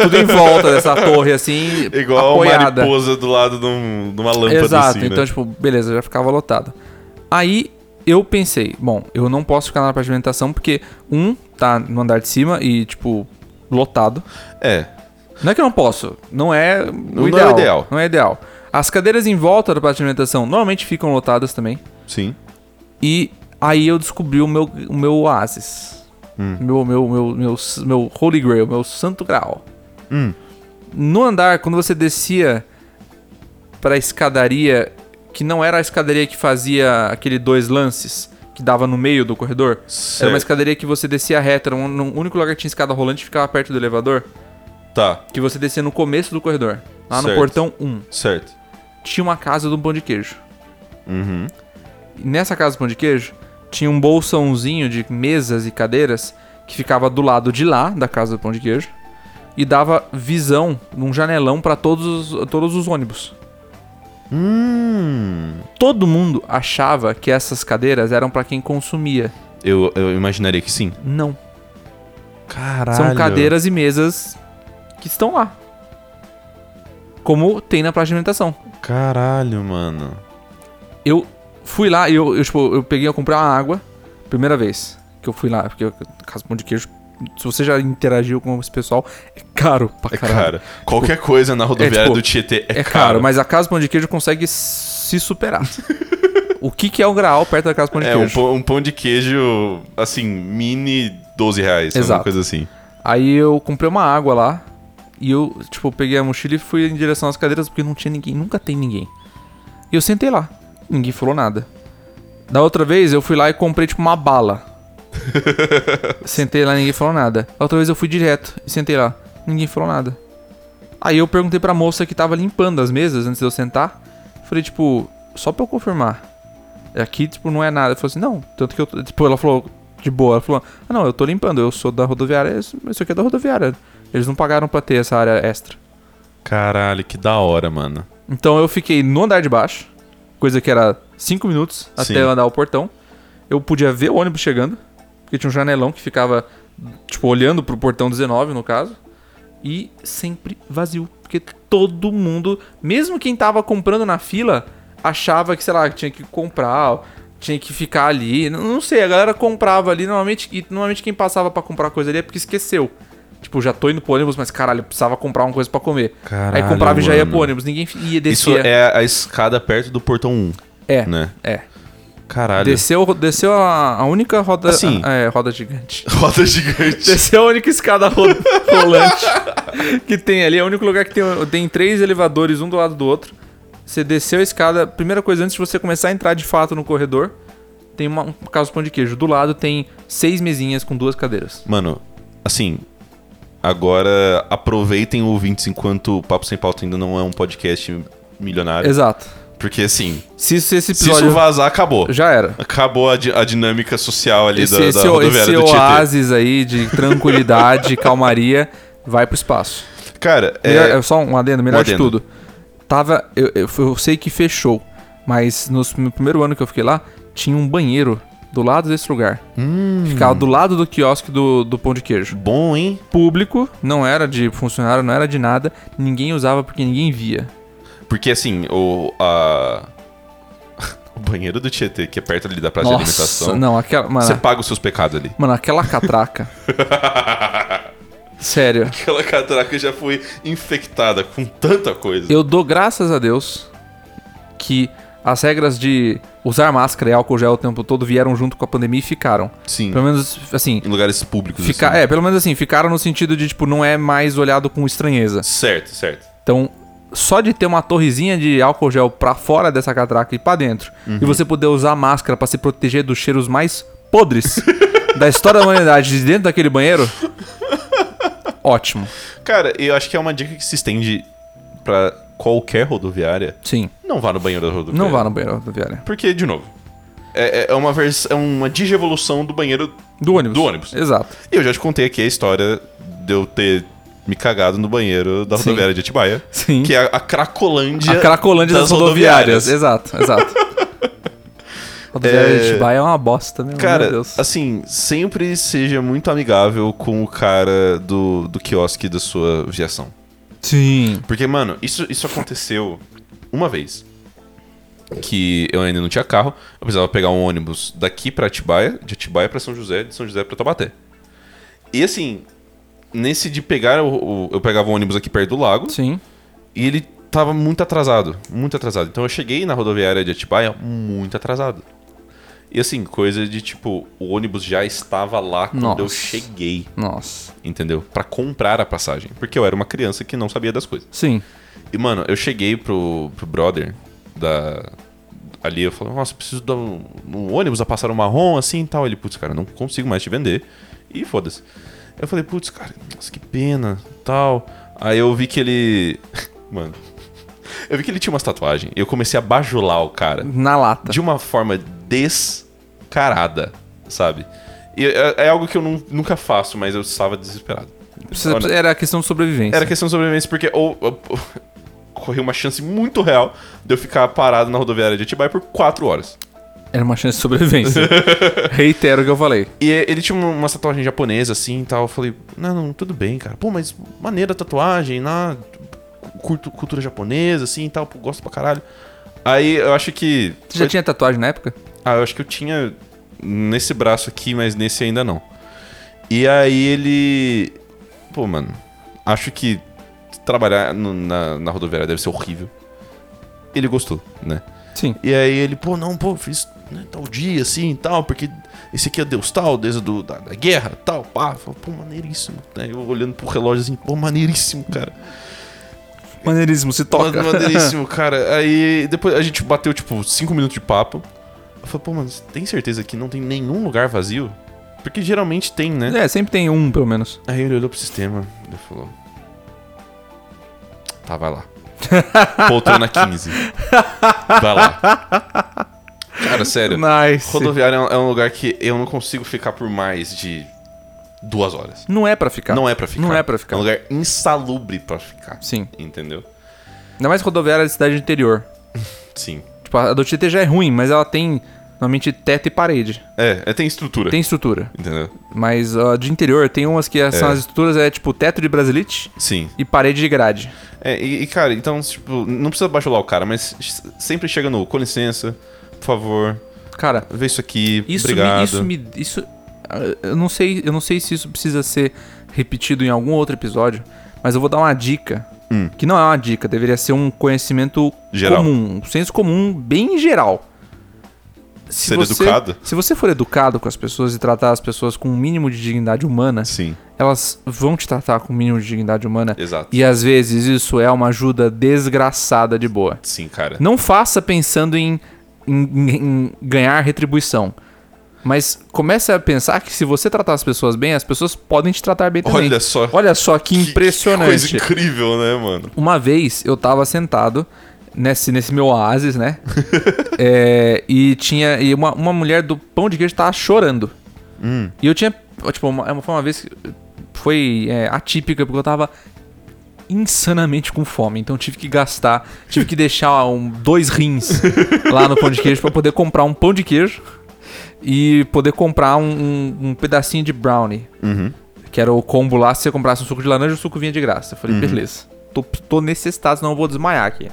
Speaker 1: Tudo em volta dessa torre assim,
Speaker 2: Igual
Speaker 1: apoiada.
Speaker 2: a mariposa do lado de, um- de uma lâmpada
Speaker 1: Exato,
Speaker 2: assim,
Speaker 1: então,
Speaker 2: né?
Speaker 1: tipo, beleza, já ficava lotado. Aí eu pensei, bom, eu não posso ficar na pavimentação porque, um, tá no andar de cima e, tipo, lotado.
Speaker 2: É,
Speaker 1: Não é que eu não posso, não é o
Speaker 2: é o
Speaker 1: ideal.
Speaker 2: ideal.
Speaker 1: Não é ideal. As cadeiras em volta da pavimentação normalmente ficam lotadas também.
Speaker 2: sim.
Speaker 1: E aí eu descobri o meu, o meu oásis.
Speaker 2: Hum.
Speaker 1: Meu, meu, meu, meu, s- meu holy grail, meu santo graal.
Speaker 2: Hum.
Speaker 1: No andar, quando você descia pra escadaria, que não era a escadaria que fazia aquele dois lances, que dava no meio do corredor. Era
Speaker 2: Certo.
Speaker 1: uma escadaria que você descia reta, era um, um único lugar que tinha escada rolante e ficava perto do elevador,
Speaker 2: Tá,
Speaker 1: que você descia no começo do corredor, lá no
Speaker 2: Certo.
Speaker 1: portão 1.
Speaker 2: certo.
Speaker 1: Tinha uma casa do pão de queijo.
Speaker 2: Uhum.
Speaker 1: E Nessa casa do pão de queijo, tinha um bolsãozinho de mesas e cadeiras que ficava do lado de lá da casa do pão de queijo e dava visão num janelão pra todos, os- todos os ônibus.
Speaker 2: Hum.
Speaker 1: Todo mundo achava que essas cadeiras eram pra quem consumia.
Speaker 2: Eu, eu imaginaria que sim.
Speaker 1: Não.
Speaker 2: Caralho.
Speaker 1: São cadeiras e mesas que estão lá. Como tem na praça de alimentação.
Speaker 2: Caralho, mano.
Speaker 1: Eu fui lá e eu, eu, tipo, eu peguei a comprar uma água. Primeira vez que eu fui lá, porque casa pão de queijo, se você já interagiu com esse pessoal, é caro pra
Speaker 2: É
Speaker 1: caralho. Tipo,
Speaker 2: cara. Qualquer coisa na rodoviária
Speaker 1: é, tipo,
Speaker 2: do Tietê é,
Speaker 1: É caro,
Speaker 2: caro.
Speaker 1: mas a casa pão de queijo consegue se superar. o que que é o graal perto da casa pão de
Speaker 2: É, um
Speaker 1: queijo?
Speaker 2: pão, um pão de queijo, assim, mini 12 reais, Exato.
Speaker 1: Exato.
Speaker 2: alguma coisa assim.
Speaker 1: Aí eu comprei uma água lá e eu, tipo, peguei a mochila e fui em direção às cadeiras porque não tinha ninguém, nunca tem ninguém. E eu sentei lá, ninguém falou nada. Da outra vez eu fui lá e comprei, tipo, uma bala. sentei lá, ninguém falou nada. Da outra vez eu fui direto e sentei lá, ninguém falou nada. Aí eu perguntei pra moça que tava limpando as mesas antes de eu sentar. Falei, tipo, só pra eu confirmar. Aqui, tipo, não é nada. Eu falei assim, não. Tanto que eu. tô- Tipo, ela falou, de boa. Ela falou, ah, não, eu tô limpando, eu sou da rodoviária, isso isso aqui é da rodoviária. Eles não pagaram pra ter essa área extra.
Speaker 2: Caralho, que da hora, mano.
Speaker 1: Então eu fiquei no andar de baixo, coisa que era 5 minutos
Speaker 2: Sim.
Speaker 1: até eu andar o portão. Eu podia ver o ônibus chegando, porque tinha um janelão que ficava, tipo, olhando pro portão 19, no caso. E sempre vazio, porque todo mundo, mesmo quem tava comprando na fila, achava que, sei lá, tinha que comprar, ó, tinha que ficar ali. N- Não sei, a galera comprava ali, normalmente, e normalmente quem passava pra comprar coisa ali é porque esqueceu. Tipo, já tô indo pro ônibus, mas caralho, eu precisava comprar uma coisa pra comer.
Speaker 2: Caralho,
Speaker 1: Aí comprava e já ia pro
Speaker 2: mano.
Speaker 1: ônibus, ninguém fi- ia
Speaker 2: Isso
Speaker 1: descer.
Speaker 2: é a escada perto do portão 1,
Speaker 1: é,
Speaker 2: né?
Speaker 1: é.
Speaker 2: Caralho.
Speaker 1: Desceu, desceu a, a única roda.
Speaker 2: Assim.
Speaker 1: a- é, roda gigante.
Speaker 2: Roda gigante.
Speaker 1: Desceu a única escada ro- rolante que tem ali. É o único lugar que tem, tem três elevadores, um do lado do outro. Você desceu a escada. Primeira coisa, antes de você começar a entrar de fato no corredor, tem uma, um caso pão de queijo. Do lado tem seis mesinhas com duas cadeiras.
Speaker 2: Mano, assim, agora aproveitem ouvintes enquanto o Papo Sem Pauta ainda não é um podcast milionário.
Speaker 1: Exato.
Speaker 2: Porque assim,
Speaker 1: Se, isso- se esse
Speaker 2: se isso
Speaker 1: episódio
Speaker 2: vazar, acabou.
Speaker 1: já era.
Speaker 2: Acabou a, di- a dinâmica social ali
Speaker 1: Esse,
Speaker 2: da, da
Speaker 1: esse, é
Speaker 2: rodoviária
Speaker 1: esse
Speaker 2: do Tietê.
Speaker 1: oásis aí de tranquilidade, calmaria, vai pro espaço.
Speaker 2: Cara, é,
Speaker 1: Melhor- é só um adendo, melhor
Speaker 2: um
Speaker 1: de
Speaker 2: adendo.
Speaker 1: tudo. Tava. Eu, eu, eu sei que fechou, mas no, s- no primeiro ano que eu fiquei lá, tinha um banheiro do lado desse lugar.
Speaker 2: Hum.
Speaker 1: Ficava do lado do quiosque do, do pão de queijo.
Speaker 2: bom, hein?
Speaker 1: Público, não era de funcionário, não era de nada, ninguém usava porque ninguém via.
Speaker 2: Porque assim, o, a- o banheiro do Tietê, que é perto ali da praça de alimentação,
Speaker 1: não, aquela. Mano,
Speaker 2: você paga os seus pecados ali.
Speaker 1: mano aquela catraca. Sério.
Speaker 2: Aquela catraca já foi infectada com tanta coisa.
Speaker 1: Eu dou graças a Deus que as regras de usar máscara e álcool gel o tempo todo vieram junto com a pandemia e ficaram.
Speaker 2: Sim,
Speaker 1: Pelo menos, assim,
Speaker 2: em lugares públicos.
Speaker 1: Fica,
Speaker 2: assim.
Speaker 1: é, pelo menos assim, ficaram no sentido de, tipo, não é mais olhado com estranheza.
Speaker 2: Certo, certo.
Speaker 1: Então, só de ter uma torrezinha de álcool gel pra fora dessa catraca e pra dentro,
Speaker 2: Uhum.
Speaker 1: e você poder usar máscara pra se proteger dos cheiros mais podres da história da humanidade de dentro daquele banheiro, ótimo.
Speaker 2: Cara, eu acho que é uma dica que se estende pra qualquer rodoviária.
Speaker 1: Sim,
Speaker 2: Não vá no banheiro da rodoviária.
Speaker 1: não vá no banheiro rodoviário.
Speaker 2: Porque, de novo, é, é- é uma vers é uma digievolução do banheiro.
Speaker 1: Do ônibus.
Speaker 2: Do ônibus.
Speaker 1: Exato.
Speaker 2: E eu já te contei aqui a história de eu ter me cagado no banheiro da
Speaker 1: Sim.
Speaker 2: rodoviária de Atibaia.
Speaker 1: Sim.
Speaker 2: Que é a Cracolândia.
Speaker 1: A Cracolândia das, rodoviárias. Exato, exato. Rodoviária
Speaker 2: É.
Speaker 1: de Chibaia é uma bosta, né? Meu
Speaker 2: Cara,
Speaker 1: Deus.
Speaker 2: assim, sempre seja muito amigável com o cara do, do quiosque da sua viação.
Speaker 1: Sim.
Speaker 2: Porque, mano, isso, isso aconteceu uma vez. Que eu ainda não tinha carro, eu precisava pegar um ônibus daqui pra Atibaia, de Atibaia pra São José, de São José pra Taubaté. E assim, nesse de pegar, o, o- eu pegava o ônibus aqui perto do lago
Speaker 1: Sim.
Speaker 2: e ele tava muito atrasado, muito atrasado. Então eu cheguei na rodoviária de Atibaia muito atrasado. E assim, coisa de tipo, o ônibus já estava lá quando eu
Speaker 1: Nossa.
Speaker 2: cheguei,
Speaker 1: Nossa.
Speaker 2: entendeu? Pra comprar a passagem, porque eu era uma criança que não sabia das coisas.
Speaker 1: Sim.
Speaker 2: E, mano, eu cheguei pro, pro brother da. Ali eu falei, nossa, preciso dar um, um ônibus a passar um marrom assim e tal. Ele, putz, cara, não consigo mais te vender. E foda-se. Eu falei, putz, cara, nossa, que pena tal. Aí eu vi que ele. Mano. Eu vi que ele tinha umas tatuagens. E eu comecei a bajular o cara
Speaker 1: Na lata.
Speaker 2: de uma forma descarada, sabe? E é, é algo que eu nun- nunca faço, mas eu estava desesperado.
Speaker 1: Precisa-
Speaker 2: Olha-
Speaker 1: um- Era a questão de sobrevivência.
Speaker 2: Era questão de sobrevivência, porque ou, ou- ou- corria uma chance muito real de eu ficar parado na rodoviária de Atibaia por quatro horas.
Speaker 1: Era uma chance de sobrevivência. Reitero o que eu falei.
Speaker 2: E ele tinha uma, uma tatuagem japonesa, assim, e tal. Eu falei, não, não, tudo bem, cara. Pô, mas maneira a tatuagem, na curto- cultura japonesa, assim, e tal. Pô, gosto pra caralho. Aí eu acho que...
Speaker 1: Você já tinha tatuagem na época?
Speaker 2: Ah, eu acho que eu tinha nesse braço aqui, mas nesse ainda não. E aí ele... Pô, mano, acho que trabalhar no- na, na rodoviária deve ser horrível. Ele gostou, né?
Speaker 1: Sim.
Speaker 2: E aí ele, pô, não, pô, fiz né, tal dia assim e tal, porque esse aqui é Deus tal, desde do, da, da guerra tal, pá. Eu falo, pô, maneiríssimo. Aí eu olhando pro relógio assim, pô, maneiríssimo, cara.
Speaker 1: Maneirismo, se toca.
Speaker 2: Maneiríssimo, cara. Aí depois a gente bateu, tipo, cinco minutos de papo. Eu falei, pô, mano, você tem certeza que não tem nenhum lugar vazio? Porque geralmente tem, né?
Speaker 1: é, sempre tem um, pelo menos.
Speaker 2: Aí ele olhou pro sistema e falou: Tá, vai lá. Poltrona 15. Vai lá. Cara, sério.
Speaker 1: Nice.
Speaker 2: Rodoviária é um- é um lugar que eu não consigo ficar por mais de duas horas.
Speaker 1: Não é pra ficar.
Speaker 2: Não é pra ficar.
Speaker 1: Não é pra ficar.
Speaker 2: É um lugar insalubre pra ficar.
Speaker 1: Sim.
Speaker 2: Entendeu?
Speaker 1: Ainda mais rodoviária de cidade interior.
Speaker 2: Sim.
Speaker 1: Tipo, a do Tietê já é ruim, mas ela tem normalmente teto e parede.
Speaker 2: É, é tem estrutura.
Speaker 1: Tem estrutura.
Speaker 2: Entendeu?
Speaker 1: Mas a de interior tem umas que são
Speaker 2: É.
Speaker 1: as estruturas, é tipo teto de brasilite
Speaker 2: Sim.
Speaker 1: e parede de grade.
Speaker 2: É, e, e, cara, então, tipo, não precisa bajular o cara, mas s- sempre chega no com licença, por favor,
Speaker 1: Cara,
Speaker 2: vê isso aqui,
Speaker 1: Isso
Speaker 2: obrigado.
Speaker 1: me, isso me, isso, ah, eu não sei, eu não sei se isso precisa ser repetido em algum outro episódio, mas eu vou dar uma dica
Speaker 2: Hum.
Speaker 1: que não é uma dica, deveria ser um conhecimento
Speaker 2: Geral.
Speaker 1: comum, um senso comum bem geral. Se
Speaker 2: Ser educado?
Speaker 1: Se você for educado com as pessoas e tratar as pessoas com o mínimo de dignidade humana,
Speaker 2: Sim,
Speaker 1: elas vão te tratar com o mínimo de dignidade humana.
Speaker 2: exato.
Speaker 1: E às vezes isso é uma ajuda desgraçada de boa.
Speaker 2: Sim, cara.
Speaker 1: Não faça pensando em, em- em- em ganhar retribuição. Mas comece a pensar que se você tratar as pessoas bem, as pessoas podem te tratar bem também.
Speaker 2: Olha só.
Speaker 1: Olha só que
Speaker 2: Que- que
Speaker 1: impressionante.
Speaker 2: coisa incrível, né, mano?
Speaker 1: Uma vez eu tava sentado nesse, nesse meu oásis, né? É, e tinha. E uma, uma mulher do pão de queijo tava chorando.
Speaker 2: Hum.
Speaker 1: E eu tinha. Tipo, uma, foi uma vez que foi é, atípica, porque eu tava insanamente com fome. Então tive que gastar, tive que deixar ó, um, dois rins lá no pão de queijo para poder comprar um pão de queijo e poder comprar um, um- um pedacinho de brownie.
Speaker 2: Uhum.
Speaker 1: Que era o combo lá, se você comprasse um suco de laranja, o suco vinha de graça. Eu falei, beleza. Tô, tô necessitado, senão eu vou desmaiar aqui.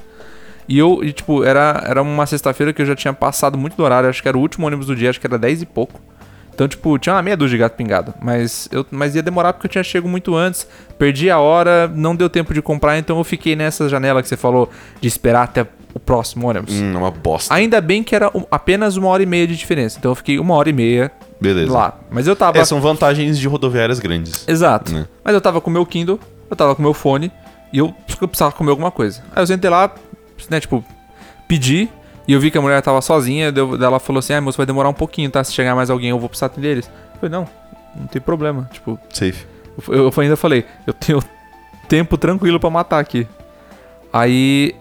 Speaker 1: E eu, e, tipo, era, era uma sexta-feira que eu já tinha passado muito do horário, acho que era o último ônibus do dia, acho que era 10 e pouco. Então, tipo, tinha uma meia dúzia de gato pingado. Mas, eu, mas ia demorar porque eu tinha chego muito antes, perdi a hora, não deu tempo de comprar, então eu fiquei nessa janela que você falou de esperar até o próximo ônibus.
Speaker 2: Hum, é uma bosta.
Speaker 1: Ainda bem que era um- apenas uma hora e meia de diferença, então eu fiquei uma hora e meia
Speaker 2: Ah, Beleza.
Speaker 1: lá. Mas eu tava.
Speaker 2: É, são vantagens de rodoviárias grandes.
Speaker 1: Exato.
Speaker 2: Né?
Speaker 1: Mas eu tava com o meu Kindle, eu tava com o meu fone e eu, eu precisava comer alguma coisa. Aí eu sentei lá, né, tipo, pedi e eu vi que a mulher tava sozinha, deu- daí ela falou assim: "Ah, moço, vai demorar um pouquinho, tá? Se chegar mais alguém, eu vou precisar atender eles". Eu falei: "Não, não tem problema". Tipo,
Speaker 2: Safe.
Speaker 1: eu, eu ainda falei: "Eu tenho tempo tranquilo pra matar aqui". Aí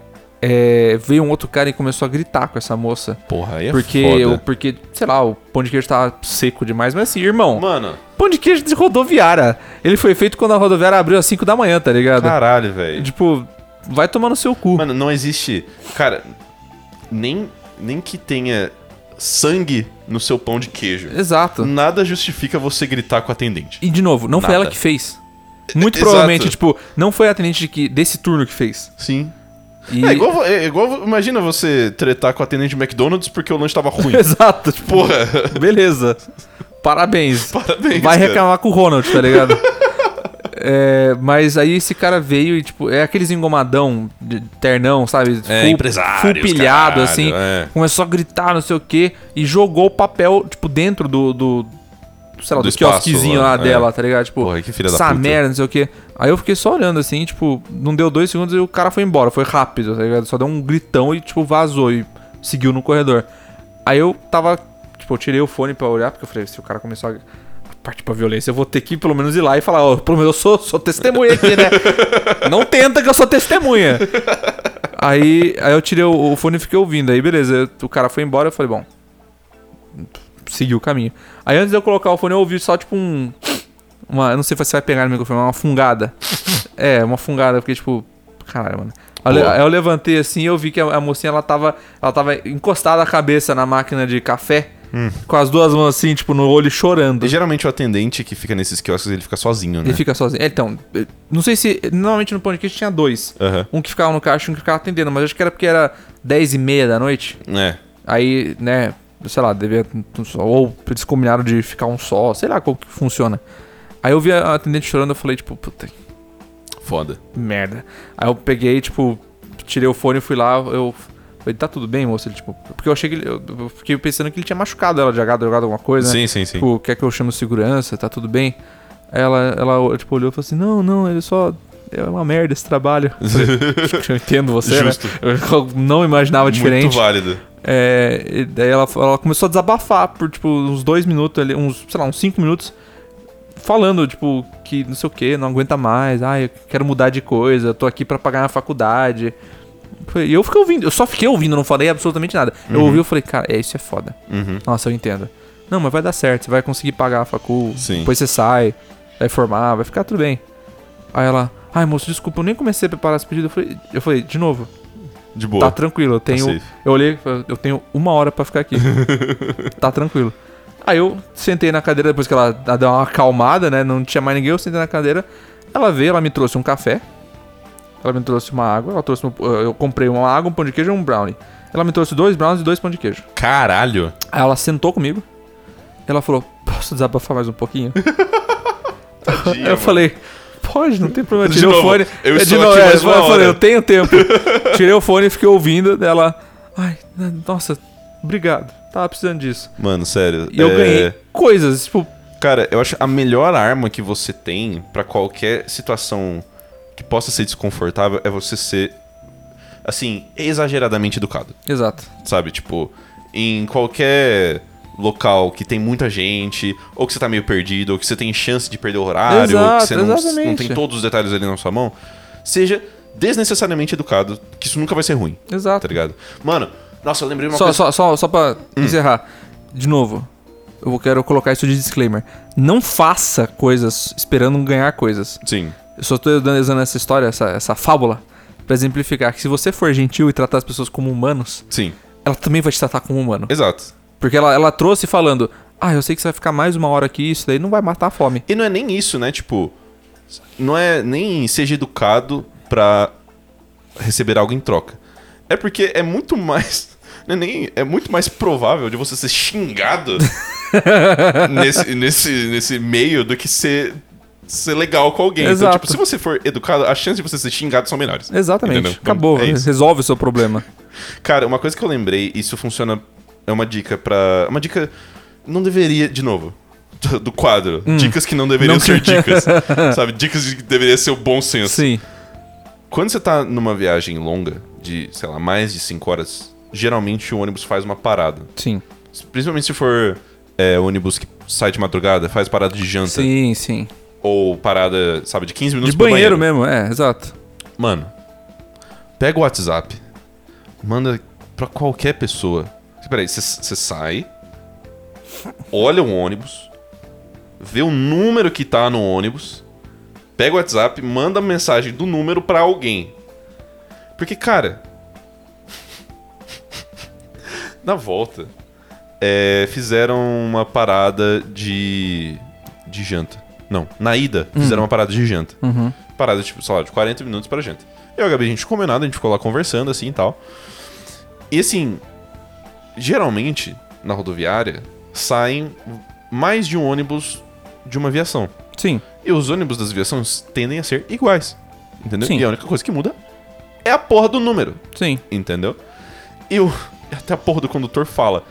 Speaker 1: é, veio um outro cara e começou a gritar com essa moça.
Speaker 2: Porra, aí é
Speaker 1: porque,
Speaker 2: foda.
Speaker 1: eu, porque, sei lá, o pão de queijo tava seco demais. Mas assim, irmão,
Speaker 2: Mano,
Speaker 1: Pão de queijo de rodoviária. Ele foi feito quando a rodoviária abriu às 5 da manhã, tá ligado?
Speaker 2: caralho, velho.
Speaker 1: Tipo, vai tomar no seu cu.
Speaker 2: Mano, não existe. Cara, nem, nem que tenha sangue no seu pão de queijo.
Speaker 1: Exato.
Speaker 2: Nada justifica você gritar com o atendente.
Speaker 1: E de novo, não foi
Speaker 2: Nada. É,
Speaker 1: ela que fez. Muito
Speaker 2: Exato.
Speaker 1: provavelmente, tipo, não foi a atendente de que, desse turno que fez.
Speaker 2: Sim.
Speaker 1: E-
Speaker 2: É igual, vo- é igual- Imagina você tretar com o atendente de McDonald's porque o lanche tava ruim.
Speaker 1: Exato, tipo,
Speaker 2: Porra.
Speaker 1: beleza. Parabéns.
Speaker 2: Parabéns.
Speaker 1: Vai
Speaker 2: cara.
Speaker 1: reclamar com o Ronald, tá ligado? É, mas aí esse cara veio e, tipo, é aqueles engomadão, de ternão, sabe?
Speaker 2: É,
Speaker 1: Full-
Speaker 2: empresários,
Speaker 1: full pilhado,
Speaker 2: caralho,
Speaker 1: assim.
Speaker 2: é.
Speaker 1: Começou a gritar, não sei o quê, e jogou o papel, tipo, dentro do. do sei lá,
Speaker 2: Do
Speaker 1: do,
Speaker 2: espaço
Speaker 1: quiosquezinho lá,
Speaker 2: lá, é.
Speaker 1: dela, tá ligado? Tipo,
Speaker 2: Porra, que filha da
Speaker 1: essa
Speaker 2: puta.
Speaker 1: merda, não sei o quê. Aí eu fiquei só olhando assim, tipo, não deu dois segundos e o cara foi embora, foi rápido, tá ligado? Só deu um gritão e, tipo, vazou e seguiu no corredor. Aí eu tava, tipo, eu tirei o fone pra olhar, porque eu falei, se o cara começar a partir pra violência, eu vou ter que pelo menos ir lá e falar, ó, pelo menos eu sou, sou testemunha aqui, né? não tenta que eu sou testemunha. aí, aí eu tirei o, o fone e fiquei ouvindo. Aí beleza, eu- o cara foi embora, eu falei, bom. Seguiu o caminho. Aí antes de eu colocar o fone, eu ouvi só tipo um. Uma, eu não sei se você vai pegar no microfone, mas uma fungada. é, uma fungada, porque tipo. Caralho, mano. Aí eu le-
Speaker 2: Pô.
Speaker 1: aí eu levantei assim e eu vi que a, a mocinha ela tava, ela tava encostada a cabeça na máquina de café, com as duas mãos assim, tipo, no olho chorando.
Speaker 2: E geralmente o atendente que fica nesses quiosques, ele fica sozinho, né?
Speaker 1: Ele fica sozinho. É, Então, eh, não sei se. Normalmente no podcast tinha dois.
Speaker 2: Aham.
Speaker 1: Um que ficava no caixa e um que ficava atendendo, mas acho que era porque era 10 e meia da noite.
Speaker 2: É.
Speaker 1: Aí, né, sei lá, devia. um Ou eles combinaram de ficar um só, sei lá como que funciona. Aí eu vi a atendente chorando eu falei, tipo, puta que
Speaker 2: Foda.
Speaker 1: merda. Aí eu peguei, tipo, tirei o fone e fui lá, eu. Falei, tá tudo bem, moço? Ele, tipo, porque eu achei que ele. Eu eu fiquei pensando que ele tinha machucado ela de H, jogado alguma coisa. né?
Speaker 2: Sim, sim, sim.
Speaker 1: Tipo, quer que eu chame o segurança? Tá tudo bem? Aí Ela, ela tipo, olhou e falou assim: Não, não, ele só. É uma merda esse trabalho. Eu falei, eu entendo você, né?
Speaker 2: Justo.
Speaker 1: Eu não imaginava
Speaker 2: Muito
Speaker 1: diferente.
Speaker 2: válido.
Speaker 1: É, e daí ela, ela começou a desabafar por, tipo, uns dois minutos ali, uns, sei lá, uns cinco minutos, falando, tipo, que não sei o que, não aguenta mais, ah, eu quero mudar de coisa, eu tô aqui pra pagar na faculdade. Foi- E eu fiquei ouvindo, eu só fiquei ouvindo, não falei absolutamente nada. Eu ouvi e falei, cara, é, isso é foda.
Speaker 2: Uhum.
Speaker 1: Nossa, eu entendo. Não, mas vai dar certo, você vai conseguir pagar a facu,
Speaker 2: Sim.
Speaker 1: depois você sai, vai formar, vai ficar tudo bem. Aí ela, ai moço, desculpa, eu nem comecei a preparar esse pedido. Eu falei, eu falei de novo,
Speaker 2: De boa.
Speaker 1: tá tranquilo, eu tenho.
Speaker 2: safe.
Speaker 1: eu olhei, e falei, eu tenho uma hora pra ficar aqui. tá tranquilo. Aí eu sentei na cadeira, depois que ela ela deu uma acalmada, né? Não tinha mais ninguém, eu sentei na cadeira. Ela veio, ela me trouxe um café. Ela me trouxe uma água, ela trouxe um- eu comprei uma água, um pão de queijo e um brownie. Ela me trouxe dois brownies e dois pão de queijo.
Speaker 2: Caralho.
Speaker 1: Aí ela sentou comigo. Ela falou: Posso desabafar mais um pouquinho?
Speaker 2: Tadinha,
Speaker 1: eu
Speaker 2: mano.
Speaker 1: falei: Pode, não tem problema.
Speaker 2: De
Speaker 1: Tirei o
Speaker 2: novo,
Speaker 1: fone.
Speaker 2: eu
Speaker 1: É,
Speaker 2: estou aqui mais
Speaker 1: eu
Speaker 2: uma
Speaker 1: falei,
Speaker 2: hora.
Speaker 1: Eu tenho tempo. Tirei o fone e fiquei ouvindo dela. Ai, n- nossa, obrigado. Tava precisando disso.
Speaker 2: Mano, sério.
Speaker 1: E eu
Speaker 2: é-
Speaker 1: ganhei coisas, tipo,
Speaker 2: Cara, eu acho a melhor arma que você tem pra qualquer situação que possa ser desconfortável é você ser, assim, exageradamente educado.
Speaker 1: exato.
Speaker 2: Sabe? Tipo, em qualquer local que tem muita gente, ou que você tá meio perdido, ou que você tem chance de perder o horário, ou que
Speaker 1: Exato,
Speaker 2: você não,
Speaker 1: exatamente.
Speaker 2: não tem todos os detalhes ali na sua mão, seja desnecessariamente educado, que isso nunca vai ser ruim, tá
Speaker 1: Exato.
Speaker 2: ligado? Hum. Mano, nossa, eu lembrei uma
Speaker 1: Só,
Speaker 2: coisa.
Speaker 1: só, só, só pra encerrar. De novo, eu quero colocar isso de disclaimer. Não faça coisas esperando ganhar coisas.
Speaker 2: Sim.
Speaker 1: Eu só tô usando essa história, essa, essa fábula, pra exemplificar que se você for gentil e tratar as pessoas como humanos,
Speaker 2: Sim,
Speaker 1: ela também vai te tratar como humano.
Speaker 2: exato.
Speaker 1: Porque ela, ela trouxe falando, ah, eu sei que você vai ficar mais uma hora aqui, isso daí não vai matar a fome.
Speaker 2: E não é nem isso, né? Tipo, não é nem seja educado pra receber algo em troca. É porque é muito mais. não é nem, é muito mais provável de você ser xingado nesse, nesse, nesse meio do que ser, ser legal com alguém.
Speaker 1: Exato.
Speaker 2: Então, tipo, se você for educado, as chances de você ser xingado são menores.
Speaker 1: Exatamente.
Speaker 2: Entendeu? Então,
Speaker 1: Acabou. né?
Speaker 2: é isso.
Speaker 1: resolve o seu problema.
Speaker 2: Cara, uma coisa que eu lembrei, isso funciona. É uma dica pra. Uma dica. Não deveria. De novo. do- Do quadro.
Speaker 1: Hum.
Speaker 2: Dicas que não deveriam ser dicas. sabe? Dicas de que deveria ser o bom senso.
Speaker 1: Sim.
Speaker 2: Quando você tá numa viagem longa, de, sei lá, mais de 5 horas, geralmente o ônibus faz uma parada.
Speaker 1: Sim.
Speaker 2: Principalmente se for é, ônibus que sai de madrugada, faz parada de janta.
Speaker 1: Sim, sim.
Speaker 2: Ou parada, sabe, de 15 minutos
Speaker 1: De banheiro mesmo, é, exato.
Speaker 2: Mano, pega o WhatsApp, manda pra qualquer pessoa. Peraí, você sai, olha o ônibus, vê o número que tá no ônibus, pega o WhatsApp, manda a mensagem do número pra alguém. Porque, cara. na volta, é, fizeram uma parada de. de janta. Não, na ida, fizeram uma parada de janta
Speaker 1: Uhum.
Speaker 2: parada, tipo, sei lá, de 40 minutos pra gente. Eu e a Gabi, a gente não comeu nada, a gente ficou lá conversando, assim, e tal. E, assim, geralmente, na rodoviária, saem mais de um ônibus de uma viação.
Speaker 1: Sim.
Speaker 2: E os ônibus das viações tendem a ser iguais, entendeu?
Speaker 1: Sim.
Speaker 2: E a única coisa que muda é a porra do número,
Speaker 1: Sim.
Speaker 2: entendeu? E o... até a porra do condutor fala...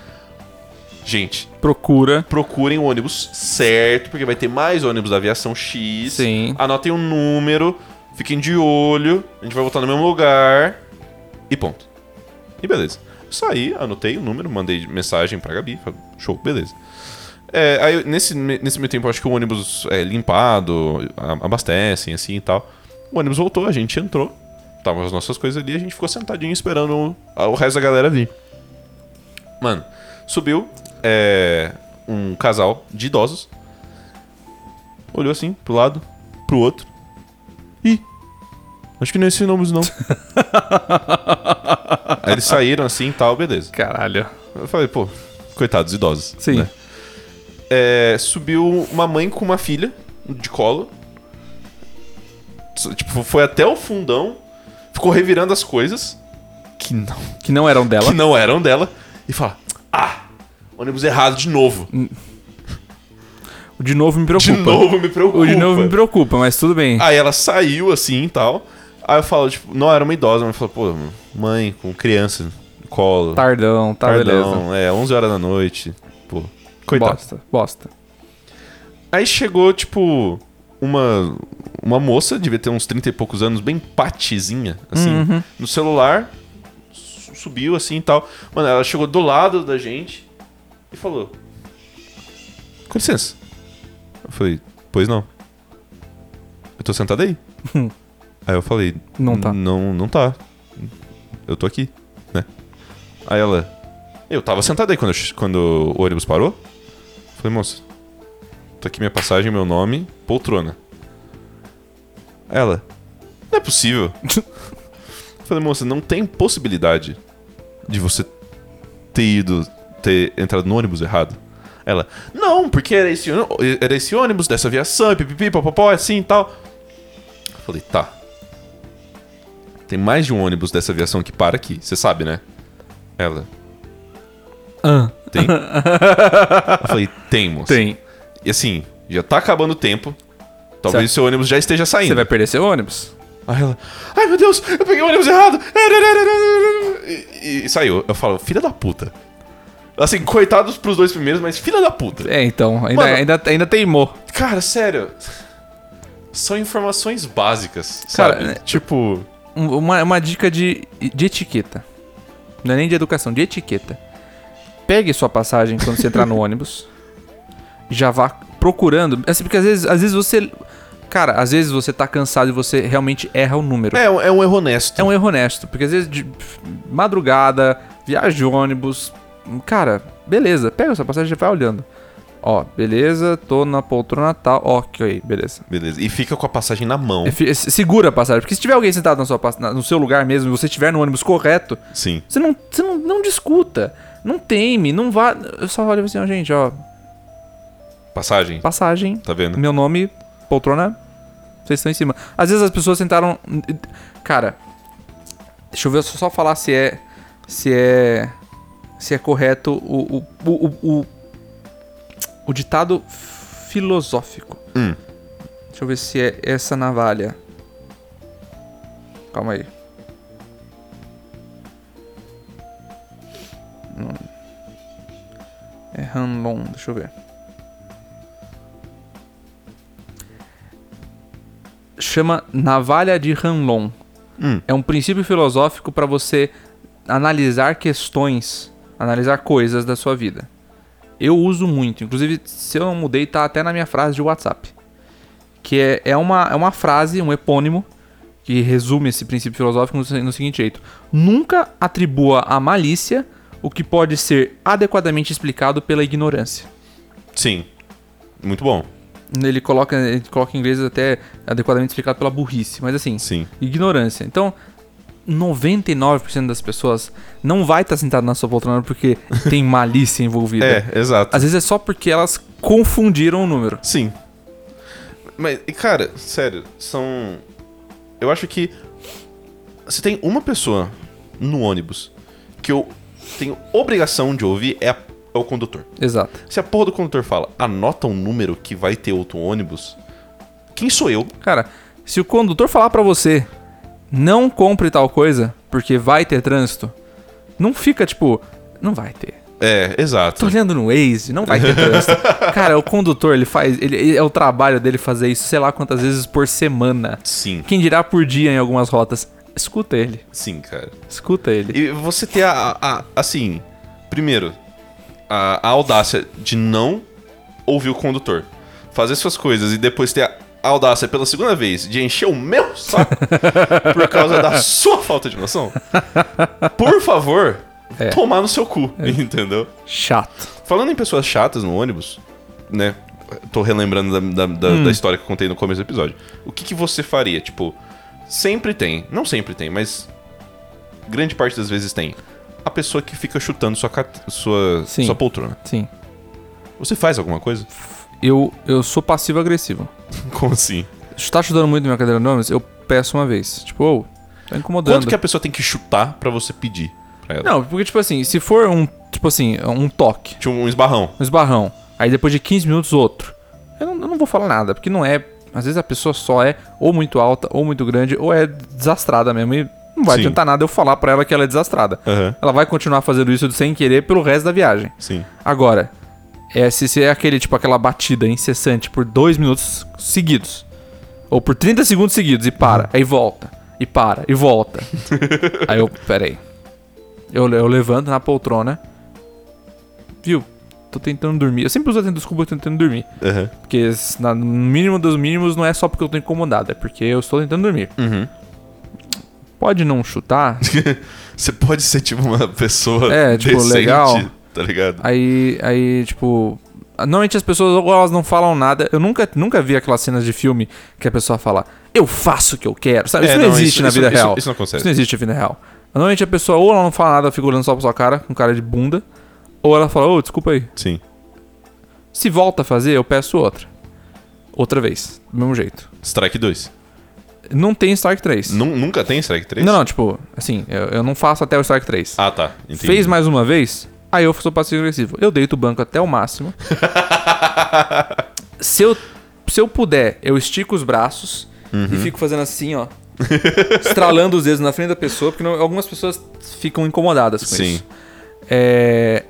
Speaker 2: Gente,
Speaker 1: Procura.
Speaker 2: procurem o ônibus certo, porque vai ter mais ônibus da aviação X.
Speaker 1: Sim.
Speaker 2: Anotem o número, fiquem de olho, a gente vai voltar no mesmo lugar e ponto. E beleza. Saí, anotei o número, mandei mensagem pra Gabi, falei, show, beleza. É, aí eu- nesse, me- nesse meio tempo, eu acho que o ônibus é limpado, a- abastecem, assim e tal. O ônibus voltou, a gente entrou, tava as nossas coisas ali, a gente ficou sentadinho esperando o, a- o resto da galera vir. Mano, subiu é, um casal de idosos, olhou assim pro lado, pro outro. Ih, acho que não é esse ônibus não. Aí eles saíram assim e tal, beleza.
Speaker 1: Caralho.
Speaker 2: Eu falei, pô, coitados idosos.
Speaker 1: Sim.
Speaker 2: né? É, subiu uma mãe com uma filha de colo. So- Tipo, foi até o fundão, ficou revirando as coisas que não,
Speaker 1: Que não eram dela.
Speaker 2: que não eram dela e fala: "Ah, ônibus errado de novo.
Speaker 1: Hum, O De novo me
Speaker 2: De
Speaker 1: preocupa.
Speaker 2: novo me preocupa."
Speaker 1: O de novo me preocupa, mas tudo bem.
Speaker 2: Aí ela saiu assim e tal. Aí eu falo, tipo, não, era uma idosa, mas eu falo, pô, mãe com criança no colo.
Speaker 1: Tardão, tá beleza.
Speaker 2: Tardão, é, 11 horas da noite. Pô, coitado.
Speaker 1: Bosta, bosta.
Speaker 2: Aí chegou, tipo, uma, uma moça, devia ter uns 30 e poucos anos, bem patizinha, assim, no celular, su- subiu assim e tal. Mano, ela chegou do lado da gente e falou: Com licença. Eu falei: Pois não. Eu tô sentado aí? aí eu falei:
Speaker 1: Não tá.
Speaker 2: Não, não tá. Eu tô aqui, né? Aí ela: Eu tava sentado aí quando, eu che- quando o ônibus parou? Eu falei: Moça, Tá aqui minha passagem, meu nome, poltrona. Ela. Não é possível. Eu falei, moça, não tem possibilidade de você ter ido, ter entrado no ônibus errado. Ela, não, porque era esse, ô- era esse ônibus dessa aviação, e pipipi, papapó, assim e tal. Eu falei, tá. Tem mais de um ônibus dessa aviação que para aqui, você sabe, né? Ela,
Speaker 1: Ah,
Speaker 2: tem. Eu falei, tem, moça.
Speaker 1: tem.
Speaker 2: E assim, já tá acabando o tempo. Talvez seu ônibus já esteja saindo.
Speaker 1: Você vai perder seu ônibus.
Speaker 2: Aí ela, ai meu Deus, eu peguei o ônibus errado. E, e saiu. Eu falo, filha da puta. Assim, coitados pros dois primeiros, mas filha da puta.
Speaker 1: É, então. Ainda,
Speaker 2: Mano.
Speaker 1: ainda, ainda teimou.
Speaker 2: Cara, sério. São informações básicas,
Speaker 1: Cara,
Speaker 2: sabe?
Speaker 1: é-
Speaker 2: Tipo,
Speaker 1: Um- Uma, uma dica de, de etiqueta. Não é nem de educação, de etiqueta. Pegue sua passagem quando É você entrar no ônibus. Já vá procurando. Assim, porque às vezes, às vezes você. cara, às vezes você tá cansado e você realmente erra o número.
Speaker 2: É, é um erro honesto.
Speaker 1: É um erro honesto, porque às vezes de pff, madrugada, viagem de ônibus, cara, beleza, pega essa passagem e vai olhando. Ó, beleza, tô na poltrona tal, ok, beleza.
Speaker 2: Beleza. E fica com a passagem na mão.
Speaker 1: É, fi- é, se- Segura a passagem, porque se tiver alguém sentado na sua, pass- na- no seu lugar mesmo e você estiver no ônibus correto,
Speaker 2: Sim.
Speaker 1: você não, você não, não discuta, não teme, não vá. Eu só olho assim, ó, gente, ó,
Speaker 2: Passagem.
Speaker 1: passagem,
Speaker 2: Tá vendo?
Speaker 1: meu nome, poltrona, vocês estão em cima. Às vezes as pessoas sentaram. Cara, deixa eu ver, deixa eu só falar se é. Se é. Se é correto o. O, o, o, o- o ditado filosófico.
Speaker 2: Hum.
Speaker 1: Deixa eu ver se é essa navalha. Calma aí. Não. Hum. É Hanlon, deixa eu ver. chama Navalha de Hanlon.
Speaker 2: Hum.
Speaker 1: É um princípio filosófico para você analisar questões, analisar coisas da sua vida. Eu uso muito, inclusive se eu não mudei, tá até na minha frase de WhatsApp. Que é, é, uma, é uma frase, um epônimo, que resume esse princípio filosófico no, se- no seguinte jeito: Nunca atribua à malícia o que pode ser adequadamente explicado pela ignorância.
Speaker 2: Sim. Muito bom.
Speaker 1: Ele coloca, ele coloca em inglês até adequadamente explicado pela burrice, mas assim,
Speaker 2: Sim.
Speaker 1: ignorância. Então, 99% das pessoas não vai estar sentado na sua poltrona porque tem malícia envolvida.
Speaker 2: É, exato.
Speaker 1: Às vezes é só porque elas confundiram o número.
Speaker 2: Sim. Mas, e, cara, sério, são. Eu acho que. Se tem uma pessoa no ônibus que eu tenho obrigação de ouvir, é, a- é o condutor.
Speaker 1: Exato.
Speaker 2: Se a porra do condutor fala, anota um número que vai ter outro ônibus, quem sou eu?
Speaker 1: Cara, se o condutor falar pra você não compre tal coisa porque vai ter trânsito, não fica tipo, não vai ter.
Speaker 2: É,
Speaker 1: Tô
Speaker 2: exato.
Speaker 1: olhando no Waze, não vai ter trânsito. Cara, o condutor, ele faz, ele, ele- é o trabalho dele fazer isso, sei lá quantas vezes por semana.
Speaker 2: Sim,
Speaker 1: Quem dirá por dia em algumas rotas. Escuta ele,
Speaker 2: sim, cara.
Speaker 1: escuta ele.
Speaker 2: E você ter a, a- assim, primeiro, a, a audácia de não ouvir o condutor, fazer suas coisas e depois ter a audácia pela segunda vez de encher o meu saco por causa da sua falta de noção. Por favor,
Speaker 1: É.
Speaker 2: tomar no seu cu, entendeu?
Speaker 1: Chato.
Speaker 2: Falando em pessoas chatas no ônibus, né? Tô relembrando da, da- da-
Speaker 1: Hum.
Speaker 2: da história que eu contei no começo do episódio. O que, que você faria? Tipo, sempre tem, não sempre tem, mas grande parte das vezes tem. A pessoa que fica chutando sua, cat- sua,
Speaker 1: Sim.
Speaker 2: sua poltrona.
Speaker 1: Sim.
Speaker 2: Você faz alguma coisa?
Speaker 1: Eu, eu sou passivo-agressivo.
Speaker 2: Como assim?
Speaker 1: Se tá chutando muito minha cadeira de nomes, eu peço uma vez. Tipo, ô, tá incomodando.
Speaker 2: Quanto que é- a pessoa tem que chutar pra você pedir pra ela?
Speaker 1: Não, porque, tipo assim, se for um, tipo assim, um toque,
Speaker 2: Tipo, um esbarrão.
Speaker 1: um esbarrão, aí depois de 15 minutos outro, eu não, eu não vou falar nada, porque não é. Às vezes a pessoa só é ou muito alta, ou muito grande, ou é desastrada mesmo. E não vai
Speaker 2: Sim.
Speaker 1: adiantar nada eu falar pra ela que ela é desastrada.
Speaker 2: Aham,
Speaker 1: Ela vai continuar fazendo isso sem querer pelo resto da viagem.
Speaker 2: sim.
Speaker 1: Agora, é, se, se é aquele, tipo, aquela batida incessante por dois minutos seguidos, ou por 30 segundos seguidos, e para, aí volta, e para, e volta. aí eu, peraí. Eu, eu levanto na poltrona, viu? Tô tentando dormir. Eu sempre uso a desculpa tentando dormir.
Speaker 2: Aham.
Speaker 1: Porque s- na- no mínimo dos mínimos não é só porque eu tô incomodado, é porque eu estou tentando dormir.
Speaker 2: Uhum.
Speaker 1: Pode não chutar,
Speaker 2: Você pode ser, tipo, uma pessoa
Speaker 1: É, tipo,
Speaker 2: decente,
Speaker 1: legal.
Speaker 2: tá ligado?
Speaker 1: Aí, aí, tipo. Normalmente as pessoas ou elas não falam nada. Eu nunca, nunca vi aquelas cenas de filme que a pessoa fala, eu faço o que eu quero. Sabe? Isso
Speaker 2: É,
Speaker 1: não,
Speaker 2: não,
Speaker 1: existe
Speaker 2: isso-
Speaker 1: na
Speaker 2: isso-
Speaker 1: vida
Speaker 2: isso-
Speaker 1: real.
Speaker 2: isso não consegue.
Speaker 1: Isso não existe na vida real. Normalmente a pessoa ou ela não fala nada, fica olhando só pra sua cara, com cara de bunda, ou ela fala, ô, desculpa aí.
Speaker 2: Sim.
Speaker 1: Se volta a fazer, eu peço outra. Outra vez, do mesmo jeito.
Speaker 2: Strike 2.
Speaker 1: Não tem Strike 3.
Speaker 2: Nu- Nunca Hum, tem Strike 3?
Speaker 1: Não, não, tipo, assim, eu, eu não faço até o Strike 3.
Speaker 2: Ah, tá. Entendi.
Speaker 1: Fez mais uma vez, aí eu sou passivo agressivo. Eu deito o banco até o máximo. se, eu, se eu puder, eu estico os braços e fico fazendo assim, ó. estralando os dedos na frente da pessoa, porque não- algumas pessoas ficam incomodadas com
Speaker 2: Sim.
Speaker 1: isso. É,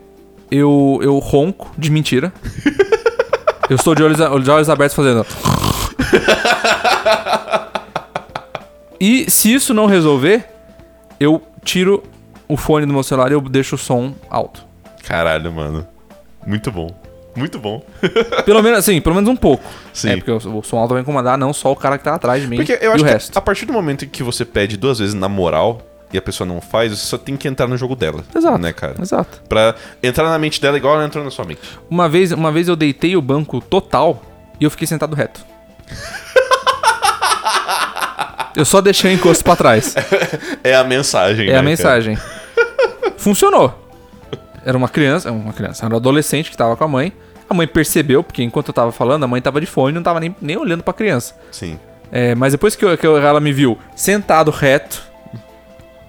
Speaker 1: eu, eu ronco de mentira. eu estou de olhos, a- de olhos abertos fazendo. e se isso não resolver, eu tiro o fone do meu celular e eu deixo o som alto.
Speaker 2: Caralho, mano. Muito bom. Muito bom.
Speaker 1: Pelo menos, assim, pelo menos um pouco.
Speaker 2: Sim.
Speaker 1: É, porque o o som alto vai incomodar não só o cara que tá atrás de mim
Speaker 2: Porque
Speaker 1: e
Speaker 2: eu acho
Speaker 1: o
Speaker 2: que
Speaker 1: resto.
Speaker 2: a partir do momento que você pede duas vezes na moral e a pessoa não faz, você só tem que entrar no jogo dela.
Speaker 1: Exato.
Speaker 2: Né, cara?
Speaker 1: Exato.
Speaker 2: Pra entrar na mente dela igual ela entrou na sua mente.
Speaker 1: Uma vez, uma vez eu deitei o banco total e eu fiquei sentado reto. eu só deixei o encosto pra trás.
Speaker 2: É a mensagem.
Speaker 1: É a mensagem. Funcionou. Era uma criança, uma criança, era um adolescente que tava com a mãe. A mãe percebeu, porque enquanto eu tava falando, a mãe tava de fone e não tava nem, nem olhando pra criança.
Speaker 2: Sim.
Speaker 1: É, mas depois que, eu- que eu- ela me viu sentado reto,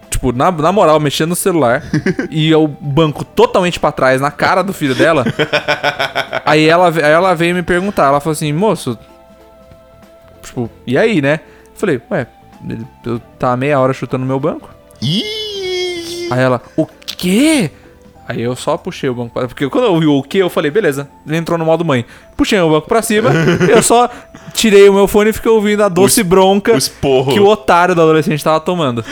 Speaker 1: tipo, na, na moral, mexendo no celular, e o banco totalmente pra trás, na cara do filho dela, aí ela, ve- aí ela veio me perguntar. Ela falou assim, moço, tipo, e aí, né? Eu falei, ué, ele- eu tava meia hora chutando meu banco.
Speaker 2: Ih!
Speaker 1: Aí ela, o quê? Aí eu só puxei o banco pra... Porque quando eu ouvi o quê, eu falei, beleza, ele entrou no modo mãe. Puxei o banco pra cima, eu só tirei o meu fone e fiquei ouvindo a doce bronca
Speaker 2: O esporro.
Speaker 1: que o otário do adolescente tava tomando.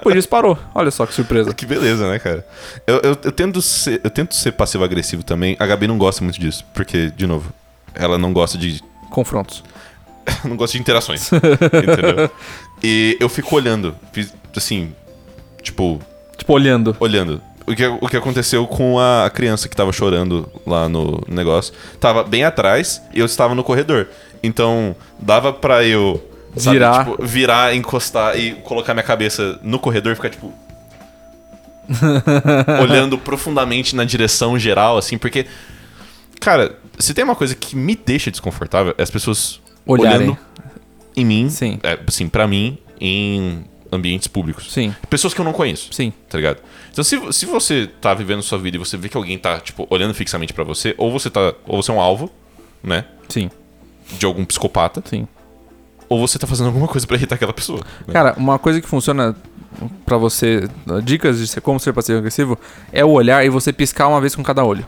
Speaker 1: Por isso parou. Olha só que surpresa.
Speaker 2: Que beleza, né, cara? Eu, eu, eu tento ser, eu tento ser passivo-agressivo também. A Gabi não gosta muito disso, porque, de novo, ela não gosta de.
Speaker 1: Confrontos.
Speaker 2: não gosta de interações. entendeu? E eu fico olhando, fiz- assim, tipo,
Speaker 1: Tipo, olhando.
Speaker 2: olhando. O que, o que aconteceu com a criança que tava chorando lá no negócio. Tava bem atrás e eu estava no corredor. Então, dava pra eu sabe,
Speaker 1: Virar.
Speaker 2: tipo, virar, encostar e colocar minha cabeça no corredor e ficar, tipo. olhando profundamente na direção geral, assim, porque. Cara, se tem uma coisa que me deixa desconfortável, é as pessoas
Speaker 1: Olharem.
Speaker 2: olhando em mim.
Speaker 1: Sim.
Speaker 2: É, assim, pra mim, em ambientes públicos.
Speaker 1: Sim,
Speaker 2: Pessoas que eu não conheço
Speaker 1: sim.
Speaker 2: tá ligado? Então, se, se você tá vivendo sua vida e você vê que alguém tá, tipo, olhando fixamente pra você, ou você tá. Ou você é um alvo, né?
Speaker 1: Sim,
Speaker 2: De algum psicopata,
Speaker 1: sim.
Speaker 2: ou você tá fazendo alguma coisa pra irritar aquela pessoa. né?
Speaker 1: Cara, uma coisa que funciona pra você, dicas de ser- como ser passivo agressivo, é o olhar e você piscar uma vez com cada olho.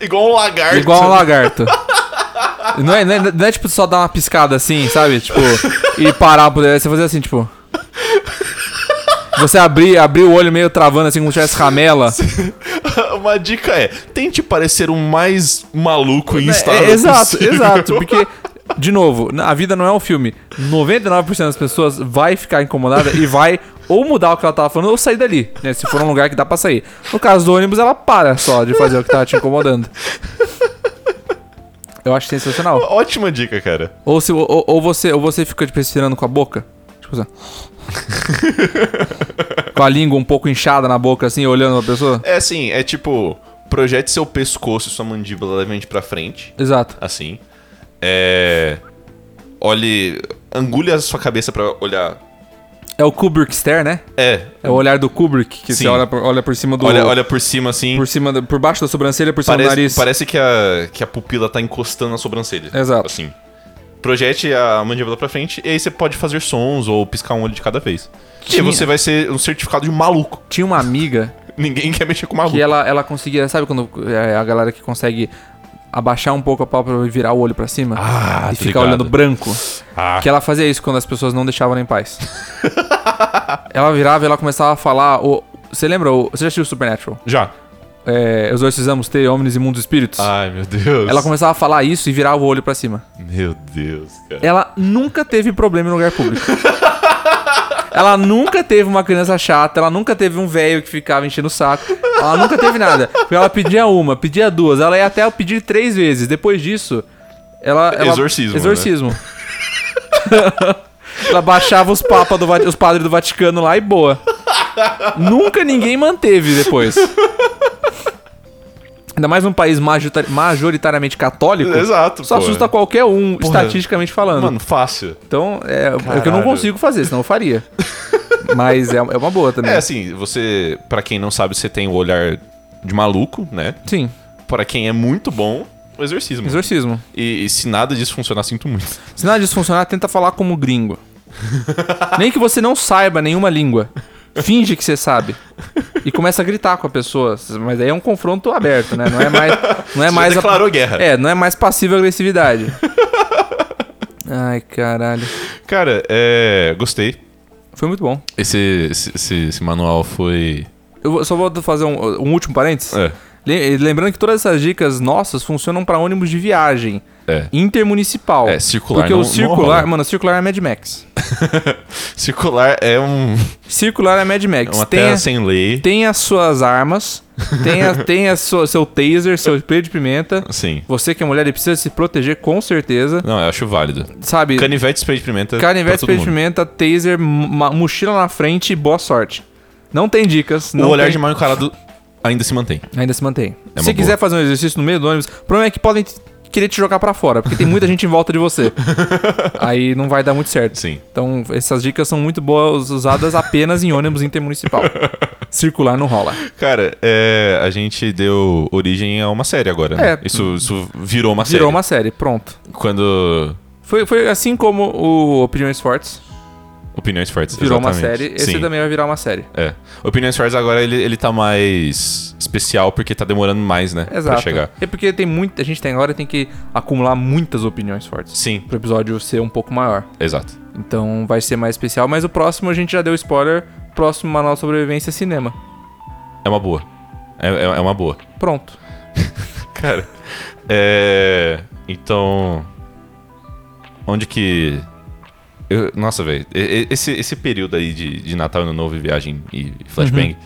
Speaker 2: Igual um lagarto.
Speaker 1: Igual um lagarto. Não é, não, é, não é, tipo só dar uma piscada assim, sabe? Tipo, e parar por aí, você fazer assim, tipo. Você abrir, abrir o olho meio travando assim, como se tivesse ramela.
Speaker 2: Uma dica é: tente parecer o mais maluco e
Speaker 1: É,
Speaker 2: instável.
Speaker 1: é, exato,
Speaker 2: possível.
Speaker 1: exato. Porque, de novo, na- a vida não é um filme. 99% das pessoas vai ficar incomodada e vai ou mudar o que ela tava falando ou sair dali, né? Se for um lugar que dá pra sair. No caso do ônibus, ela para só de fazer o que tá te incomodando. Eu acho sensacional.
Speaker 2: Ótima dica, cara.
Speaker 1: Ou, se, ou, ou você, ou você fica tipo, respirando com a boca. Tipo assim. com a língua um pouco inchada na boca, assim, olhando pra pessoa.
Speaker 2: É assim: é tipo, projete seu pescoço e sua mandíbula levemente pra frente.
Speaker 1: Exato.
Speaker 2: assim. É. Olhe. Angule a sua cabeça pra olhar.
Speaker 1: É o Kubrick Stare, né?
Speaker 2: É.
Speaker 1: É o olhar do Kubrick, que
Speaker 2: Sim.
Speaker 1: você olha por, olha por cima do.
Speaker 2: Olha, olha por cima assim.
Speaker 1: Por, cima, da- por baixo da sobrancelha, por cima do
Speaker 2: parece
Speaker 1: nariz.
Speaker 2: parece que, a, que a pupila tá encostando na sobrancelha.
Speaker 1: Exato.
Speaker 2: Assim. Projete a mandíbula pra frente e aí você pode fazer sons ou piscar um olho de cada vez. E
Speaker 1: Tinha.
Speaker 2: você vai ser um certificado de maluco.
Speaker 1: Tinha uma amiga
Speaker 2: Ninguém quer mexer com maluco.
Speaker 1: que ela, ela conseguia. Sabe quando é, a galera que consegue abaixar um pouco a pálpebra e virar o olho pra cima? e
Speaker 2: Ah, tô
Speaker 1: ficar
Speaker 2: ligado.
Speaker 1: olhando branco?
Speaker 2: Ah,
Speaker 1: Que ela fazia isso quando as pessoas não deixavam ela em paz. ela virava e ela começava a falar. o- Você lembra? o- Você já assistiu Supernatural?
Speaker 2: Já.
Speaker 1: É, os dois precisamos ter homens e mundos espíritos.
Speaker 2: Ai, meu Deus.
Speaker 1: Ela começava a falar isso e virava o olho pra cima.
Speaker 2: Meu Deus, cara.
Speaker 1: Ela nunca teve problema em lugar público. ela nunca teve uma criança chata, ela nunca teve um velho que ficava enchendo o saco. Ela nunca teve nada. Porque ela pedia uma, pedia duas, ela ia até pedir três vezes. Depois disso, ela. ela-
Speaker 2: Exorcismo, né?
Speaker 1: Exorcismo. ela baixava os papas do Vati- os padres do Vaticano lá e boa. nunca ninguém manteve depois. Ainda mais num país majorita- majoritariamente católico.
Speaker 2: Exato,
Speaker 1: Só
Speaker 2: pô.
Speaker 1: assusta qualquer um,
Speaker 2: Porra.
Speaker 1: estatisticamente falando.
Speaker 2: Mano, fácil.
Speaker 1: Então, é, é que eu
Speaker 2: Caralho.
Speaker 1: não consigo fazer, senão eu faria. Mas é, é uma boa também.
Speaker 2: É assim, você, Pra quem não sabe, você tem o olhar de maluco, né?
Speaker 1: Sim,
Speaker 2: Pra quem é muito bom, o exorcismo.
Speaker 1: exorcismo.
Speaker 2: E, e se nada disso funcionar, sinto muito.
Speaker 1: Se nada disso funcionar, tenta falar como gringo. Nem que você não saiba nenhuma língua. Finge que você sabe. E começa a gritar com a pessoa. Mas aí é um confronto aberto, né? Não é mais. Não é
Speaker 2: Você
Speaker 1: mais a-
Speaker 2: declarou guerra.
Speaker 1: É, não é mais passiva agressividade. Ai, caralho.
Speaker 2: Cara, é. Gostei.
Speaker 1: Foi muito bom.
Speaker 2: Esse, esse, esse- esse manual foi.
Speaker 1: Eu vou- só vou fazer um, um último parênteses.
Speaker 2: É.
Speaker 1: Le- Lembrando que todas essas dicas nossas funcionam pra ônibus de viagem.
Speaker 2: É.
Speaker 1: Intermunicipal.
Speaker 2: É, circular
Speaker 1: Porque
Speaker 2: não-
Speaker 1: o
Speaker 2: não
Speaker 1: circular,
Speaker 2: rola.
Speaker 1: mano, circular é Mad Max.
Speaker 2: Circular é um,
Speaker 1: Circular é Mad
Speaker 2: é
Speaker 1: Max.
Speaker 2: uma
Speaker 1: tem,
Speaker 2: terra
Speaker 1: a-
Speaker 2: sem lei.
Speaker 1: tem as suas armas, tem, a, tem a sua- seu taser, seu spray de pimenta.
Speaker 2: Sim.
Speaker 1: Você que é mulher, ele precisa se proteger com certeza.
Speaker 2: Não, eu acho válido.
Speaker 1: Sabe?
Speaker 2: Canivete, spray de pimenta. pra
Speaker 1: Canivete,
Speaker 2: todo
Speaker 1: spray de
Speaker 2: mundo.
Speaker 1: pimenta, taser, ma- mochila na frente e boa sorte. Não tem dicas.
Speaker 2: O
Speaker 1: não
Speaker 2: olhar
Speaker 1: tem-
Speaker 2: de mal encarado ainda se mantém.
Speaker 1: Ainda se mantém.
Speaker 2: É uma
Speaker 1: Se
Speaker 2: boa.
Speaker 1: quiser fazer um exercício no meio do ônibus, o problema é que podem t- querer te jogar pra fora, porque tem muita gente em volta de você. Aí não vai dar muito certo.
Speaker 2: Sim.
Speaker 1: Então, essas dicas são muito boas usadas apenas em ônibus intermunicipal. Circular não rola.
Speaker 2: Cara, é, a gente deu origem a uma série agora. né?
Speaker 1: É.
Speaker 2: Isso, isso virou uma série.
Speaker 1: Virou uma série, pronto.
Speaker 2: Quando.
Speaker 1: Foi, foi assim como o Opiniões Fortes
Speaker 2: Opiniões fortes.
Speaker 1: virou uma
Speaker 2: exatamente.
Speaker 1: série, esse
Speaker 2: Sim.
Speaker 1: também vai virar uma série.
Speaker 2: É. Opiniões fortes agora ele, ele tá mais especial porque tá demorando mais, né?
Speaker 1: Exato.
Speaker 2: Pra chegar.
Speaker 1: É porque tem muita. A gente tem agora tem que acumular muitas opiniões fortes.
Speaker 2: Sim,
Speaker 1: Pro episódio ser um pouco maior.
Speaker 2: exato.
Speaker 1: Então vai ser mais especial, mas o próximo a gente já deu spoiler. Próximo Manual de Sobrevivência é Cinema.
Speaker 2: É uma boa. É, é, é uma boa.
Speaker 1: Pronto.
Speaker 2: Cara. É. Então. Onde que. eu- nossa, velho. e- e- Esse, esse período aí de, de Natal, Ano Novo e viagem e flashbang
Speaker 1: Uhum.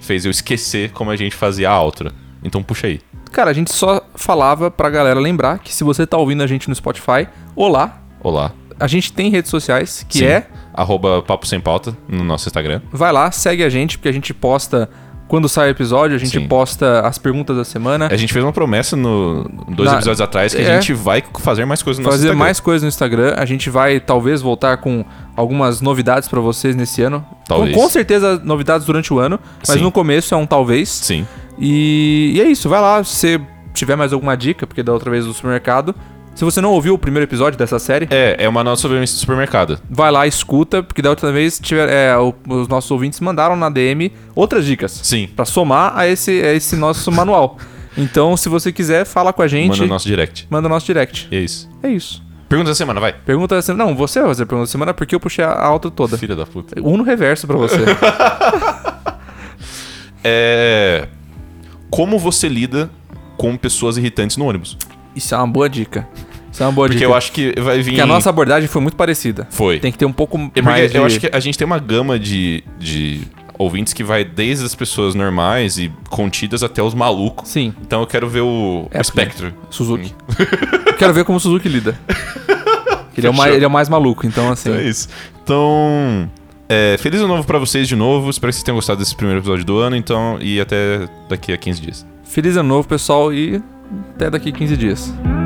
Speaker 2: fez eu esquecer como a gente fazia a outra. Então puxa aí.
Speaker 1: Cara, a gente só falava pra galera lembrar que se você tá ouvindo a gente no Spotify, olá.
Speaker 2: Olá.
Speaker 1: A gente tem redes sociais, que
Speaker 2: Sim.
Speaker 1: é.
Speaker 2: Arroba Papo Sem Pauta no nosso Instagram.
Speaker 1: Vai lá, segue a gente, porque a gente posta. Quando sai o episódio, a gente
Speaker 2: Sim. É,
Speaker 1: posta as perguntas da semana.
Speaker 2: A gente fez uma promessa no dois
Speaker 1: Na-
Speaker 2: episódios atrás que
Speaker 1: É.
Speaker 2: a gente vai fazer mais coisas no nosso
Speaker 1: fazer
Speaker 2: Instagram.
Speaker 1: mais coisas no Instagram. A gente vai talvez voltar com algumas novidades pra vocês nesse ano.
Speaker 2: Talvez.
Speaker 1: Com, com certeza novidades durante o ano, mas
Speaker 2: Sim.
Speaker 1: no começo é um talvez.
Speaker 2: Sim.
Speaker 1: E, e é isso, vai lá, se você tiver mais alguma dica, porque da outra vez do supermercado. Se você não ouviu o primeiro episódio dessa série,
Speaker 2: É, é uma nova sobrevivência do supermercado.
Speaker 1: vai lá, escuta, porque da outra vez tiver, é, o- os nossos ouvintes mandaram na DM outras dicas
Speaker 2: Sim.
Speaker 1: Pra somar a esse, a esse nosso manual. Então, se você quiser, fala com a gente,
Speaker 2: Manda o nosso direct.
Speaker 1: manda nosso direct.
Speaker 2: É isso.
Speaker 1: É isso.
Speaker 2: Pergunta da semana, vai.
Speaker 1: Pergunta da semana. Não, você vai fazer a pergunta da semana porque eu puxei a alta toda.
Speaker 2: Filha da puta.
Speaker 1: Um no reverso pra você.
Speaker 2: É. Como você lida com pessoas irritantes no ônibus?
Speaker 1: Isso é uma boa dica. Isso é uma boa
Speaker 2: Porque
Speaker 1: dica.
Speaker 2: eu acho que vai vir.
Speaker 1: Porque a nossa abordagem foi muito parecida.
Speaker 2: Foi.
Speaker 1: Tem que ter um pouco
Speaker 2: É porque
Speaker 1: mais.
Speaker 2: eu
Speaker 1: de-
Speaker 2: acho que a gente tem uma gama de, de ouvintes que vai desde as pessoas normais e contidas até os malucos.
Speaker 1: Sim.
Speaker 2: Então eu quero ver o,
Speaker 1: É,
Speaker 2: o espectro.
Speaker 1: Suzuki. Eu quero ver como o Suzuki lida. Ele é, o mais,
Speaker 2: Fechou.
Speaker 1: ele é o mais maluco, então
Speaker 2: Então é
Speaker 1: assim.
Speaker 2: isso. Então, é, feliz ano novo pra vocês de novo. Espero que vocês tenham gostado desse primeiro episódio do ano. Então, e até daqui a 15 dias.
Speaker 1: Feliz ano novo, pessoal, e até daqui 15 dias.